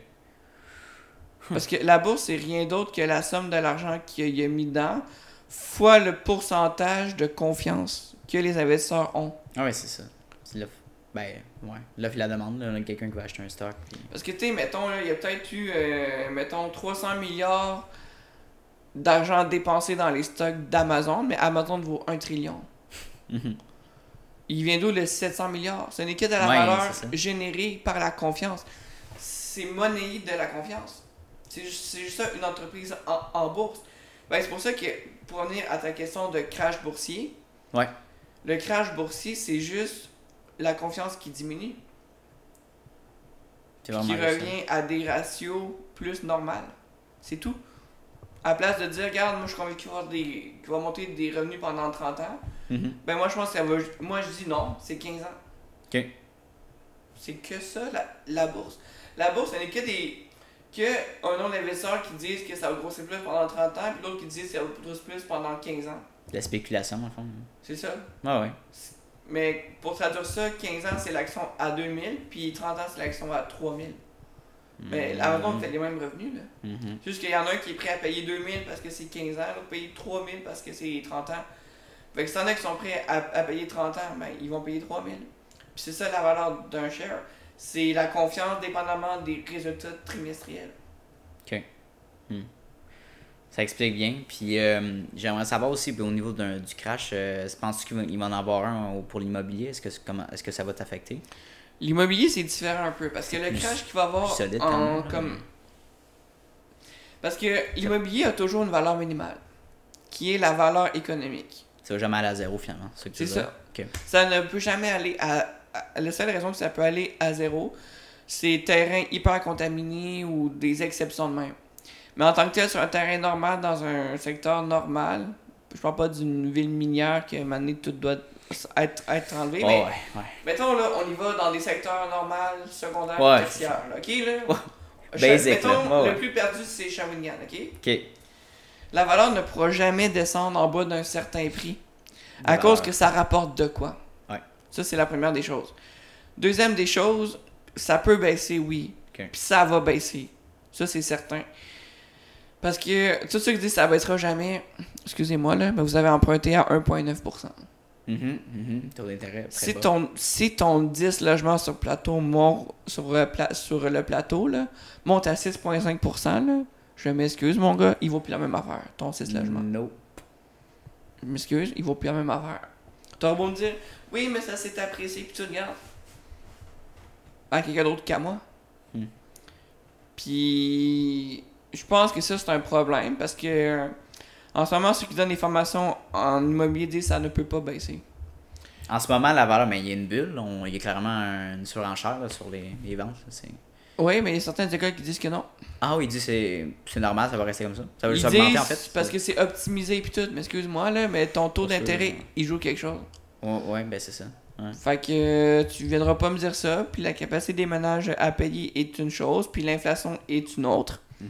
[SPEAKER 3] Parce que la bourse, c'est rien d'autre que la somme de l'argent qu'il y a mis dedans fois le pourcentage de confiance que les investisseurs ont.
[SPEAKER 2] Ah ouais, c'est ça. C'est l'offre. Ben, ouais. L'offre et la demande, là. Quelqu'un qui va acheter un stock. puis-
[SPEAKER 3] Parce que, tu sais, mettons, là, il y a peut-être eu, euh, mettons, 300 milliards d'argent dépensé dans les stocks d'Amazon, mais Amazon vaut 1 trillion.
[SPEAKER 2] Mhm.
[SPEAKER 3] Il vient d'où le 700 milliards? Ce n'est que de la
[SPEAKER 2] Ouais,
[SPEAKER 3] valeur
[SPEAKER 2] c'est ça.
[SPEAKER 3] générée par la confiance. C'est monnayé de la confiance. C'est ju- c'est juste ça, une entreprise en, en bourse. Ben, c'est pour ça que, pour revenir à ta question de crash boursier,
[SPEAKER 2] Ouais.
[SPEAKER 3] le crash boursier, c'est juste la confiance qui diminue,
[SPEAKER 2] C'est
[SPEAKER 3] puis
[SPEAKER 2] vraiment
[SPEAKER 3] qui
[SPEAKER 2] ça.
[SPEAKER 3] revient à des ratios plus normales. C'est tout. À place de dire, regarde, moi je suis convaincu qu'il va, y avoir des- qu'il va monter des revenus pendant 30 ans,
[SPEAKER 2] Mhm.
[SPEAKER 3] ben moi je pense que ça va. Moi je dis non, c'est 15 ans.
[SPEAKER 2] Ok.
[SPEAKER 3] C'est que ça, la, la bourse. La bourse, ce n'est que des. que un nombre d'investisseurs qui disent que ça va grossir plus pendant 30 ans, puis l'autre qui dit que ça va grossir plus pendant 15 ans.
[SPEAKER 2] La spéculation, en fond.
[SPEAKER 3] C'est ça.
[SPEAKER 2] Ouais, ouais.
[SPEAKER 3] Mais pour traduire ça, 15 ans c'est l'action à 2000, puis 30 ans c'est l'action à 3000. Mais
[SPEAKER 2] Mhm.
[SPEAKER 3] Ben, la Amazon fait les mêmes revenus, là.
[SPEAKER 2] Mhm.
[SPEAKER 3] Juste qu'il y en a un qui est prêt à payer 2000 parce que c'est 15 ans, l'autre payer 3000 parce que c'est 30 ans. Fait que s'il y en a qui sont prêts à, à payer 30 ans, ben, ils vont payer 3000. Puis c'est ça la valeur d'un share. C'est la confiance dépendamment des résultats trimestriels.
[SPEAKER 2] Ça explique bien. Puis euh, j'aimerais savoir aussi, puis au niveau d'un- du crash, euh, penses-tu qu'il va, il va en avoir un au- pour l'immobilier Est-ce que, c'est- comment, est-ce que ça va t'affecter
[SPEAKER 3] L'immobilier, c'est différent un peu parce que le
[SPEAKER 2] plus-
[SPEAKER 3] crash qu'il va avoir
[SPEAKER 2] plus solide quand
[SPEAKER 3] en
[SPEAKER 2] même, hein.
[SPEAKER 3] comme. Parce que l'immobilier a toujours une valeur minimale qui est la valeur économique.
[SPEAKER 2] Ça va jamais aller à zéro finalement. C'est, ce que tu
[SPEAKER 3] C'est
[SPEAKER 2] veux dire.
[SPEAKER 3] ça.
[SPEAKER 2] Ok.
[SPEAKER 3] Ça ne peut jamais aller à, à- La seule raison que ça peut aller à zéro, c'est terrain hyper contaminé ou des exceptions de même. Mais en tant que tel, sur un terrain normal, dans un secteur normal, je parle pas d'une ville minière que maintenant tout doit être, être enlevé.
[SPEAKER 2] Oh,
[SPEAKER 3] mais
[SPEAKER 2] ouais, ouais.
[SPEAKER 3] mettons là, on y va dans des secteurs normaux, secondaires,
[SPEAKER 2] Ouais.
[SPEAKER 3] tertiaires. là, ok là?
[SPEAKER 2] Ouais. Basic,
[SPEAKER 3] Mettons,
[SPEAKER 2] là. Ouais, ouais.
[SPEAKER 3] le plus perdu, c'est Shawinigan, ok?
[SPEAKER 2] Ok.
[SPEAKER 3] La valeur ne pourra jamais descendre en bas d'un certain prix. À
[SPEAKER 2] Valeur.
[SPEAKER 3] cause que ça rapporte de quoi.
[SPEAKER 2] Bah. Ouais.
[SPEAKER 3] Ça, c'est la première des choses. Deuxième des choses, ça peut baisser, oui.
[SPEAKER 2] Ok.
[SPEAKER 3] Puis ça va baisser. Ça, c'est certain. Parce que tous ceux qui disent que ça baissera jamais, excusez-moi, là, mais vous avez emprunté à 1,9%.
[SPEAKER 2] Mhm, mhm. Taux d'intérêt. très
[SPEAKER 3] Si
[SPEAKER 2] bas.
[SPEAKER 3] ton, si ton 10 logements sur, plateau monte- sur, euh, pla- sur le plateau là, monte à 6,5%, là, je m'excuse, mon gars, il vaut plus la même affaire, ton 6
[SPEAKER 2] Hmm.
[SPEAKER 3] logements.
[SPEAKER 2] No.
[SPEAKER 3] Je m'excuse, il vaut plus la même affaire. T'aurais beau me dire, oui, mais ça s'est apprécié, puis tu regardes. À quelqu'un d'autre qu'à moi.
[SPEAKER 2] Hmm.
[SPEAKER 3] Puis, je pense que ça, c'est un problème parce que, euh, en ce moment, ceux qui donnent des formations en immobilier disent que ça ne peut pas baisser.
[SPEAKER 2] En ce moment, la valeur, mais il y a une bulle. là. On- Il y a clairement un- une surenchère là, sur les, les ventes. là. C'est-
[SPEAKER 3] Oui, mais il y a certaines écoles qui disent que non.
[SPEAKER 2] Ah oui, il dit c'est, c'est normal, ça va rester comme ça. Ça va
[SPEAKER 3] Ils
[SPEAKER 2] juste augmenter
[SPEAKER 3] disent
[SPEAKER 2] en fait.
[SPEAKER 3] Parce que c'est optimisé, puis tout, mais excuse-moi, là, mais ton taux
[SPEAKER 2] Pas sûr, hein.
[SPEAKER 3] d'intérêt,
[SPEAKER 2] non.
[SPEAKER 3] il joue quelque chose.
[SPEAKER 2] Ouais, ouais, ben c'est ça. Ouais.
[SPEAKER 3] Fait que euh, tu viendras pas me dire ça, puis la capacité des ménages à payer est une chose, puis l'inflation est une autre.
[SPEAKER 2] Mhm.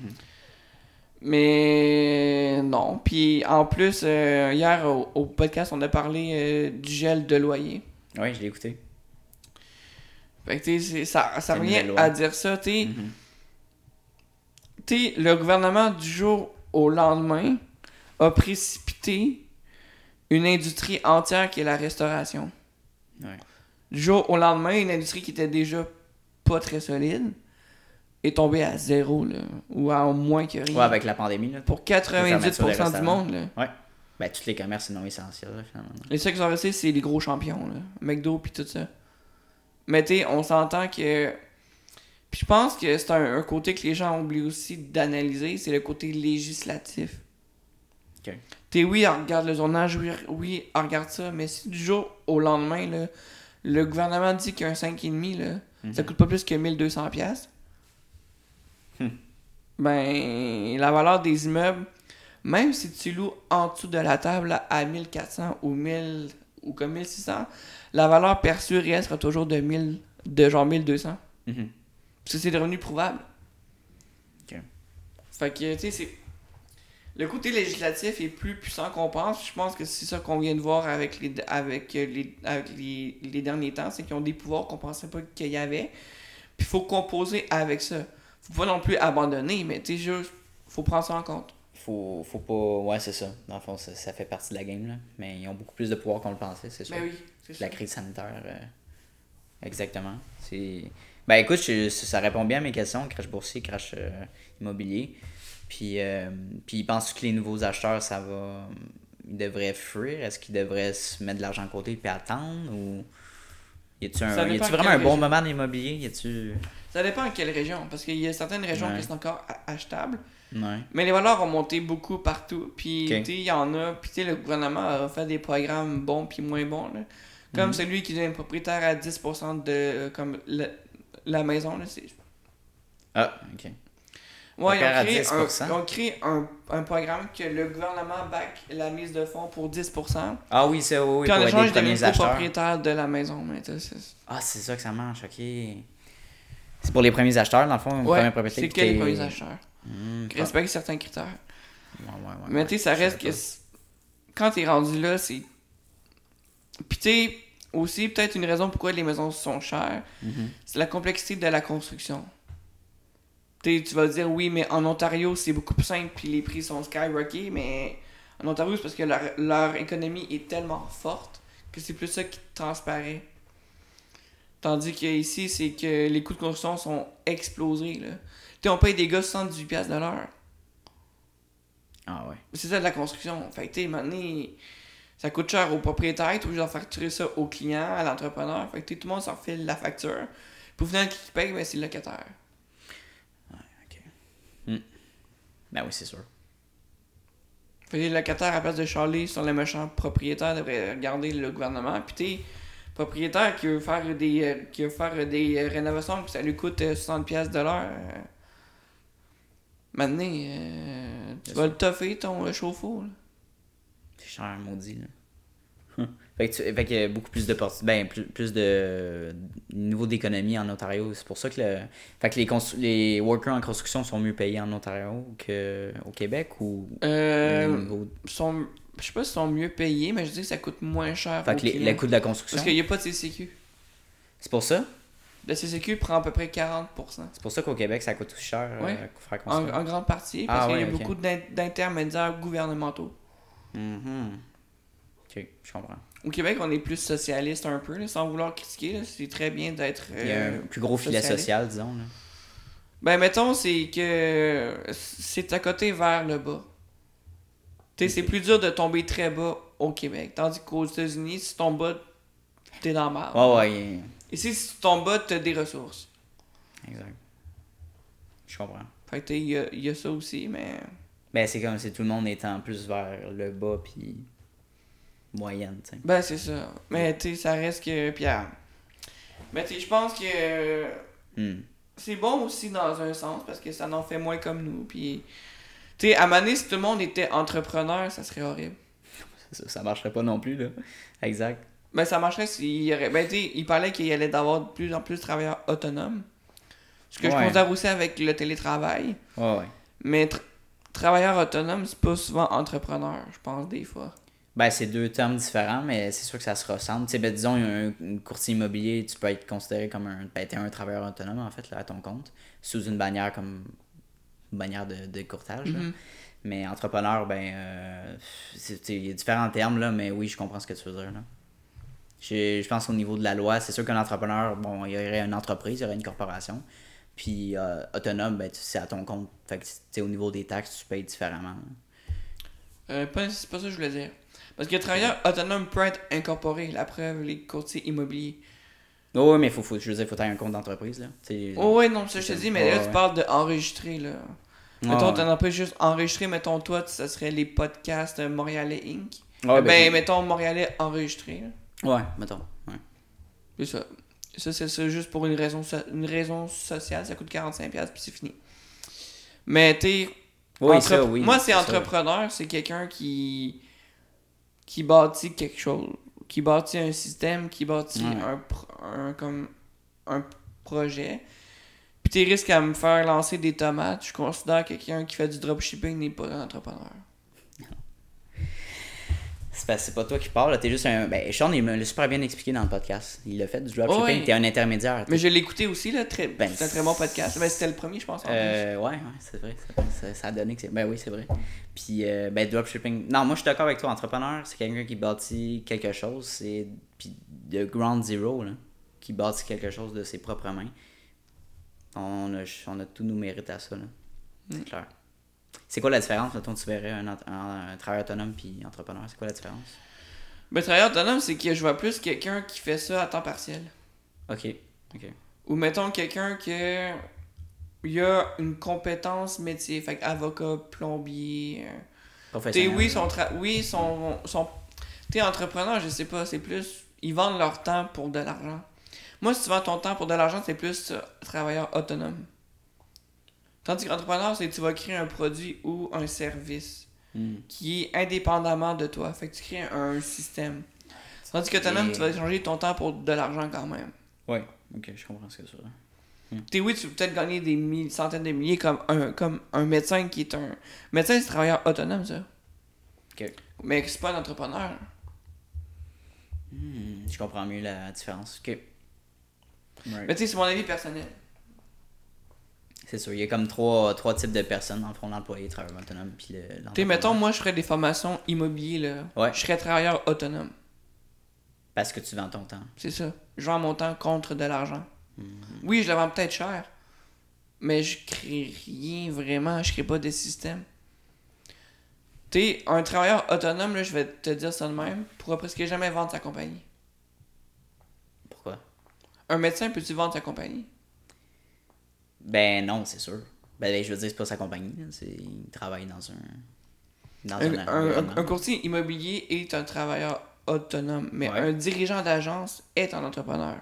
[SPEAKER 3] Mais non. Puis en plus, euh, hier au, au podcast, on a parlé euh, du gel de loyer.
[SPEAKER 2] Ouais, je l'ai écouté.
[SPEAKER 3] Fait que tu sais, c'est- ça, ça
[SPEAKER 2] une
[SPEAKER 3] revient
[SPEAKER 2] nouvelle loi.
[SPEAKER 3] à dire ça. Tu sais,
[SPEAKER 2] Mhm.
[SPEAKER 3] Tu sais, le gouvernement du jour au lendemain a précipité une industrie entière qui est la restauration.
[SPEAKER 2] Ouais.
[SPEAKER 3] Du jour au lendemain, une industrie qui était déjà pas très solide est tombée à zéro, là, ou à moins que rien.
[SPEAKER 2] Ouais, avec la pandémie, là.
[SPEAKER 3] Pour
[SPEAKER 2] Les fermetures
[SPEAKER 3] 98%
[SPEAKER 2] des
[SPEAKER 3] du monde, là.
[SPEAKER 2] Ben, tous les commerces non essentiels, là, finalement.
[SPEAKER 3] Les seuls qui sont restés, c'est les gros champions, là. McDo puis tout ça. Mais tu sais, on s'entend que. Puis je pense que c'est un, un côté que les gens oublient aussi d'analyser, c'est le côté législatif.
[SPEAKER 2] Ok.
[SPEAKER 3] T'es oui, on regarde le journal, oui, oui, on regarde ça, mais si du jour au lendemain, là, le gouvernement dit qu'un 5,5, là, ça coûte pas plus que 1200$, piastres,
[SPEAKER 2] Hmm.
[SPEAKER 3] ben, la valeur des immeubles, même si tu loues en dessous de la table là, à 1400 ou 1000 ou comme 1600, la valeur perçue réelle sera toujours de 1000, de genre 1200.
[SPEAKER 2] Mhm.
[SPEAKER 3] Parce que c'est des revenus prouvables.
[SPEAKER 2] Ok.
[SPEAKER 3] Fait que, tu sais, c'est. Le côté législatif est plus puissant qu'on pense. Je pense que c'est ça qu'on vient de voir avec les, avec euh, les, avec les, les derniers temps. C'est qu'ils ont des pouvoirs qu'on pensait pas qu'il y avait. Puis faut composer avec ça. Faut pas non plus abandonner, mais tu sais, juste, faut prendre ça en compte.
[SPEAKER 2] Faut, faut pas. Ouais, c'est ça. Dans le fond, ça, ça fait partie de la game, là. Mais ils ont beaucoup plus de pouvoir qu'on le pensait, c'est sûr.
[SPEAKER 3] Mais Ben oui, c'est ça.
[SPEAKER 2] La crise sanitaire. euh, Exactement. C'est. Ben écoute, je- ça répond bien à mes questions, crash boursier, crash euh, immobilier. Puis, euh, puis penses-tu que les nouveaux acheteurs, ça va. Ils devraient fuir Est-ce qu'ils devraient se mettre de l'argent de côté puis attendre Ou. Y a-tu un-
[SPEAKER 3] Ça dépend
[SPEAKER 2] y a-tu
[SPEAKER 3] quelle
[SPEAKER 2] vraiment un bon
[SPEAKER 3] région.
[SPEAKER 2] moment dans l'immobilier Y a-tu.
[SPEAKER 3] Ça dépend de quelle région. Parce qu'il y a certaines régions
[SPEAKER 2] Ouais.
[SPEAKER 3] qui sont encore a- achetables.
[SPEAKER 2] Ouais.
[SPEAKER 3] Mais les valeurs ont monté beaucoup partout. Puis,
[SPEAKER 2] Ok.
[SPEAKER 3] tu sais, il y en a. Puis, tu sais, le gouvernement a fait des programmes bons puis moins bons. là.
[SPEAKER 2] Mhm.
[SPEAKER 3] Comme celui qui donne propriétaire à 10% de euh, comme le- la maison. Là, c'est-
[SPEAKER 2] Ah, ok.
[SPEAKER 3] ouais, ils
[SPEAKER 2] Propriétaire à
[SPEAKER 3] ont créé,
[SPEAKER 2] 10%.
[SPEAKER 3] un, ils ont créé un, un programme que le gouvernement back la mise de fonds pour 10%.
[SPEAKER 2] Ah oui, ça, oui, oui,
[SPEAKER 3] puis, en
[SPEAKER 2] pour aider
[SPEAKER 3] échange,
[SPEAKER 2] les
[SPEAKER 3] ils deviennent
[SPEAKER 2] premiers acheteurs.
[SPEAKER 3] propriétaire de la maison. Mais, tu sais, c'est-
[SPEAKER 2] Ah, c'est ça que ça marche, ok. C'est pour les premiers acheteurs, dans le fond, les premiers
[SPEAKER 3] ouais,
[SPEAKER 2] propriétaires.
[SPEAKER 3] c'est que
[SPEAKER 2] qui
[SPEAKER 3] les
[SPEAKER 2] t'es-
[SPEAKER 3] premiers acheteurs.
[SPEAKER 2] Hmm,
[SPEAKER 3] Qui respectent certains critères.
[SPEAKER 2] ouais, ouais, ouais,
[SPEAKER 3] Mais
[SPEAKER 2] ouais,
[SPEAKER 3] tu sais, ça
[SPEAKER 2] je
[SPEAKER 3] reste que
[SPEAKER 2] savais
[SPEAKER 3] c'est- quand t'es rendu là, c'est. Puis tu sais, aussi, peut-être une raison pourquoi les maisons sont chères,
[SPEAKER 2] Mhm.
[SPEAKER 3] c'est la complexité de la construction. Tu sais, tu vas dire oui, mais en Ontario, c'est beaucoup plus simple, puis les prix sont skyrockés, mais en Ontario, c'est parce que leur, leur économie est tellement forte que c'est plus ça qui transparaît. Tandis que ici, c'est que les coûts de construction sont explosés. là. Tu sais, on paye des gars 78$ piastres de l'heure
[SPEAKER 2] pas. Ah ouais.
[SPEAKER 3] c'est ça de la construction. Fait que, tu sais, maintenant, ça coûte cher au propriétaire, t'es obligé de facturer ça au client, à l'entrepreneur. Fait que, tu sais, tout le monde s'en refile la facture. Puis au final, qui paye, ben, c'est le locataire.
[SPEAKER 2] Hmm. Ben oui, c'est sûr.
[SPEAKER 3] Fait que les locataires, à la place de charler sur les méchants propriétaires, devraient regarder le gouvernement. Puis, tu sais, propriétaire qui veut faire des, euh, qui veut faire des euh, rénovations, puis ça lui coûte euh, 60$ piastres de l'heure. euh, Maintenant, euh, tu
[SPEAKER 2] Bien sûr.
[SPEAKER 3] vas le toffer ton euh, chauffe-eau. là.
[SPEAKER 2] C'est cher, maudit, là. Hum. fait que, tu- fait que beaucoup plus de ben plus, plus de niveau d'économie en Ontario c'est pour ça que le fait que les constru- les workers en construction sont mieux payés en Ontario qu'au Québec ou
[SPEAKER 3] Euh,
[SPEAKER 2] au niveau-
[SPEAKER 3] sont, je sais pas s'ils sont mieux payés, mais je dis que ça coûte moins cher.
[SPEAKER 2] fait
[SPEAKER 3] au
[SPEAKER 2] que les-
[SPEAKER 3] client.
[SPEAKER 2] le coût de la construction
[SPEAKER 3] Parce qu'il n'y a pas de CCQ.
[SPEAKER 2] c'est pour ça
[SPEAKER 3] La CCQ prend à peu près 40%.
[SPEAKER 2] c'est pour ça qu'au Québec ça coûte aussi cher euh,
[SPEAKER 3] Ouais.
[SPEAKER 2] faire
[SPEAKER 3] En,
[SPEAKER 2] construire
[SPEAKER 3] en grande partie, parce
[SPEAKER 2] Ah
[SPEAKER 3] qu'il y a
[SPEAKER 2] ouais, ok.
[SPEAKER 3] beaucoup d'in- d'intermédiaires gouvernementaux.
[SPEAKER 2] Mhm. Ok, je comprends.
[SPEAKER 3] Au Québec, on est plus socialiste un peu, là, sans vouloir critiquer. là. C'est très bien d'être.
[SPEAKER 2] Il y a
[SPEAKER 3] euh,
[SPEAKER 2] un plus gros filet
[SPEAKER 3] socialiste.
[SPEAKER 2] social, disons. Là.
[SPEAKER 3] Ben, mettons, c'est que c'est à côté vers le bas. Tu sais, c'est plus dur de tomber très bas au Québec. Tandis qu'aux États-Unis, si tu tombes bas, t'es dans le mal.
[SPEAKER 2] Ouais, ouais, il y a-
[SPEAKER 3] Ici, si tu tombes bas, t'as des ressources.
[SPEAKER 2] exact. Je comprends.
[SPEAKER 3] Fait que tu sais, il y a- il y a ça aussi, mais.
[SPEAKER 2] Ben, c'est comme si tout le monde était en plus vers le bas, puis moyenne, tu sais.
[SPEAKER 3] Ben, c'est ça. Mais, tu sais, ça reste que. Pierre. Mais, tu sais, je pense que euh,
[SPEAKER 2] Hmm.
[SPEAKER 3] c'est bon aussi dans un sens parce que ça n'en fait moins comme nous. Puis, tu sais, à Mané, si tout le monde était entrepreneur, ça serait horrible.
[SPEAKER 2] Ça, ça marcherait pas non plus, là. Exact.
[SPEAKER 3] Ben, ça marcherait s'il y aurait. Ben, tu sais, il parlait qu'il y allait d'avoir de plus en plus de travailleurs autonomes. Ce que je
[SPEAKER 2] Ouais.
[SPEAKER 3] considère aussi avec le télétravail.
[SPEAKER 2] Ouais, ouais.
[SPEAKER 3] Mais, tra- travailleur autonome, c'est pas souvent entrepreneur, je pense, des fois.
[SPEAKER 2] Ben, c'est deux termes différents, mais c'est sûr que ça se ressemble. Tu sais, ben, disons, un un courtier immobilier, tu peux être considéré comme un. Ben, t'es un travailleur autonome, en fait, là, à ton compte, sous une bannière comme. Une bannière de, de courtage, là.
[SPEAKER 3] Mhm.
[SPEAKER 2] Mais entrepreneur, ben. euh, c'est- tu sais, il y a différents termes, là, mais oui, je comprends ce que tu veux dire, là. Je, je pense au niveau de la loi, c'est sûr qu'un entrepreneur, bon, il y aurait une entreprise, il y aurait une corporation. Puis euh, autonome, ben, tu- c'est à ton compte. Fait que, tu sais, au niveau des taxes, tu payes différemment. là.
[SPEAKER 3] Euh, pas- c'est pas ça que je voulais dire. Parce que le travailleur autonome peut être incorporé, la preuve, les courtiers immobiliers.
[SPEAKER 2] Oh, ouais, mais faut, faut, je veux dire, faut t'avoir un compte d'entreprise, là. Tu sais,
[SPEAKER 3] Oh ouais, non, ça je te dis, mais là,
[SPEAKER 2] Ouais,
[SPEAKER 3] tu
[SPEAKER 2] ouais.
[SPEAKER 3] parles d'enregistrer, là.
[SPEAKER 2] Ouais,
[SPEAKER 3] mettons,
[SPEAKER 2] ouais.
[SPEAKER 3] t'en empêches juste enregistrer, mettons, toi, ça serait les podcasts euh, Montréalais Inc.
[SPEAKER 2] Ouais,
[SPEAKER 3] ben,
[SPEAKER 2] ben,
[SPEAKER 3] mettons, Montréalais enregistré, là.
[SPEAKER 2] Ouais, mettons. Ouais.
[SPEAKER 3] C'est ça. Ça, c'est ça, juste pour une raison, so- une raison sociale, ça coûte 45$, puis c'est fini. Mais, t'es...
[SPEAKER 2] Oui,
[SPEAKER 3] Entrep-
[SPEAKER 2] ça, oui.
[SPEAKER 3] Moi, c'est
[SPEAKER 2] ça.
[SPEAKER 3] entrepreneur, c'est quelqu'un qui qui bâtit quelque chose, qui bâtit un système, qui bâtit
[SPEAKER 2] Ouais.
[SPEAKER 3] un, pro- un comme un projet. Puis tes risques à me faire lancer des tomates, je considère que quelqu'un qui fait du dropshipping n'est pas un entrepreneur.
[SPEAKER 2] C'est parce que c'est pas toi qui parles, là, t'es juste un. Ben, Sean, il me l'a super bien expliqué dans le podcast. Il l'a fait du dropshipping,
[SPEAKER 3] Ouais.
[SPEAKER 2] t'es un intermédiaire. t'es-
[SPEAKER 3] Mais je l'ai écouté aussi, là, très,
[SPEAKER 2] Ben,
[SPEAKER 3] c'est un très bon podcast. Mais c'était le premier, je pense. en
[SPEAKER 2] Euh, ouais, ouais, c'est vrai. c'est vrai, Ça, ça a donné que c'est. Ben oui, c'est vrai. Puis, euh, ben, dropshipping. Non, moi, je suis d'accord avec toi. Entrepreneur, c'est quelqu'un qui bâtit quelque chose. C'est. Puis, de ground zero, là. Qui bâtit quelque chose de ses propres mains. On a, on a tous nos mérites à ça, là.
[SPEAKER 3] Mm.
[SPEAKER 2] C'est clair. C'est quoi la différence, mettons, tu verrais un, ent- un- un travailleur autonome puis entrepreneur? C'est quoi la différence?
[SPEAKER 3] plus. Mais travailleur autonome, c'est que je vois plus quelqu'un qui fait ça à temps partiel.
[SPEAKER 2] Ok. Ok.
[SPEAKER 3] Ou mettons quelqu'un que il a une compétence métier, fait que avocat, plombier. euh, T'es
[SPEAKER 2] Professionnel.
[SPEAKER 3] oui, son tra- oui, son son t'es entrepreneur, je sais pas, c'est plus ils vendent leur temps pour de l'argent. Moi, si tu vends ton temps pour de l'argent, c'est plus euh, travailleur autonome. Tandis qu'entrepreneur, c'est tu vas créer un produit ou un service
[SPEAKER 2] Hmm.
[SPEAKER 3] qui est indépendamment de toi. Fait que tu crées un système. Tandis qu'autonome,
[SPEAKER 2] Et-
[SPEAKER 3] tu vas changer ton temps pour de l'argent quand même.
[SPEAKER 2] Ouais. Ok, je comprends ce que c'est.
[SPEAKER 3] T'es oui, tu peux peut-être gagner des mille- centaines de milliers comme un, comme un médecin qui est un. Médecin, c'est un travailleur autonome, ça.
[SPEAKER 2] Ok.
[SPEAKER 3] Mais c'est pas un entrepreneur.
[SPEAKER 2] Hmm, Je comprends mieux la différence. Ok. Right.
[SPEAKER 3] Mais tu sais, c'est mon avis personnel.
[SPEAKER 2] C'est sûr, il y a comme trois, trois types de personnes, en fond, l'employé, le travailleur autonome, puis le... l'entrepreneur.
[SPEAKER 3] Tu sais, mettons, moi, je ferais des formations immobilières, là.
[SPEAKER 2] Ouais.
[SPEAKER 3] Je serais travailleur autonome.
[SPEAKER 2] Parce que tu vends ton temps.
[SPEAKER 3] C'est ça. Je vends mon temps contre de l'argent.
[SPEAKER 2] Hmm.
[SPEAKER 3] Oui, je le vends peut-être cher, mais je crée rien vraiment. Je crée pas de système. Tu sais, un travailleur autonome, là, je vais te dire ça de même, pourra presque jamais vendre sa compagnie.
[SPEAKER 2] Pourquoi?
[SPEAKER 3] Un médecin, peux-tu vendre sa compagnie?
[SPEAKER 2] Ben non, c'est sûr. Ben, ben, je veux dire, c'est pas sa compagnie, là, c'est... Il travaille dans un... Dans
[SPEAKER 3] Un,
[SPEAKER 2] un...
[SPEAKER 3] un-
[SPEAKER 2] environnement.
[SPEAKER 3] un courtier immobilier est un travailleur autonome, mais
[SPEAKER 2] Ouais.
[SPEAKER 3] un dirigeant d'agence est un entrepreneur.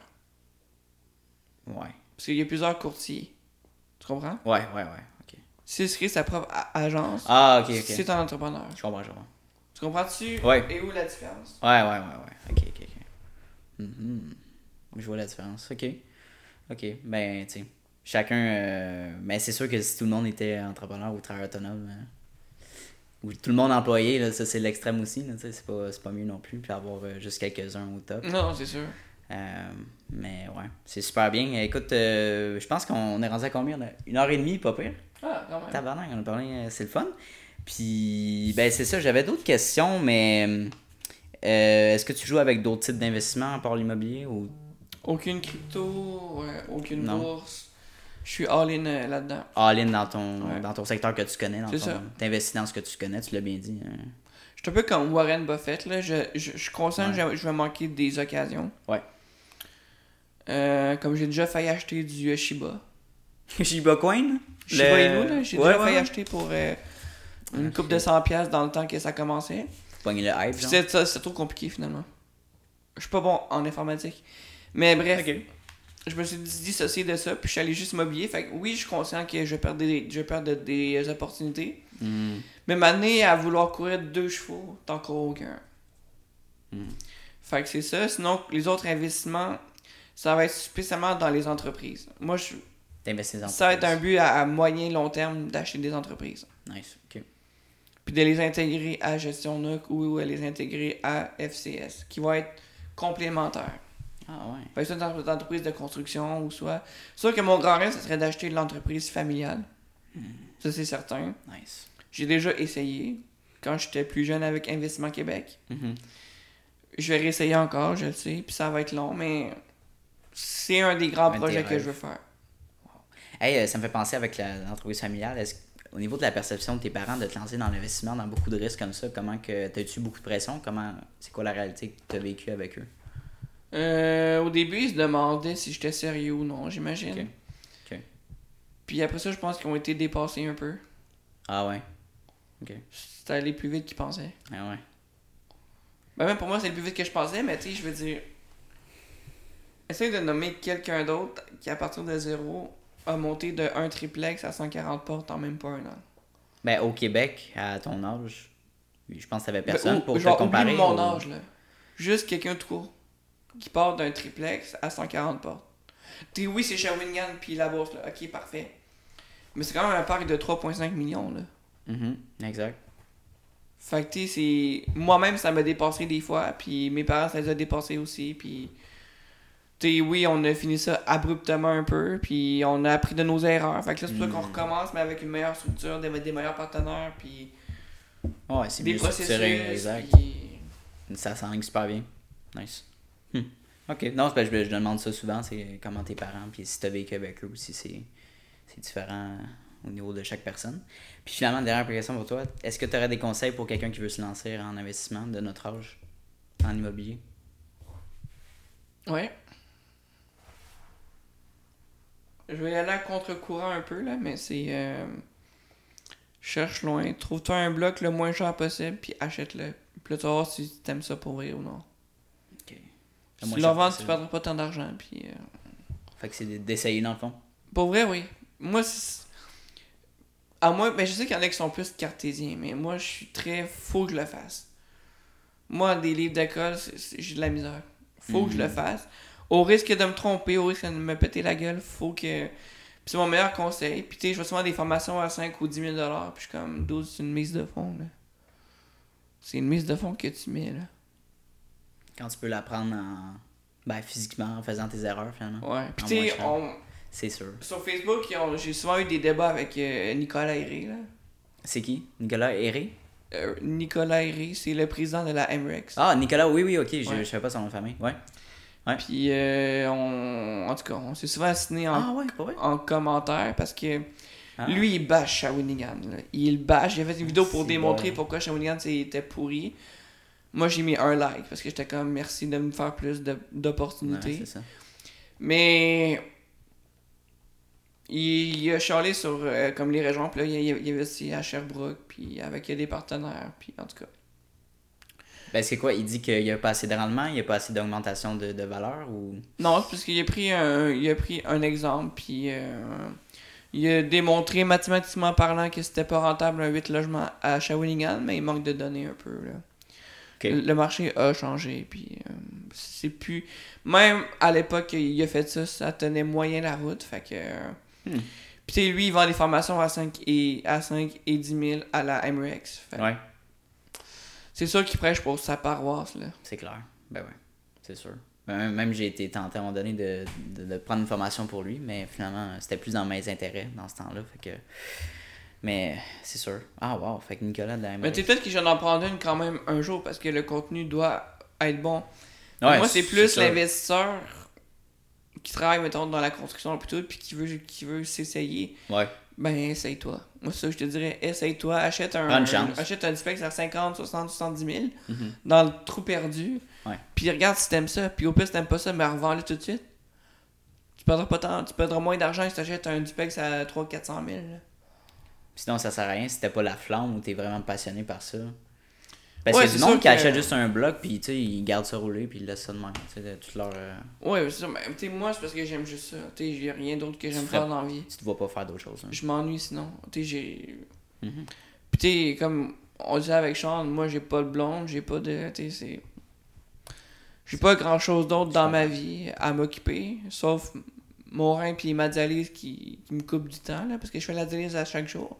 [SPEAKER 2] Ouais.
[SPEAKER 3] Parce qu'il y a plusieurs courtiers. Tu comprends?
[SPEAKER 2] Ouais, ouais, ouais. Ok.
[SPEAKER 3] S'il se crée sa propre a- agence,
[SPEAKER 2] Ah, ok, ok.
[SPEAKER 3] c'est un entrepreneur.
[SPEAKER 2] Je comprends, je comprends.
[SPEAKER 3] Tu comprends-tu?
[SPEAKER 2] Ouais.
[SPEAKER 3] Et où la différence?
[SPEAKER 2] Ouais, ouais, ouais, ouais. Ok, ok, ok. Mhm. Je vois la différence. Ok. Ok. Ben, tu sais, chacun. euh, Mais c'est sûr que si tout le monde était entrepreneur ou travailleur autonome, euh, ou tout le monde employé, là, ça c'est l'extrême aussi. là, tu sais, C'est pas, c'est pas mieux non plus. Puis avoir euh, juste quelques-uns au top.
[SPEAKER 3] Non, c'est sûr.
[SPEAKER 2] Euh, mais ouais, c'est super bien. Écoute, euh, je pense qu'on est rendu à combien là? Une heure et demie, pas pire.
[SPEAKER 3] Ah, quand même.
[SPEAKER 2] Tabarnak, on a parlé, euh, c'est le fun. Puis, ben c'est ça, j'avais d'autres questions, mais euh, est-ce que tu joues avec d'autres types d'investissements à part l'immobilier ou.
[SPEAKER 3] Aucune crypto, euh, aucune
[SPEAKER 2] Non.
[SPEAKER 3] bourse. Je suis all-in euh, là-dedans.
[SPEAKER 2] all-in dans ton,
[SPEAKER 3] Ouais.
[SPEAKER 2] dans ton secteur que tu connais. dans
[SPEAKER 3] C'est
[SPEAKER 2] ton-
[SPEAKER 3] ça.
[SPEAKER 2] T'investis dans ce que tu connais, tu l'as bien dit. hein.
[SPEAKER 3] Je suis un peu comme Warren Buffett, là. Je, je, je suis conscient que je- je vais manquer des occasions.
[SPEAKER 2] Ouais.
[SPEAKER 3] Euh, comme j'ai déjà failli acheter du euh, Shiba.
[SPEAKER 2] [laughs] Shiba Coin
[SPEAKER 3] Shiba
[SPEAKER 2] Le-
[SPEAKER 3] Inu, là, j'ai
[SPEAKER 2] Ouais,
[SPEAKER 3] déjà
[SPEAKER 2] ouais, Ah,
[SPEAKER 3] failli
[SPEAKER 2] ouais.
[SPEAKER 3] acheter pour euh, une coupe de 100$ piastres dans le temps que ça commençait.
[SPEAKER 2] Faut pogner le hype.
[SPEAKER 3] Puis
[SPEAKER 2] genre.
[SPEAKER 3] c'est ça, c'est trop compliqué finalement. Je suis pas bon en informatique. Mais bref,
[SPEAKER 2] Ok.
[SPEAKER 3] je me suis dis- dissocié de ça, puis je suis allé juste m'oublier. Fait que oui, je suis conscient que je vais perdre des, je vais perdre des, opportunités.
[SPEAKER 2] Hmm.
[SPEAKER 3] Mais m'amener à vouloir courir deux chevaux, t'en cours aucun. Fait que c'est ça. Sinon, les autres investissements, ça va être spécialement dans les entreprises. Moi, je,
[SPEAKER 2] T'investis dans
[SPEAKER 3] ça va être un but à, à moyen long terme d'acheter des entreprises.
[SPEAKER 2] Nice, ok.
[SPEAKER 3] Puis de les intégrer à Gestion NUC ou à les intégrer à FCS, qui va être complémentaire.
[SPEAKER 2] Ah ouais.
[SPEAKER 3] Fait que soit une entre- entreprise de construction ou soit. Sûr que mon grand rêve, ce serait d'acheter de l'entreprise familiale. Ça, c'est certain.
[SPEAKER 2] Nice.
[SPEAKER 3] J'ai déjà essayé quand j'étais plus jeune avec Investissement Québec.
[SPEAKER 2] Mm-hmm.
[SPEAKER 3] Je vais réessayer encore, je le sais, puis ça va être long, mais c'est un des grands
[SPEAKER 2] Un des
[SPEAKER 3] projets que
[SPEAKER 2] rêves.
[SPEAKER 3] je veux faire.
[SPEAKER 2] Hey, euh, ça me fait penser avec la- l'entreprise familiale. Est-ce au niveau de la perception de tes parents de te lancer dans l'investissement, dans beaucoup de risques comme ça, comment que t'as eu beaucoup de pression Comment c'est quoi la réalité que tu as vécue avec eux
[SPEAKER 3] Euh, au début, ils se demandaient si j'étais sérieux ou non, j'imagine.
[SPEAKER 2] Ok. Ok.
[SPEAKER 3] Puis après ça, je pense qu'ils ont été dépassés un peu.
[SPEAKER 2] Ah ouais. Ok.
[SPEAKER 3] C'est allé plus vite qu'ils pensaient.
[SPEAKER 2] Ah ouais.
[SPEAKER 3] Ben même pour moi, c'est le plus vite que je pensais, mais tu sais, je veux dire. Essaye de nommer quelqu'un d'autre qui, à partir de zéro, a monté de un triplex à 140 portes en même pas un an.
[SPEAKER 2] Ben, au Québec, à ton âge, je pense que t'avais personne
[SPEAKER 3] Ben, ou-
[SPEAKER 2] pour te
[SPEAKER 3] genre,
[SPEAKER 2] comparer.
[SPEAKER 3] oublie mon
[SPEAKER 2] au-
[SPEAKER 3] âge, là. Juste quelqu'un de court qui part d'un triplex à 140 portes. Tu sais, oui, c'est Shawinigan puis la bourse, là. Ok, parfait. Mais c'est quand même un parc de 3,5 millions, là.
[SPEAKER 2] Mhm, Exact.
[SPEAKER 3] Fait que, tu sais, c'est. Moi-même, ça m'a dépassé des fois, puis mes parents, ça les a dépassés aussi, puis. Tu sais, oui, on a fini ça abruptement un peu, puis on a appris de nos erreurs. Fait que là, c'est pour ça
[SPEAKER 2] Hmm.
[SPEAKER 3] qu'on recommence, mais avec une meilleure structure, des, des meilleurs partenaires, puis
[SPEAKER 2] Ouais, c'est
[SPEAKER 3] des
[SPEAKER 2] mieux
[SPEAKER 3] processus.
[SPEAKER 2] structuré, exact.
[SPEAKER 3] puis-
[SPEAKER 2] Ça s'enligne super bien. Nice. Hmm. Ok, non, c'est parce que je, je demande ça souvent, c'est comment tes parents, puis si t'as vécu avec eux aussi, c'est c'est différent au niveau de chaque personne. Puis finalement, dernière question pour toi, est-ce que tu aurais des conseils pour quelqu'un qui veut se lancer en investissement de notre âge, en immobilier?
[SPEAKER 3] Ouais. Je vais y aller à contre-courant un peu, là, mais c'est. euh, Cherche loin, trouve-toi un bloc le moins cher possible, puis achète-le. Puis là, tu vas voir si t'aimes ça pour vrai ou non.
[SPEAKER 2] Ok. Le
[SPEAKER 3] Si
[SPEAKER 2] moins
[SPEAKER 3] tu
[SPEAKER 2] cher
[SPEAKER 3] leur vends, tu
[SPEAKER 2] possible.
[SPEAKER 3] perdras pas tant d'argent. Puis, euh,
[SPEAKER 2] Fait que c'est d'essayer dans le fond.
[SPEAKER 3] Pour vrai, oui. Moi, c'est- à moi, mais je sais qu'il y en a qui sont plus cartésiens, mais moi, je suis très. Faut que je le fasse. Moi, des livres d'école, c'est- c'est- j'ai de la misère. Faut que je
[SPEAKER 2] Mm.
[SPEAKER 3] le fasse. Au risque de me tromper, au risque de me péter la gueule, faut que. Puis c'est mon meilleur conseil. Puis tu sais, je fais souvent des formations à 5 ou 10 000 dollars, puis je suis comme 12, c'est une mise de fond, là. C'est une mise de fond que tu mets, là.
[SPEAKER 2] Quand tu peux l'apprendre en... ben, physiquement, en faisant tes erreurs finalement.
[SPEAKER 3] Ouais. Puis
[SPEAKER 2] En
[SPEAKER 3] tu
[SPEAKER 2] moins
[SPEAKER 3] sais,
[SPEAKER 2] cher.
[SPEAKER 3] on...
[SPEAKER 2] C'est sûr.
[SPEAKER 3] sur Facebook, ils ont- j'ai souvent eu des débats avec euh, Nicolas Herré, là.
[SPEAKER 2] C'est qui? Nicolas Herré?
[SPEAKER 3] Euh, Nicolas Herré, c'est le président de la E MREX.
[SPEAKER 2] Ah, Nicolas, oui, oui, ok, je,
[SPEAKER 3] Ouais.
[SPEAKER 2] je savais pas son nom de famille. Ouais.
[SPEAKER 3] Puis, euh, on... en tout cas, on s'est souvent assigné en,
[SPEAKER 2] Ah ouais, pas vrai?
[SPEAKER 3] en commentaire parce que
[SPEAKER 2] Ah.
[SPEAKER 3] lui, il bâche Shawinigan. là. Il bâche. Il a fait une vidéo pour
[SPEAKER 2] C'est
[SPEAKER 3] démontrer
[SPEAKER 2] bon.
[SPEAKER 3] pourquoi Shawinigan c'était pourri. Moi, j'ai mis un like parce que j'étais comme merci de me faire plus de-
[SPEAKER 2] Ouais,
[SPEAKER 3] d'opportunités.
[SPEAKER 2] c'est ça.
[SPEAKER 3] Mais il, il a charlé sur euh, comme les régions, puis là, il, il, il investit à Sherbrooke, puis avec des partenaires, puis en tout cas.
[SPEAKER 2] Ben, c'est quoi? Il dit qu'il n'y a pas assez de rendement, il n'y a pas assez d'augmentation de, de valeur ou.
[SPEAKER 3] Non, c'est parce qu'il a pris un, il a pris un exemple, puis euh, il a démontré mathématiquement parlant que c'était pas rentable un 8 logements à Shawinigan, mais il manque de données un peu. Là.
[SPEAKER 2] Ok.
[SPEAKER 3] Le- Le marché a changé, puis euh, c'est plus. Même à l'époque, il a fait ça, ça tenait moyen la route, fait que. euh,
[SPEAKER 2] Hmm.
[SPEAKER 3] Puis tu sais, lui, il vend des formations à 5 et, à 5 et 10 000 à la MREX. Fait que
[SPEAKER 2] Ouais,
[SPEAKER 3] C'est sûr qu'il prêche pour sa paroisse, là.
[SPEAKER 2] c'est clair. Ben ouais, c'est sûr. Ben, même même j'ai été tenté à un moment donné de, de, de prendre une formation pour lui, mais finalement, euh, c'était plus dans mes intérêts dans ce temps-là. Fait que. Mais c'est sûr. Ah, wow, fait que Nicolas de la
[SPEAKER 3] Mais tu sais, peut-être que je vais en prendre une quand même un jour, parce que le contenu doit être bon.
[SPEAKER 2] Ouais,
[SPEAKER 3] moi, c'est plus
[SPEAKER 2] sûr.
[SPEAKER 3] l'investisseur qui travaille, mettons, dans la construction plutôt, puis qui veut, qui veut s'essayer.
[SPEAKER 2] Ouais.
[SPEAKER 3] Ben, essaye-toi. Moi, ça, je te dirais, essaye-toi, achète un,
[SPEAKER 2] Prends une chance.
[SPEAKER 3] achète un duplex à 50, 60, 70 000
[SPEAKER 2] Mhm.
[SPEAKER 3] dans le trou perdu.
[SPEAKER 2] Ouais.
[SPEAKER 3] Puis regarde si t'aimes ça. Puis au pire, si t'aimes pas ça, mais revends-le tout de suite. Tu perdras, pas tant, tu perdras moins d'argent si t'achètes un duplex à 300 400 000. là.
[SPEAKER 2] Sinon, ça sert à rien si t'as pas la flamme ou t'es vraiment passionné par ça. Parce
[SPEAKER 3] Ouais,
[SPEAKER 2] qu'il y a
[SPEAKER 3] c'est
[SPEAKER 2] du monde
[SPEAKER 3] sûr
[SPEAKER 2] qui
[SPEAKER 3] que-
[SPEAKER 2] achète juste un bloc, puis tu sais, ils gardent ça rouler, puis ils laissent ça de même. Tu sais, de- toute leur. euh,
[SPEAKER 3] Ouais, c'est ça. Mais tu sais, moi, c'est parce que j'aime juste ça. Tu sais, j'ai rien d'autre que j'aime
[SPEAKER 2] ferais-
[SPEAKER 3] faire dans la vie.
[SPEAKER 2] Tu te vois pas faire d'autres choses. hein.
[SPEAKER 3] Je m'ennuie sinon. Tu sais, j'ai.
[SPEAKER 2] Mhm.
[SPEAKER 3] Puis tu sais, comme on disait avec Sean, moi j'ai pas de blonde, j'ai pas de. Tu sais, c'est. J'ai pas grand chose d'autre dans ma vie à m'occuper, sauf mon rein puis ma dialyse qui, qui me coupe du temps, là, parce que je fais la dialyse à chaque jour.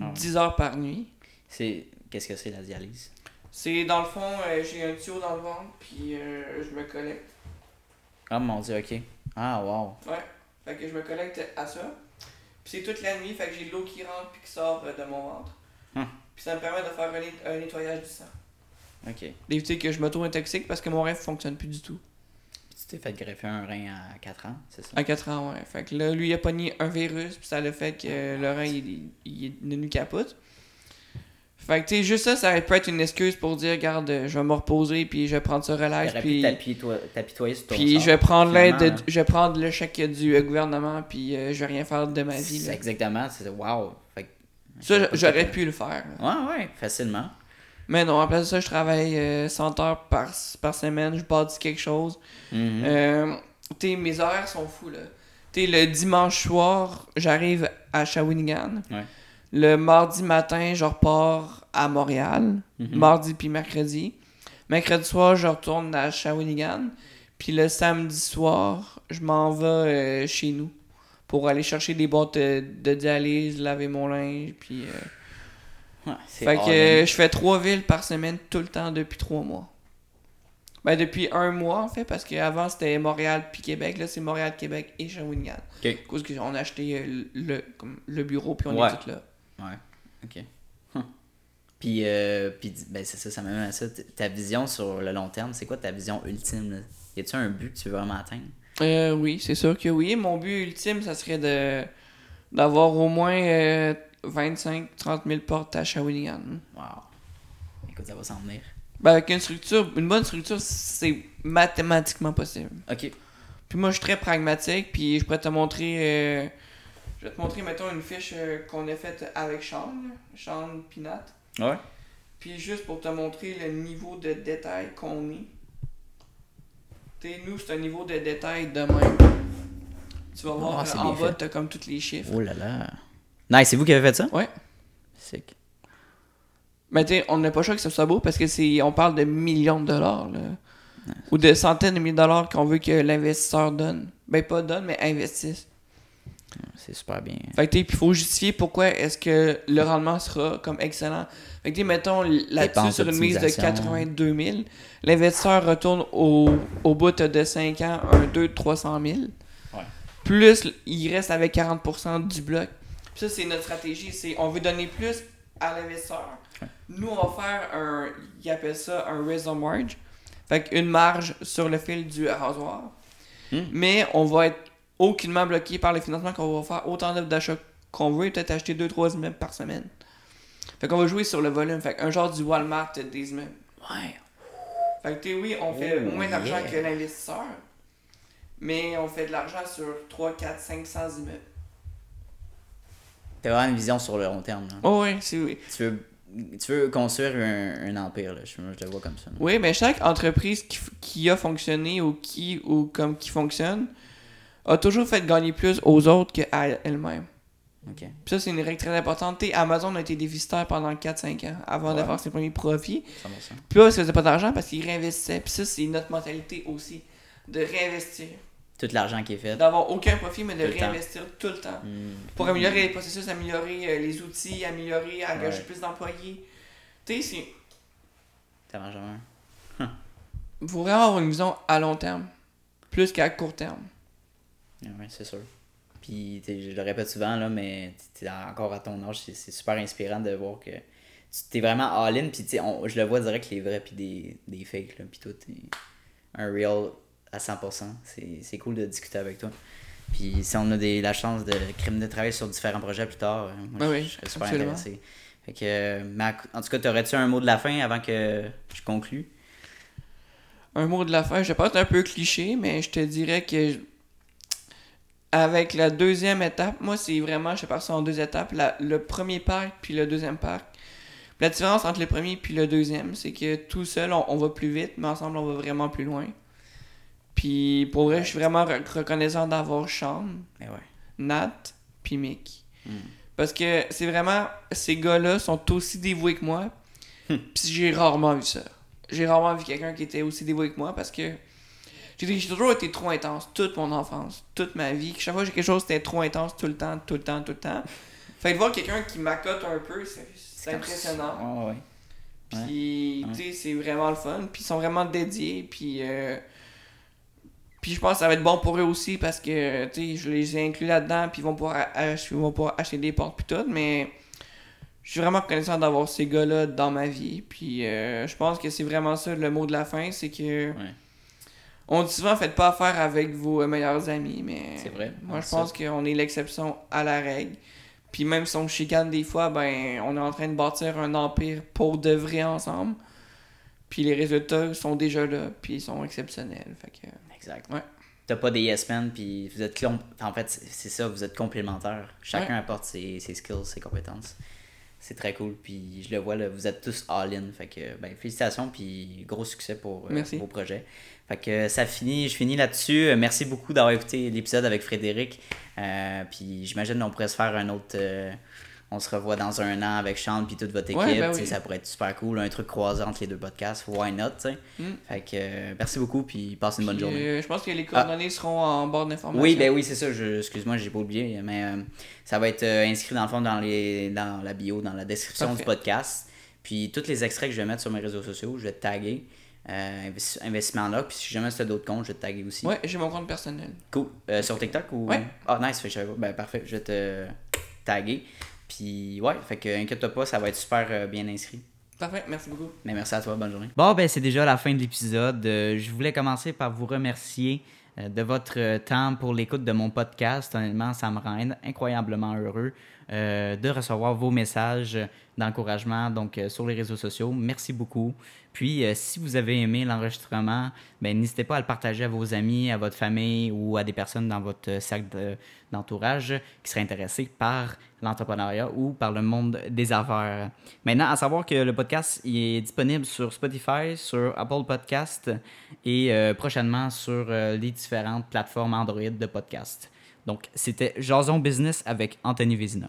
[SPEAKER 2] Ah ouais.
[SPEAKER 3] 10 heures par nuit.
[SPEAKER 2] C'est. Qu'est-ce que c'est la dialyse
[SPEAKER 3] C'est dans le fond, euh, j'ai un tuyau dans le ventre, puis euh, je me connecte.
[SPEAKER 2] Ah mon dieu, ok. Ah wow.
[SPEAKER 3] Ouais, fait que je me connecte à ça. Puis c'est toute la nuit, fait que j'ai de l'eau qui rentre puis qui sort euh, de mon ventre.
[SPEAKER 2] Hmm.
[SPEAKER 3] Puis ça me permet de faire un net- un nettoyage du sang.
[SPEAKER 2] Ok. Puis
[SPEAKER 3] d'éviter que je m'auto-intoxique parce que mon rêve fonctionne plus du tout.
[SPEAKER 2] tu t'es fait greffer un rein à 4 ans, c'est ça
[SPEAKER 3] À 4 ans, ouais. Fait que là, lui, il a pogné un virus, puis ça le fait que le rein, il, il est devenu capote. Fait que, tu sais, juste ça, ça peut être une excuse pour dire, regarde, euh, je vais me reposer, puis je vais prendre ce relax,
[SPEAKER 2] T'aurais pu
[SPEAKER 3] puis,
[SPEAKER 2] t'appuyer- toi- t'apitoyer sur ton
[SPEAKER 3] puis
[SPEAKER 2] sort,
[SPEAKER 3] je vais prendre l'aide,
[SPEAKER 2] finalement,
[SPEAKER 3] de- je vais prendre le chèque du euh, gouvernement, puis euh, je vais rien faire de ma vie.
[SPEAKER 2] C'est
[SPEAKER 3] là.
[SPEAKER 2] exactement, c'est wow. Fait que-
[SPEAKER 3] Ça, j- j'aurais pu le faire. là.
[SPEAKER 2] Ouais, ouais, facilement.
[SPEAKER 3] Mais non, en place de ça, je travaille euh, 100 heures par, par semaine, je bâtis quelque chose.
[SPEAKER 2] Mhm.
[SPEAKER 3] Euh, t'sais, mes horaires sont fous, là. T'sais, le dimanche soir, j'arrive à Shawinigan.
[SPEAKER 2] Ouais.
[SPEAKER 3] Le mardi matin, je repars à Montréal. Mardi puis mercredi. Mercredi soir, je retourne à Shawinigan. Puis le samedi soir, je m'en vais euh, chez nous pour aller chercher des boîtes euh, de dialyse, laver mon linge. Puis, euh,
[SPEAKER 2] Ouais, c'est
[SPEAKER 3] Fait
[SPEAKER 2] all
[SPEAKER 3] que
[SPEAKER 2] in.
[SPEAKER 3] euh, je fais trois villes par semaine tout le temps depuis trois mois. Ben, depuis un mois, en fait, parce qu'avant, c'était Montréal puis Québec. Là, c'est Montréal, Québec et Shawinigan.
[SPEAKER 2] Ok.
[SPEAKER 3] Cause que on a acheté euh, le, comme, le bureau, puis on
[SPEAKER 2] Ouais.
[SPEAKER 3] est tous là.
[SPEAKER 2] Ouais, ok. Hum. Puis, euh, puis ben c'est ça, ça m'amène à ça. T- Ta vision sur le long terme, c'est quoi ta vision ultime? Là? Y a-tu un but que tu veux vraiment atteindre?
[SPEAKER 3] Euh, oui, c'est sûr que oui. Mon but ultime, ça serait de d'avoir au moins euh, 25-30 000 portes à Shawinigan.
[SPEAKER 2] Wow. Écoute, ça va s'en venir.
[SPEAKER 3] Ben, avec une structure, une bonne structure, c'est mathématiquement possible.
[SPEAKER 2] Ok.
[SPEAKER 3] Puis moi, je suis très pragmatique, puis je pourrais te montrer... euh, je vais te montrer, mettons, une fiche euh, qu'on a faite avec Sean, là, Sean Pinat.
[SPEAKER 2] Ouais.
[SPEAKER 3] Puis juste pour te montrer le niveau de détail qu'on est. T'sais, nous, c'est un niveau de détail de même. Tu vas voir,
[SPEAKER 2] Ah, c'est
[SPEAKER 3] euh, en
[SPEAKER 2] bien
[SPEAKER 3] bas,
[SPEAKER 2] fait.
[SPEAKER 3] t'as comme tous les chiffres.
[SPEAKER 2] Oh là là. Nice, c'est vous qui avez fait ça?
[SPEAKER 3] Ouais.
[SPEAKER 2] Sick.
[SPEAKER 3] Mais tu on n'a pas le choix que ce soit beau parce que c'est on parle de millions de dollars là. ou de centaines de milliers de dollars qu'on veut que l'investisseur donne. Ben pas donne mais investisse.
[SPEAKER 2] C'est super bien.
[SPEAKER 3] Fait que tu il faut justifier pourquoi est-ce que le rendement sera comme excellent. Fait que tu mettons là-dessus
[SPEAKER 2] Dépenses,
[SPEAKER 3] sur une mise de
[SPEAKER 2] optimisation.
[SPEAKER 3] 82 000, l'investisseur retourne au, au bout de 5 ans un 2 300 000.
[SPEAKER 2] Ouais.
[SPEAKER 3] Plus il reste avec 40 du bloc. Puis ça c'est notre stratégie, c'est on veut donner plus à l'investisseur. Nous on va faire un ils appellent ça un raise on marge. Fait qu'une marge sur le fil du rasoir.
[SPEAKER 2] Hmm.
[SPEAKER 3] Mais on va être aucunement bloqué par les financements qu'on va faire autant d'offres d'achat qu'on veut et peut-être acheter 2-3 immeubles par semaine. Fait qu'on va jouer sur le volume. Fait qu'un genre du Walmart des immeubles.
[SPEAKER 2] Ouais.
[SPEAKER 3] Fait que tu sais, oui, on fait
[SPEAKER 2] Oh,
[SPEAKER 3] moins d'argent
[SPEAKER 2] yeah.
[SPEAKER 3] que l'investisseur, mais on fait de l'argent sur 3, 4, 500 immeubles.
[SPEAKER 2] T'as vraiment une vision sur le long terme. là.
[SPEAKER 3] Oh oui, c'est oui.
[SPEAKER 2] Tu, veux, tu veux construire un, un empire, là. Je, moi, je le vois comme ça. là.
[SPEAKER 3] Oui, mais chaque entreprise qui, f- qui a fonctionné ou qui ou comme qui fonctionne a toujours fait gagner plus aux autres qu'à elle-même.
[SPEAKER 2] Ok.
[SPEAKER 3] Puis ça, c'est une règle très importante. T'sais, Amazon a été déficitaire pendant 4-5 ans avant de
[SPEAKER 2] Ouais.
[SPEAKER 3] faire ses premiers profits.
[SPEAKER 2] 100%.
[SPEAKER 3] Puis là, ils faisaient pas d'argent parce qu'ils réinvestissaient. Puis ça, c'est notre mentalité aussi. De réinvestir.
[SPEAKER 2] Tout l'argent qui est fait.
[SPEAKER 3] D'avoir aucun profit, mais de
[SPEAKER 2] Tout le temps.
[SPEAKER 3] réinvestir tout Mm. le temps.
[SPEAKER 2] Hmm.
[SPEAKER 3] Pour améliorer les processus, améliorer euh, les outils, améliorer, engager
[SPEAKER 2] Ouais.
[SPEAKER 3] plus d'employés. Tu sais,
[SPEAKER 2] T'as mangé un.
[SPEAKER 3] il faut vraiment avoir une vision à long terme. Plus qu'à court terme.
[SPEAKER 2] Ah Ouais, c'est sûr. Puis, t'es- je le répète souvent, là, mais t'es t'es encore à ton âge, c'est c'est super inspirant de voir que tu t'es vraiment all-in, puis t'sais, on- je le vois direct les vrais, puis des, des fakes, là, puis toi, t'es un real à 100%. C'est c'est cool de discuter avec toi. Puis, si on a des, la chance de, crime de travailler sur différents projets plus tard, euh, moi,
[SPEAKER 3] Ah
[SPEAKER 2] je-
[SPEAKER 3] oui,
[SPEAKER 2] je serais super
[SPEAKER 3] absolument.
[SPEAKER 2] intéressé. Fait que, euh, mais en- en tout cas, t'aurais-tu un mot de la fin avant que je conclue?
[SPEAKER 3] un mot de la fin. Je pense que c'est un peu cliché, mais je te dirais que je- avec la deuxième étape, moi, c'est vraiment, je pars ça en deux étapes, la- le premier parc puis le deuxième parc. La différence entre le premier puis le deuxième, c'est que tout seul, on, on va plus vite, mais ensemble, on va vraiment plus loin. Puis pour vrai, je suis vraiment re- reconnaissant d'avoir Sean,
[SPEAKER 2] Mais ouais.
[SPEAKER 3] Nat, puis Mick.
[SPEAKER 2] Mm.
[SPEAKER 3] Parce que c'est vraiment, ces gars-là sont aussi dévoués que moi. Puis j'ai rarement vu ça. J'ai rarement vu quelqu'un qui était aussi dévoué que moi parce que j'ai j'ai toujours été trop intense toute mon enfance, toute ma vie. Chaque fois que j'ai quelque chose, c'était trop intense tout le temps, tout le temps, tout le temps. Fait que voir quelqu'un qui m'accote un peu, c'est- c'est
[SPEAKER 2] comme- Ouais,
[SPEAKER 3] impressionnant.
[SPEAKER 2] ouais. ouais.
[SPEAKER 3] Puis,
[SPEAKER 2] Ouais.
[SPEAKER 3] tu sais, c'est vraiment le fun. Puis, ils sont vraiment dédiés. Puis, euh, puis je pense que ça va être bon pour eux aussi parce que, tu sais, je les ai inclus là-dedans. Puis, ils vont pouvoir, ach- ils vont pouvoir acheter des portes. Puis tout. Mais, je suis vraiment reconnaissant d'avoir ces gars-là dans ma vie. Puis, euh, je pense que c'est vraiment ça le mot de la fin. C'est que.
[SPEAKER 2] Ouais.
[SPEAKER 3] On dit souvent, faites pas affaire avec vos euh, meilleurs amis. Mais.
[SPEAKER 2] C'est vrai.
[SPEAKER 3] Moi,
[SPEAKER 2] On
[SPEAKER 3] je
[SPEAKER 2] dit ça.
[SPEAKER 3] pense qu'on est l'exception à la règle. Puis même si on chicane des fois, ben on est en train de bâtir un empire pour de vrai ensemble. Puis les résultats sont déjà là, puis ils sont exceptionnels. Fait que...
[SPEAKER 2] Exact.
[SPEAKER 3] Ouais.
[SPEAKER 2] T'as pas des yes men, puis vous êtes. clom- En fait, c'est c'est ça, vous êtes complémentaires. Chacun
[SPEAKER 3] Ouais.
[SPEAKER 2] apporte ses, ses skills, ses compétences. C'est très cool, puis je le vois, là, vous êtes tous all-in. Fait que, ben, félicitations, puis gros succès pour euh,
[SPEAKER 3] Merci.
[SPEAKER 2] vos projets. Fait que euh, ça finit, je finis là-dessus. Euh, Merci beaucoup d'avoir écouté l'épisode avec Frédéric. Euh, puis j'imagine qu'on pourrait se faire un autre. euh, on se revoit dans un an avec Sean puis toute votre équipe.
[SPEAKER 3] Ouais, ben
[SPEAKER 2] tu sais,
[SPEAKER 3] oui.
[SPEAKER 2] Ça pourrait être super cool, un truc croisé entre les deux podcasts. Why not, tu sais?
[SPEAKER 3] Mm.
[SPEAKER 2] Fait que euh, merci beaucoup, puis passe une bonne
[SPEAKER 3] Puis,
[SPEAKER 2] journée. Ah.
[SPEAKER 3] euh, hein. je pense que les coordonnées seront en barre d'information.
[SPEAKER 2] Oui, ben oui, c'est ça. je- Excuse-moi, j'ai pas oublié, mais euh, ça va être euh, inscrit dans le fond dans, les, dans la bio, dans la description du
[SPEAKER 3] Parfait.
[SPEAKER 2] podcast. Puis tous les extraits que je vais mettre sur mes réseaux sociaux, je vais te taguer. euh, investi- investissement là. Puis si jamais c'est d'autres comptes, je vais te taguer aussi.
[SPEAKER 3] Ouais, j'ai mon compte personnel.
[SPEAKER 2] Cool. Euh, sur TikTok ou.
[SPEAKER 3] Ouais.
[SPEAKER 2] Ah, nice. Fait, que je savais pas. ben, parfait. Je vais te taguer. Puis ouais, fait que inquiète-toi pas, ça va être super euh, bien inscrit.
[SPEAKER 3] Parfait, merci beaucoup.
[SPEAKER 2] Mais merci à toi, bonne journée. Bon, ben c'est déjà la fin de l'épisode. Euh, je voulais commencer par vous remercier euh, de votre euh, temps pour l'écoute de mon podcast. Honnêtement, ça me rend incroyablement heureux euh, de recevoir vos messages d'encouragement donc euh, sur les réseaux sociaux. Merci beaucoup. Puis, euh, si vous avez aimé l'enregistrement, ben, n'hésitez pas à le partager à vos amis, à votre famille ou à des personnes dans votre euh, cercle de- d'entourage qui seraient intéressées par l'entrepreneuriat ou par le monde des affaires. Maintenant, à savoir que le podcast il est disponible sur Spotify, sur Apple Podcast et euh, prochainement sur euh, les différentes plateformes Android de podcast. Donc, c'était Jason Business avec Anthony Vézina.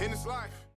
[SPEAKER 1] in this life.